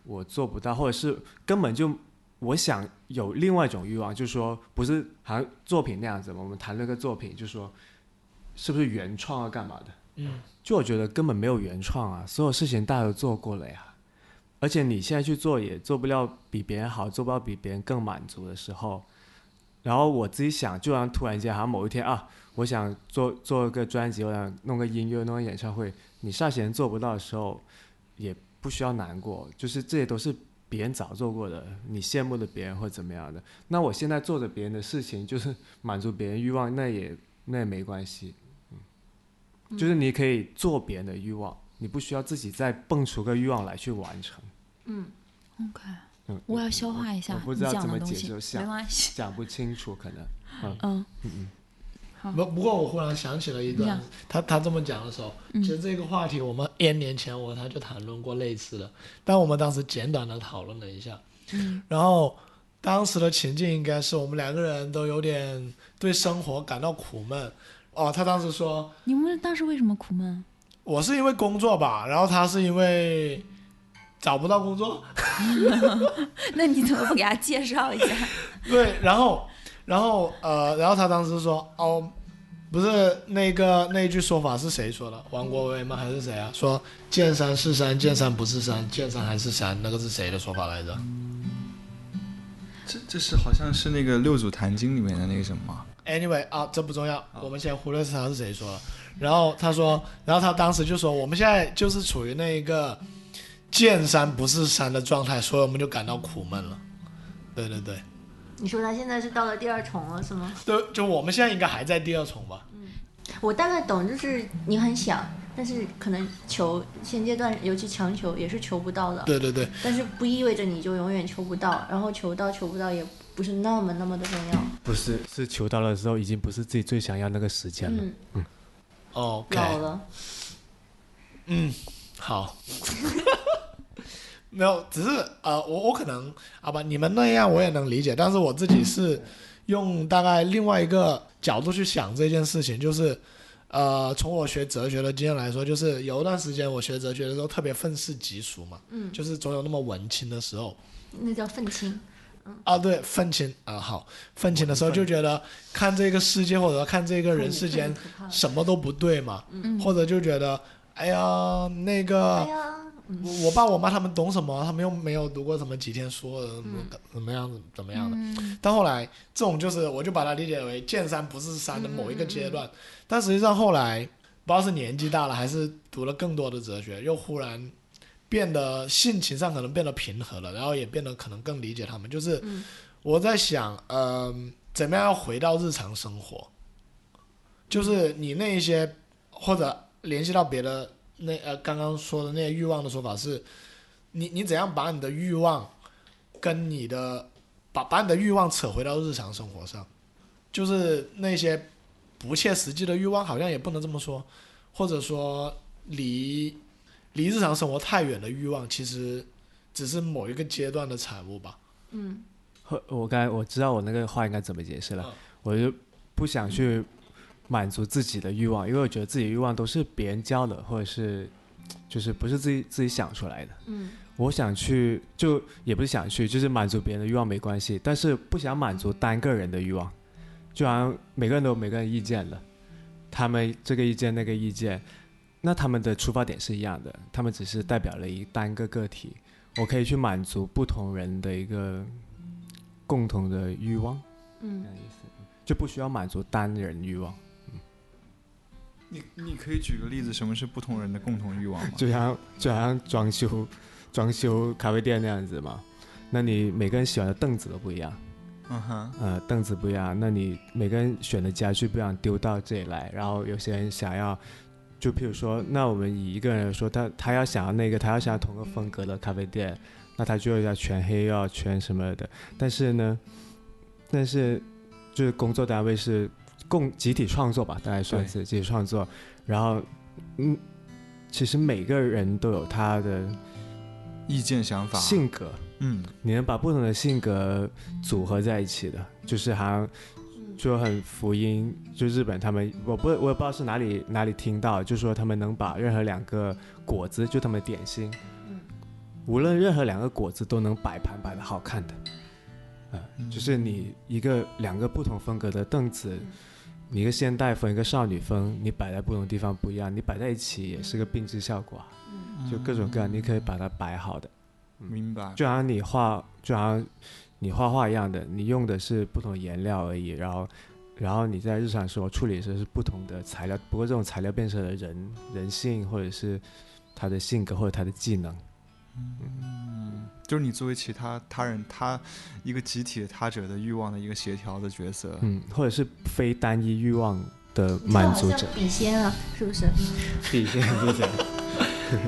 [SPEAKER 6] 我做不到，或者是根本就我想有另外一种欲望，就是说不是好像作品那样子，我们谈论个作品，就说是不是原创啊，干嘛的？
[SPEAKER 5] 嗯，
[SPEAKER 6] 就我觉得根本没有原创啊，所有事情大家都做过了呀，而且你现在去做也做不了比别人好，做不了比别人更满足的时候，然后我自己想，就好像突然间，好像某一天啊，我想做做个专辑，我想弄个音乐，弄个演唱会，你霎时间做不到的时候，也不需要难过，就是这些都是别人早做过的，你羡慕的别人或怎么样的，那我现在做着别人的事情，就是满足别人欲望，那也那也没关系，就是你可以做别人的欲望，你不需要自己再蹦出个欲望来去完成。
[SPEAKER 2] OK，
[SPEAKER 6] 嗯，
[SPEAKER 2] 我要消化一
[SPEAKER 6] 我
[SPEAKER 2] 下
[SPEAKER 6] 不
[SPEAKER 2] 你
[SPEAKER 6] 知道
[SPEAKER 2] 讲
[SPEAKER 6] 怎么
[SPEAKER 2] 的东
[SPEAKER 6] 解
[SPEAKER 2] 西，
[SPEAKER 6] 释，我
[SPEAKER 2] 没
[SPEAKER 6] 想
[SPEAKER 2] 关 系。
[SPEAKER 6] 讲不清楚，可能。
[SPEAKER 2] 嗯，
[SPEAKER 5] 不不过我忽然想起了一
[SPEAKER 2] 你讲
[SPEAKER 5] 段，他他这么讲的时候，
[SPEAKER 2] 嗯
[SPEAKER 5] 其实这个话题我们 N 年前我和他就谈论过类似的，但我们当时简短的讨论了一下，
[SPEAKER 2] 嗯
[SPEAKER 5] 然后当时的情境应该是我们两个人都有点对生活感到苦闷。哦，他当时说
[SPEAKER 2] 你们当时为什么苦闷？
[SPEAKER 5] 我是因为工作吧，然后他是因为找不到工作，
[SPEAKER 2] 那你怎么不给他介绍 一下？
[SPEAKER 5] 对，然后，然后，呃，然后他当时说，哦，不是那个那一句说法是谁说的？王国维吗？还是谁啊？说见山是山，见山不是山，见山还是山，那个是谁的说法来着？
[SPEAKER 3] 这这是好像是那个六祖坛经里面的那个什么吗？
[SPEAKER 5] Anyway 啊，这不重要，我们先忽略是他是谁说的。然后他说，然后他当时就说，我们现在就是处于那一个见山不是山的状态，所以我们就感到苦闷了。对对对，
[SPEAKER 4] 你说他现在是到了第二重了是吗？
[SPEAKER 5] 对，就我们现在应该还在第二重吧？
[SPEAKER 4] 我大概懂，就是你很想，但是可能求现阶段，尤其强求也是求不到的。
[SPEAKER 5] 对对对，
[SPEAKER 4] 但是不意味着你就永远求不到，然后求到求不到也不是那么那么的重要。
[SPEAKER 6] 不是，是求到了之后，已经不是自己最想要那个时间了。
[SPEAKER 4] 嗯，
[SPEAKER 5] 哦，OK，
[SPEAKER 4] 老了，
[SPEAKER 5] 好， 没有，只是呃，我我可能好吧，你们那样我也能理解，但是我自己是用大概另外一个角度去想这件事情，就是呃，从我学哲学的经验来说，就是有一段时间我学哲学的时候特别愤世嫉俗嘛，嗯，就是总有那么文青的时候，
[SPEAKER 4] 那叫愤青。
[SPEAKER 5] 啊，对，愤青啊，好，愤青的时候就觉得看这个世界或者看这个人世间
[SPEAKER 4] 嗯可怕了嗯
[SPEAKER 5] 什么都不对嘛，或者就觉得哎呀那个。
[SPEAKER 4] 哎呀，
[SPEAKER 5] 我我爸我妈他们懂什么？他们又没有读过什么几天书，呃怎么怎么样怎么样的。但后来这种就是，我就把它理解为见山不是山的某一个阶段。但实际上后来不知道是年纪大了，还是读了更多的哲学，又忽然变得性情上可能变得平和了，然后也变得可能更理解他们。就是我在想，嗯、怎么样要回到日常生活？就是你那一些或者联系到别的那呃刚刚说的那些欲望的说法是，你你怎样把你的欲望跟你的把把你的欲望扯回到日常生活上，就是那些不切实际的欲望好像也不能这么说，或者说离离日常生活太远的欲望其实只是某一个阶段的产物吧。
[SPEAKER 6] 后我刚才我知道我那个话应该怎么解释了，
[SPEAKER 5] 嗯
[SPEAKER 6] 我就不想去满足自己的欲望，因为我觉得自己欲望都是别人教的，或者是就是不是自己自己想出来的。
[SPEAKER 4] 嗯，
[SPEAKER 6] 我想去，就也不是想去，就是满足别人的欲望没关系，但是不想满足单个人的欲望，就好像每个人都有每个人意见了，他们这个意见那个意见，那他们的出发点是一样的，他们只是代表了一单个个体，我可以去满足不同人的一个共同的欲望，
[SPEAKER 4] 嗯
[SPEAKER 6] 这样的意思，就不需要满足单人欲望，
[SPEAKER 3] 你你可以举个例子，什么是不同人的共同欲望吗？
[SPEAKER 6] 就像就好像装修装修咖啡店那样子嘛，那你每个人喜欢的凳子都不一样。
[SPEAKER 3] 嗯哼，
[SPEAKER 6] 呃，凳子不一样，那你每个人选的家具不一样，丢到这里来。然后有些人想要，就譬如说，那我们以一个人来说，他他要想要那个，他要想要同个风格的咖啡店，那他就要全黑，又要全什么的。但是呢，但是就是工作单位是共集体创作吧，大概算是集体创作。然后，嗯，其实每个人都有他的
[SPEAKER 3] 意见想法，
[SPEAKER 6] 性格，
[SPEAKER 3] 嗯，
[SPEAKER 6] 你能把不同的性格组合在一起的，就是好像就很福音，就日本他们，我不我也不知道是哪里哪里听到，就说他们能把任何两个果子，就他们的点心，无论任何两个果子都能摆盘摆的好看的，呃，就是你一个两个不同风格的凳子。你一个现代风，一个少女风，你摆在不同地方不一样，你摆在一起也是个并置效果啊，就各种各样，你可以把它摆好的。
[SPEAKER 3] 明白。
[SPEAKER 6] 嗯就好像你画，就好像你画画一样的，你用的是不同的颜料而已，然后，然后你在日常生活处理的时候是不同的材料，不过这种材料变成了人人性，或者是他的性格，或者他的技能。
[SPEAKER 3] 就是你作为其他他人他一个集体的他者的欲望的一个协调的角色，
[SPEAKER 6] 嗯，或者是非单一欲望的满足
[SPEAKER 4] 这
[SPEAKER 6] 者
[SPEAKER 4] 好像。笔仙啊，是不是？
[SPEAKER 6] 底线是这样。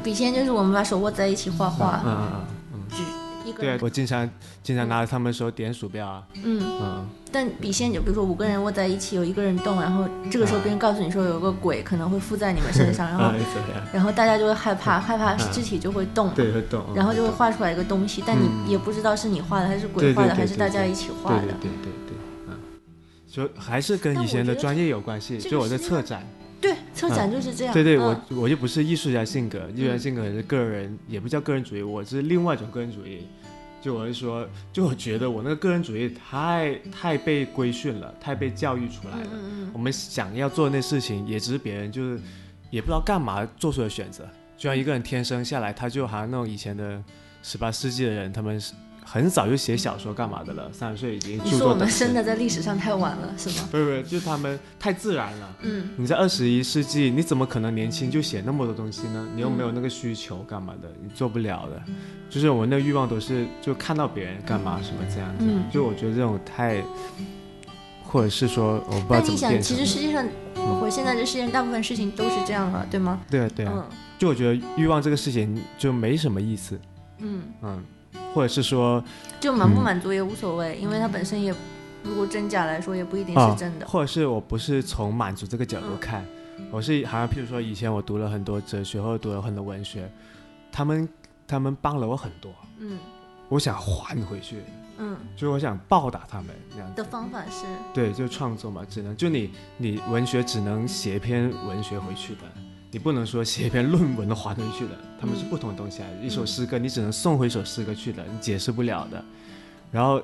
[SPEAKER 4] 笔仙就是我们把手握在一起画画，
[SPEAKER 6] 嗯嗯 嗯。
[SPEAKER 4] 只一个
[SPEAKER 6] 对啊
[SPEAKER 4] 人，，
[SPEAKER 6] 我经常经常拿着他们手点鼠标啊，
[SPEAKER 4] 嗯。
[SPEAKER 6] 嗯，
[SPEAKER 4] 但笔仙就比如说五个人握在一起，有一个人动，然后这个时候别人告诉你说有个鬼可能会附在你们 身上，然后
[SPEAKER 6] 嗯这样，
[SPEAKER 4] 然后大家就会害怕，害怕肢体就会动，
[SPEAKER 6] 对，会动，嗯
[SPEAKER 4] 然后就会
[SPEAKER 6] 会动
[SPEAKER 4] 画出来一个东西，但你也不知道是你画的还是鬼
[SPEAKER 6] 对对
[SPEAKER 4] 画的，
[SPEAKER 6] 对
[SPEAKER 4] 还是
[SPEAKER 6] 对
[SPEAKER 4] 大家
[SPEAKER 6] 对
[SPEAKER 4] 一起画的
[SPEAKER 6] 对。对对对对，嗯，就还是跟
[SPEAKER 4] 但
[SPEAKER 6] 以
[SPEAKER 4] 我
[SPEAKER 6] 前
[SPEAKER 4] 觉
[SPEAKER 6] 的
[SPEAKER 4] 得
[SPEAKER 6] 专业有关系。
[SPEAKER 4] 这
[SPEAKER 6] 就
[SPEAKER 4] 个
[SPEAKER 6] 我在
[SPEAKER 4] 是
[SPEAKER 6] 策展，
[SPEAKER 4] 对，策展就是这样。
[SPEAKER 6] 对对，
[SPEAKER 4] 嗯
[SPEAKER 6] 我我就不是艺术家性格，艺术家性格是个人，也不叫个人主义，我是另外一种个人主义。就我是说，就我觉得我那个个人主义太太被规训了，太被教育出
[SPEAKER 4] 嗯
[SPEAKER 6] 来了。我们想要做那事情，也只是别人就是也不知道干嘛做出的选择。就像一个人天生下来，他就好像那种以前的十八世纪的人，他们是很早就写小说干嘛的了，三十岁已经
[SPEAKER 4] 你说
[SPEAKER 6] 著
[SPEAKER 4] 我
[SPEAKER 6] 作
[SPEAKER 4] 们
[SPEAKER 6] 等
[SPEAKER 4] 生
[SPEAKER 6] 身
[SPEAKER 4] 的。在历史上太晚了，是吗？
[SPEAKER 6] 不是不是，就是他们太自然了。
[SPEAKER 4] 嗯，
[SPEAKER 6] 你在二十一世纪，你怎么可能年轻就写那么多东西呢？你又没有那个需求，干嘛
[SPEAKER 4] 嗯
[SPEAKER 6] 的？你做不了的。就是我那欲望都是就看到别人干嘛什么这样子，
[SPEAKER 4] 嗯
[SPEAKER 6] 就我觉得这种太，或者是说我不知道
[SPEAKER 4] 但
[SPEAKER 6] 怎
[SPEAKER 4] 你
[SPEAKER 6] 么
[SPEAKER 4] 想，
[SPEAKER 6] 变
[SPEAKER 4] 其
[SPEAKER 6] 成
[SPEAKER 4] 实。世界上，
[SPEAKER 6] 嗯
[SPEAKER 4] 我现在这世界上大部分事情都是这样了，对吗？
[SPEAKER 6] 对啊对啊，
[SPEAKER 4] 嗯
[SPEAKER 6] 就我觉得欲望这个事情就没什么意思，
[SPEAKER 4] 嗯，
[SPEAKER 6] 嗯，或者是说
[SPEAKER 4] 就满不
[SPEAKER 6] 嗯
[SPEAKER 4] 满足也无所谓，因为它本身也，如果真假来说，也不一定
[SPEAKER 6] 啊
[SPEAKER 4] 是，真的。
[SPEAKER 6] 或者是我不是从满足这个角度看，
[SPEAKER 4] 嗯
[SPEAKER 6] 我是好像譬如说以前我读了很多哲学或者读了很多文学，他们他们帮了我很多，
[SPEAKER 4] 嗯
[SPEAKER 6] 我想还回去，
[SPEAKER 4] 嗯。
[SPEAKER 6] 就是我想报答他们这样
[SPEAKER 4] 的
[SPEAKER 6] 子。
[SPEAKER 4] 方法是，
[SPEAKER 6] 对，就创作嘛，只能就你你文学只能写一篇文学回去的，你不能说写一篇论文还回啊去的，他们是不同的东西啊。一首诗歌你只能送回一首诗歌去的，你解释不了的。然后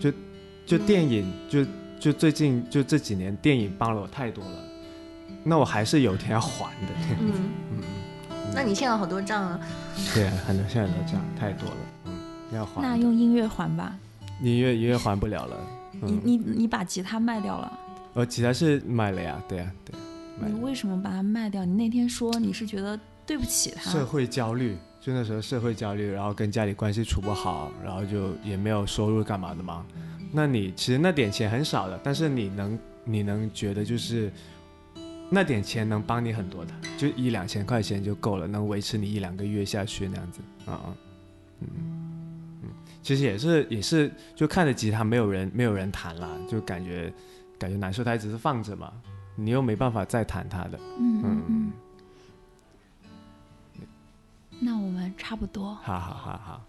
[SPEAKER 6] 就就电影就就最近就这几年电影帮了我太多了，那我还是有一天要还的。
[SPEAKER 4] 嗯，那你欠了好多账啊。
[SPEAKER 6] 对，很多现在都这样，太多了，嗯，要还的。
[SPEAKER 2] 那用音乐还吧，
[SPEAKER 6] 音乐音乐还不了了，嗯，
[SPEAKER 2] 你你你把吉他卖掉了，
[SPEAKER 6] 我呃吉他是买了呀，对呀、啊对、呀，买
[SPEAKER 2] 你
[SPEAKER 6] 了。
[SPEAKER 2] 为什么把它卖掉？你那天说你是觉得对不起他，
[SPEAKER 6] 社会焦虑，就那时候社会焦虑，然后跟家里关系处不好，然后就也没有收入干嘛的嘛。那你其实那点钱很少的，但是你能你能觉得就是那点钱能帮你很多的，就一两千块钱就够了，能维持你一两个月下去那样子啊啊，嗯嗯，其实也是也是就看着吉他没有人没有人弹了，就感觉感觉难受，它只是放着嘛，你又没办法再弹它的，
[SPEAKER 2] 嗯
[SPEAKER 6] 嗯
[SPEAKER 2] 嗯嗯。那我们差不多。
[SPEAKER 6] 哈哈哈哈。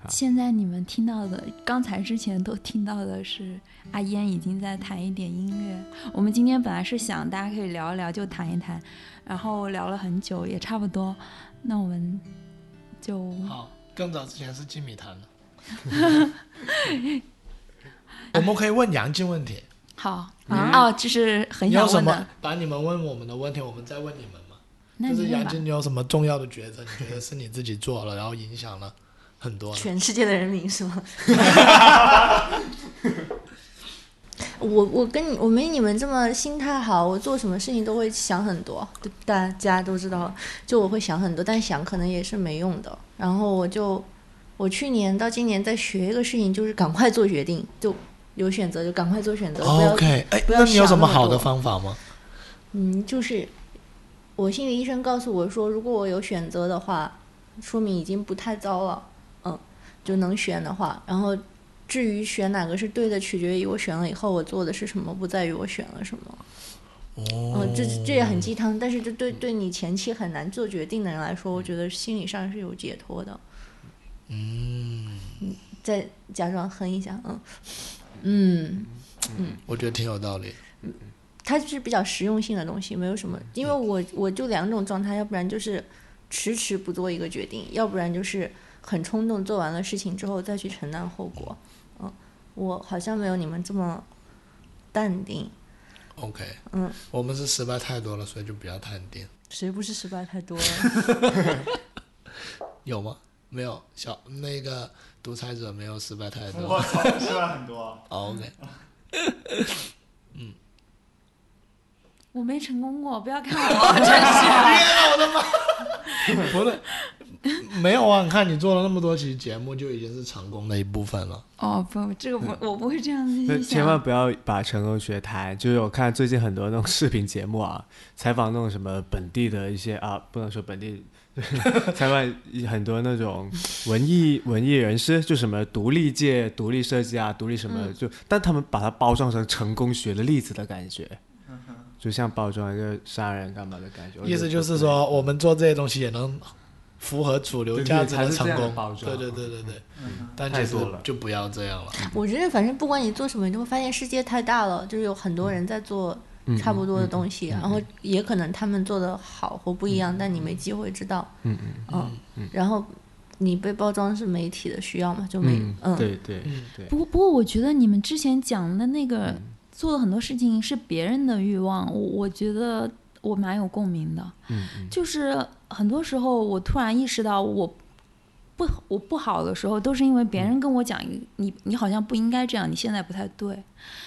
[SPEAKER 6] 好
[SPEAKER 2] 现在你们听到的，刚才之前都听到的是阿燕已经在弹一点音乐。我们今天本来是想大家可以聊一聊，就弹一弹，然后聊了很久，也差不多。那我们就
[SPEAKER 5] 好，更早之前是金米谈的。 我们可以问杨静问题，
[SPEAKER 2] 好、啊哦，这是很
[SPEAKER 5] 你
[SPEAKER 2] 想
[SPEAKER 5] 有什
[SPEAKER 2] 问的
[SPEAKER 5] 么，把你们问我们的问题，我们再问你们嘛。
[SPEAKER 2] 那
[SPEAKER 5] 就
[SPEAKER 2] 你
[SPEAKER 5] 是
[SPEAKER 2] 问
[SPEAKER 5] 杨
[SPEAKER 2] 吧。
[SPEAKER 5] 静，你有什么重要的抉择？你觉得是你自己做了，然后影响了很多呢？
[SPEAKER 4] 全世界的人民是吗？我我跟你我没你们这么心态好，我做什么事情都会想很多，对大家都知道，就我会想很多，但想可能也是没用的。然后我就我去年到今年在学一个事情，就是赶快做决定，就有选择就赶快做选择，不要
[SPEAKER 5] OK，哎，
[SPEAKER 4] 不要
[SPEAKER 5] 那你有
[SPEAKER 4] 想
[SPEAKER 5] 什么
[SPEAKER 4] 那么
[SPEAKER 5] 好的
[SPEAKER 4] 多
[SPEAKER 5] 方法吗？
[SPEAKER 4] 嗯，就是我心理医生告诉我说，如果我有选择的话，说明已经不太糟了。嗯，就能选的话，然后至于选哪个是对的，取决于我选了以后我做的是什么，不在于我选了什么。
[SPEAKER 5] 哦
[SPEAKER 4] 嗯，这这也很鸡汤，但是这对对你前期很难做决定的人来说，我觉得心理上是有解脱的。嗯，再假装哼一下，嗯嗯。
[SPEAKER 5] 我觉得挺有道理。
[SPEAKER 4] 它是比较实用性的东西，没有什么。因为我我就两种状态，要不然就是迟迟不做一个决定，要不然就是很冲动做完了事情之后再去承担后果。嗯，我好像没有你们这么淡定。
[SPEAKER 5] OK，
[SPEAKER 4] 嗯，
[SPEAKER 5] 我们是失败太多了，所以就不要探店。
[SPEAKER 4] 谁不是失败太多了？
[SPEAKER 5] 有吗？没有，小那个独裁者没有失败太多。哦
[SPEAKER 6] 操，失败很多、啊
[SPEAKER 5] OK，
[SPEAKER 2] 我没成功过，不要看我。
[SPEAKER 5] 不是，没有啊！你看你做了那么多期节目，就已经是成功的一部分了。
[SPEAKER 2] 哦不，这个不，我不会这样子
[SPEAKER 6] 那
[SPEAKER 2] 去想。
[SPEAKER 6] 千万不要把成功学谈，就是我看最近很多那种视频节目啊， 采访那种什么本地的一些啊，不能说本地， 采访一很多那种文艺 文艺人士，就什么独立界、独立设计啊、独立什
[SPEAKER 5] 嗯
[SPEAKER 6] 么，就但他们把它包装成成功学的例子的感觉，就像包装一个商人干嘛的感觉。我
[SPEAKER 5] 嗯
[SPEAKER 6] 觉
[SPEAKER 5] 意思
[SPEAKER 6] 得
[SPEAKER 5] 就
[SPEAKER 6] 不
[SPEAKER 5] 是
[SPEAKER 6] 对，
[SPEAKER 5] 说，我们做这些东西也能符合主流价值
[SPEAKER 6] 对对还是
[SPEAKER 5] 成
[SPEAKER 6] 这样的包
[SPEAKER 5] 功。
[SPEAKER 6] 装
[SPEAKER 5] 对对对对对，但
[SPEAKER 6] 太
[SPEAKER 5] 其实
[SPEAKER 6] 多了嗯
[SPEAKER 5] 就不要这样了。
[SPEAKER 4] 我觉得反正不管你做什么，你都会发现世界太大了，就是有很多人在做
[SPEAKER 6] 嗯
[SPEAKER 4] 差不多的东西，然后也可能他们做的好或不一样，但你没机会知道。
[SPEAKER 6] 嗯
[SPEAKER 4] 嗯然后你被包装是媒体的需要嘛，就没
[SPEAKER 6] 嗯，
[SPEAKER 4] 嗯
[SPEAKER 6] 对对
[SPEAKER 5] 嗯
[SPEAKER 6] 对，嗯
[SPEAKER 2] 不过不过，我觉得你们之前讲的那个、做的很多事情是别人的欲望，我我觉得我蛮有共鸣的。
[SPEAKER 6] 嗯嗯
[SPEAKER 2] 就是很多时候，我突然意识到我。不，我不好的时候都是因为别
[SPEAKER 6] 嗯
[SPEAKER 2] 人跟我讲，你你好像不应该这样，你现在不太对。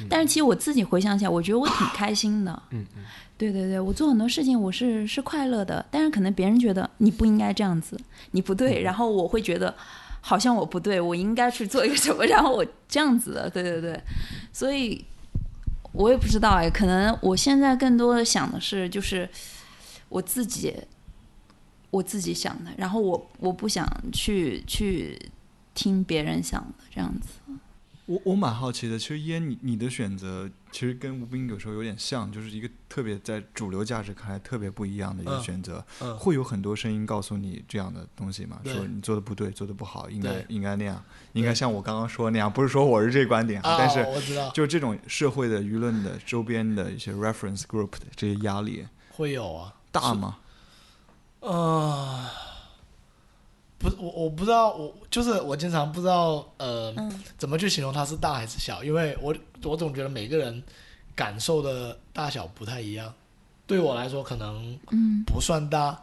[SPEAKER 2] 但是其实我自己回想起来，我觉得我挺开心的。
[SPEAKER 6] 嗯嗯，
[SPEAKER 2] 对对对，我做很多事情我是是快乐的，但是可能别人觉得你不应该这样子，你不
[SPEAKER 6] 嗯
[SPEAKER 2] 对，然后我会觉得好像我不对，我应该去做一个什么，然后我这样子的，对对对，所以我也不知道哎，可能我现在更多的想的是就是我自己我自己想的，然后我我不想去去听别人想的这样子。
[SPEAKER 3] 我我蛮好奇的，其实烟你你的选择其实跟吴斌有时候有点像，就是一个特别在主流价值看来特别不一样的一个
[SPEAKER 5] 嗯
[SPEAKER 3] 选择，
[SPEAKER 5] 嗯
[SPEAKER 3] 会有很多声音告诉你这样的东西嘛，
[SPEAKER 5] 对
[SPEAKER 3] 说你做的不对，做的不好，应该
[SPEAKER 5] 对
[SPEAKER 3] 应该那样，
[SPEAKER 5] 对
[SPEAKER 3] 应该像我刚刚说那样，不是说我是这观点，
[SPEAKER 5] 啊，
[SPEAKER 3] 但是
[SPEAKER 5] 我知道
[SPEAKER 3] 就这种社会的舆论的周边的一些 reference group 的这些压力
[SPEAKER 5] 会有啊。
[SPEAKER 3] 大吗？
[SPEAKER 5] 啊，不是我我不知道，我就是我经常不知道呃、
[SPEAKER 7] 嗯
[SPEAKER 5] 怎么去形容它是大还是小，因为我我总觉得每个人感受的大小不太一样。对我来说可能
[SPEAKER 2] 嗯
[SPEAKER 5] 不算大，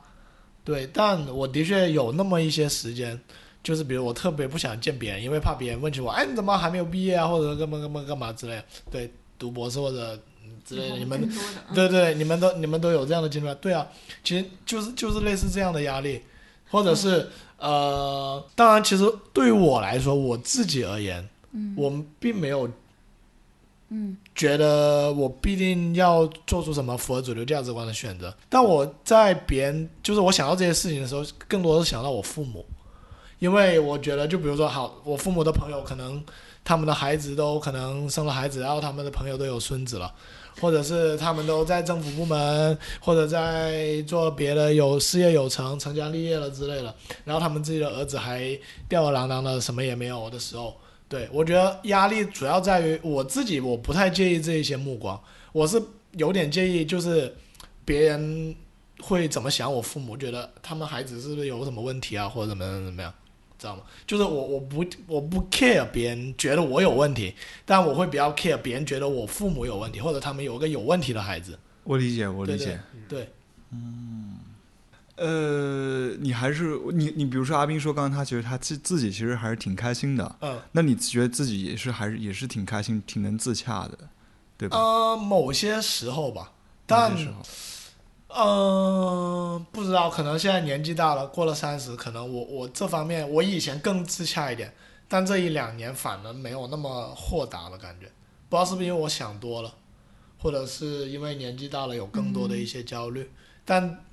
[SPEAKER 5] 对，但我的确有那么一些时间，就是比如我特别不想见别人，因为怕别人问起我，哎，你怎么还没有毕业啊，或者干嘛干嘛干嘛之类的，对，读博士或者嗯之类的，你们
[SPEAKER 7] 更多的嗯
[SPEAKER 5] 对对，你们都你们都有这样的经历吧，对啊，其实就是就是类似这样的压力，或
[SPEAKER 7] 嗯
[SPEAKER 5] 者是、呃，当然，其实对于我来说，我自己而言，嗯，我们并没有，嗯，觉得我必定要做出什么符合主流价值观的选择。但我在别人就是我想到这些事情的时候，更多是想到我父母，因为我觉得，就比如说，好，我父母的朋友可能他们的孩子都可能生了孩子，然后他们的朋友都有孙子了。或者是他们都在政府部门，或者在做别的有事业有成、成家立业了之类的，然后他们自己的儿子还吊儿郎当的，什么也没有的时候，对我觉得压力主要在于我自己，我不太介意这一些目光，我是有点介意，就是别人会怎么想我父母，觉得他们孩子是不是有什么问题啊，或者怎么样怎么样，知道吗？就是我我不我不 care 别人觉得我有问题，但我会比较 care 别人觉得我父母有问题，或者他们有一个有问题的孩子，
[SPEAKER 3] 我理解，我理解。
[SPEAKER 5] 对。
[SPEAKER 3] 呃，你还是你你，比如说阿斌说，刚刚他觉得他自自己其实还是挺开心的，
[SPEAKER 5] 嗯，
[SPEAKER 3] 那你觉得自己也是还是也是挺开心、挺能自洽的，对吧？
[SPEAKER 5] 呃，某些时候吧，但
[SPEAKER 3] 那时候
[SPEAKER 5] 嗯，不知道，可能现在年纪大了，过了三十，可能我我这方面我以前更自洽一点，但这一两年反而没有那么豁达了，感觉不知道是不是因为我想多了，或者是因为年纪大了有更多的
[SPEAKER 2] 嗯
[SPEAKER 5] 一些焦虑，但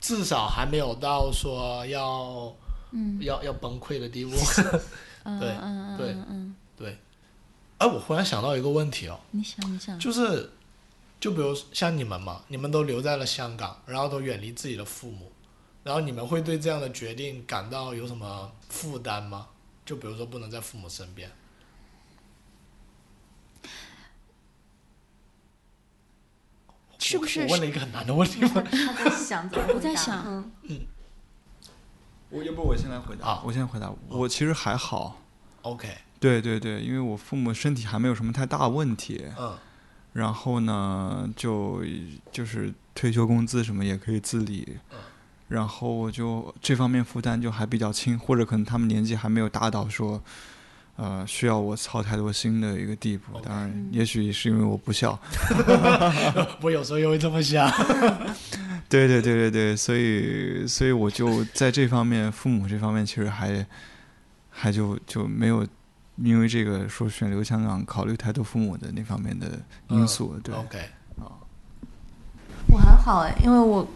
[SPEAKER 5] 至少还没有到说要、要要崩溃的 地步。
[SPEAKER 2] 嗯
[SPEAKER 5] 对
[SPEAKER 2] 嗯
[SPEAKER 5] 对
[SPEAKER 2] 嗯嗯，
[SPEAKER 5] 对，哎，我忽然想到一个问题哦，
[SPEAKER 2] 你想你
[SPEAKER 8] 嗯
[SPEAKER 2] 想，
[SPEAKER 5] 就是，就比如像你们嘛，你们都留在了香港，然后都远离自己的父母，然后你们会对这样的决定感到有什么负担吗？就比如说不能在父母身边，
[SPEAKER 2] 是不是
[SPEAKER 5] 我我问了一个很难的问题吗？
[SPEAKER 7] 他在想怎么回答
[SPEAKER 2] 我在想
[SPEAKER 7] 嗯
[SPEAKER 3] 我要不我先来回答，
[SPEAKER 5] 啊
[SPEAKER 3] 我先回答。我其实还好，
[SPEAKER 5] ？OK，
[SPEAKER 3] 对对对，因为我父母身体还没有什么太大问题，
[SPEAKER 5] 嗯
[SPEAKER 3] 然后呢，就就是退休工资什么也可以自理，然后就这方面负担就还比较轻，或者可能他们年纪还没有大到说，呃，需要我操太多心的一个地步。当然，也许是因为我不孝，
[SPEAKER 5] 我有时候也会这么想。
[SPEAKER 3] 对对对对对，所以所以我就在这方面，父母这方面其实还还就就没有因为这个说选留香港考虑太多父母的那方面的因素。对，
[SPEAKER 5] OK，
[SPEAKER 4] 我还好哎，因为我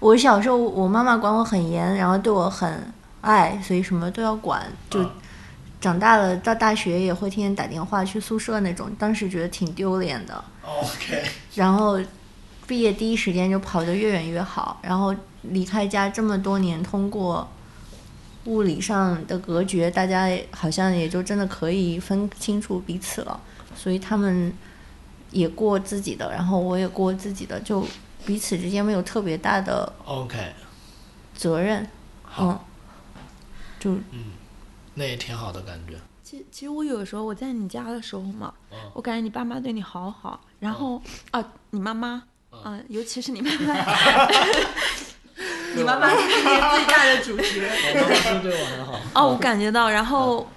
[SPEAKER 4] 我小时候我妈妈管我很严，然后对我很爱，所以什么都要管。就
[SPEAKER 5] 嗯
[SPEAKER 4] 长大了到大学也会天天打电话去宿舍那种，当时觉得挺丢脸的。
[SPEAKER 5] OK，
[SPEAKER 4] 然后毕业第一时间就跑得越远越好，然后离开家这么多年，通过物理上的隔绝，大家好像也就真的可以分清楚彼此了，所以他们也过自己的，然后我也过自己的，就彼此之间没有特别大的
[SPEAKER 5] OK，
[SPEAKER 4] 责任，嗯
[SPEAKER 5] 好，，
[SPEAKER 4] 就
[SPEAKER 5] 那也挺好的感觉。
[SPEAKER 8] 其其实我有时候我在你家的时候嘛，
[SPEAKER 5] 嗯
[SPEAKER 8] 我感觉你爸妈对你好好，然后、啊，你妈妈，嗯、尤其是你妈 妈，
[SPEAKER 7] 你妈妈是今天最大的主 角。
[SPEAKER 5] 我妈妈是对我很好。
[SPEAKER 8] 哦，我感觉到，然后，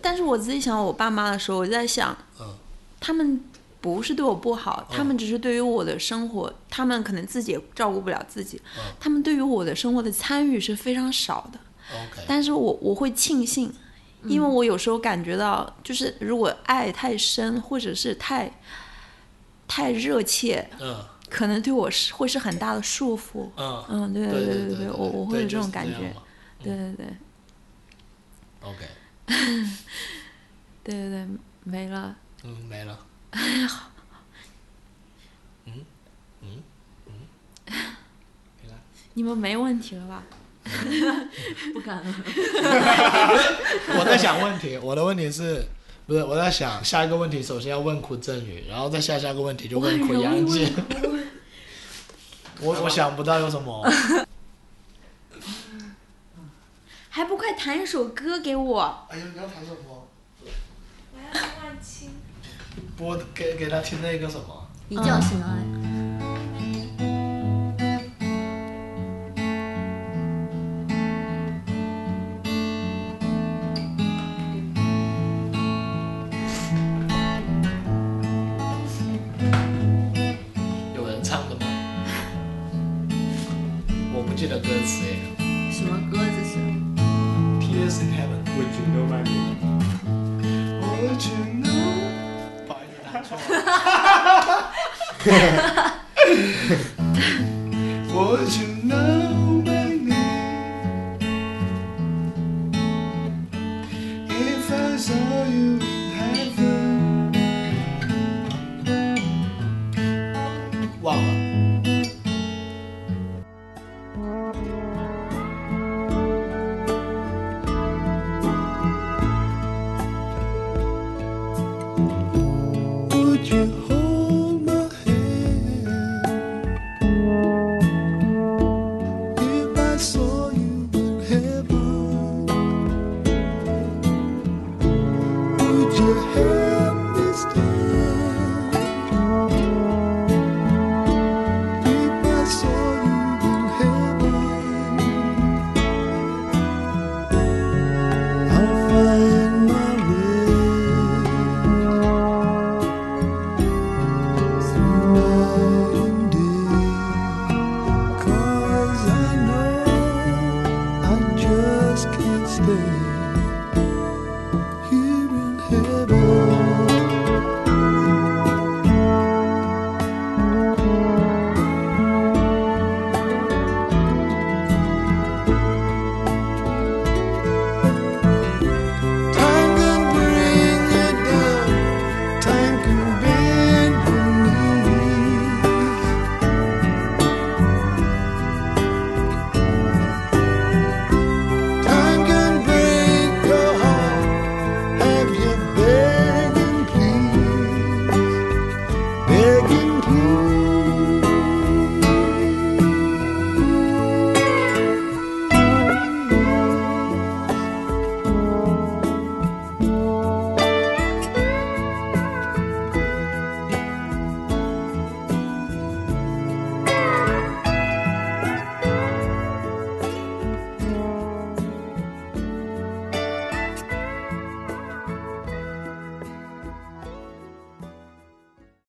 [SPEAKER 8] 但是我自己想我爸妈的时候，我在想，
[SPEAKER 5] 嗯
[SPEAKER 8] 他们不是对我不好，他们只是对于我的生活，他们可能自己也照顾不了自己，
[SPEAKER 5] 嗯
[SPEAKER 8] 他们对于我的生活的参与是非常少的。
[SPEAKER 5] OK，
[SPEAKER 8] 但是我我会庆幸，
[SPEAKER 5] 嗯
[SPEAKER 8] 因为我有时候感觉到，就是如果爱太深，或者是太太热切，
[SPEAKER 5] 嗯
[SPEAKER 8] 可能对我是会是很大的束缚。
[SPEAKER 5] 嗯，
[SPEAKER 8] 嗯，对
[SPEAKER 5] 对
[SPEAKER 8] 对
[SPEAKER 5] 对
[SPEAKER 8] 对，
[SPEAKER 5] 对，
[SPEAKER 8] 我我会有
[SPEAKER 5] 对
[SPEAKER 8] 这
[SPEAKER 5] 就是
[SPEAKER 8] 种感
[SPEAKER 5] 样
[SPEAKER 8] 觉
[SPEAKER 5] 嘛。
[SPEAKER 8] 对对对
[SPEAKER 5] OK，
[SPEAKER 8] 对对对，没了。
[SPEAKER 5] 嗯，没了。
[SPEAKER 8] 你们没问题了 吧？
[SPEAKER 5] 我在想问题，我的问题是，不是我在想下一个问题，首先要问苦振宇，然后再下下个问题就问苦杨 静。我我想不到有什么，
[SPEAKER 9] 还不快弹一首歌给我？
[SPEAKER 5] 哎呀，你要弹什么？
[SPEAKER 9] 我要万青。
[SPEAKER 5] 播给给他听那个什么？
[SPEAKER 4] 一觉醒来。
[SPEAKER 10] 有人唱的吗？我不记得歌词哎。
[SPEAKER 4] 什么歌这是？
[SPEAKER 5] Tears in Heaven。
[SPEAKER 6] Would you know my name？
[SPEAKER 5] Would you know？不好意思，弹错了。Would you know my name? If I saw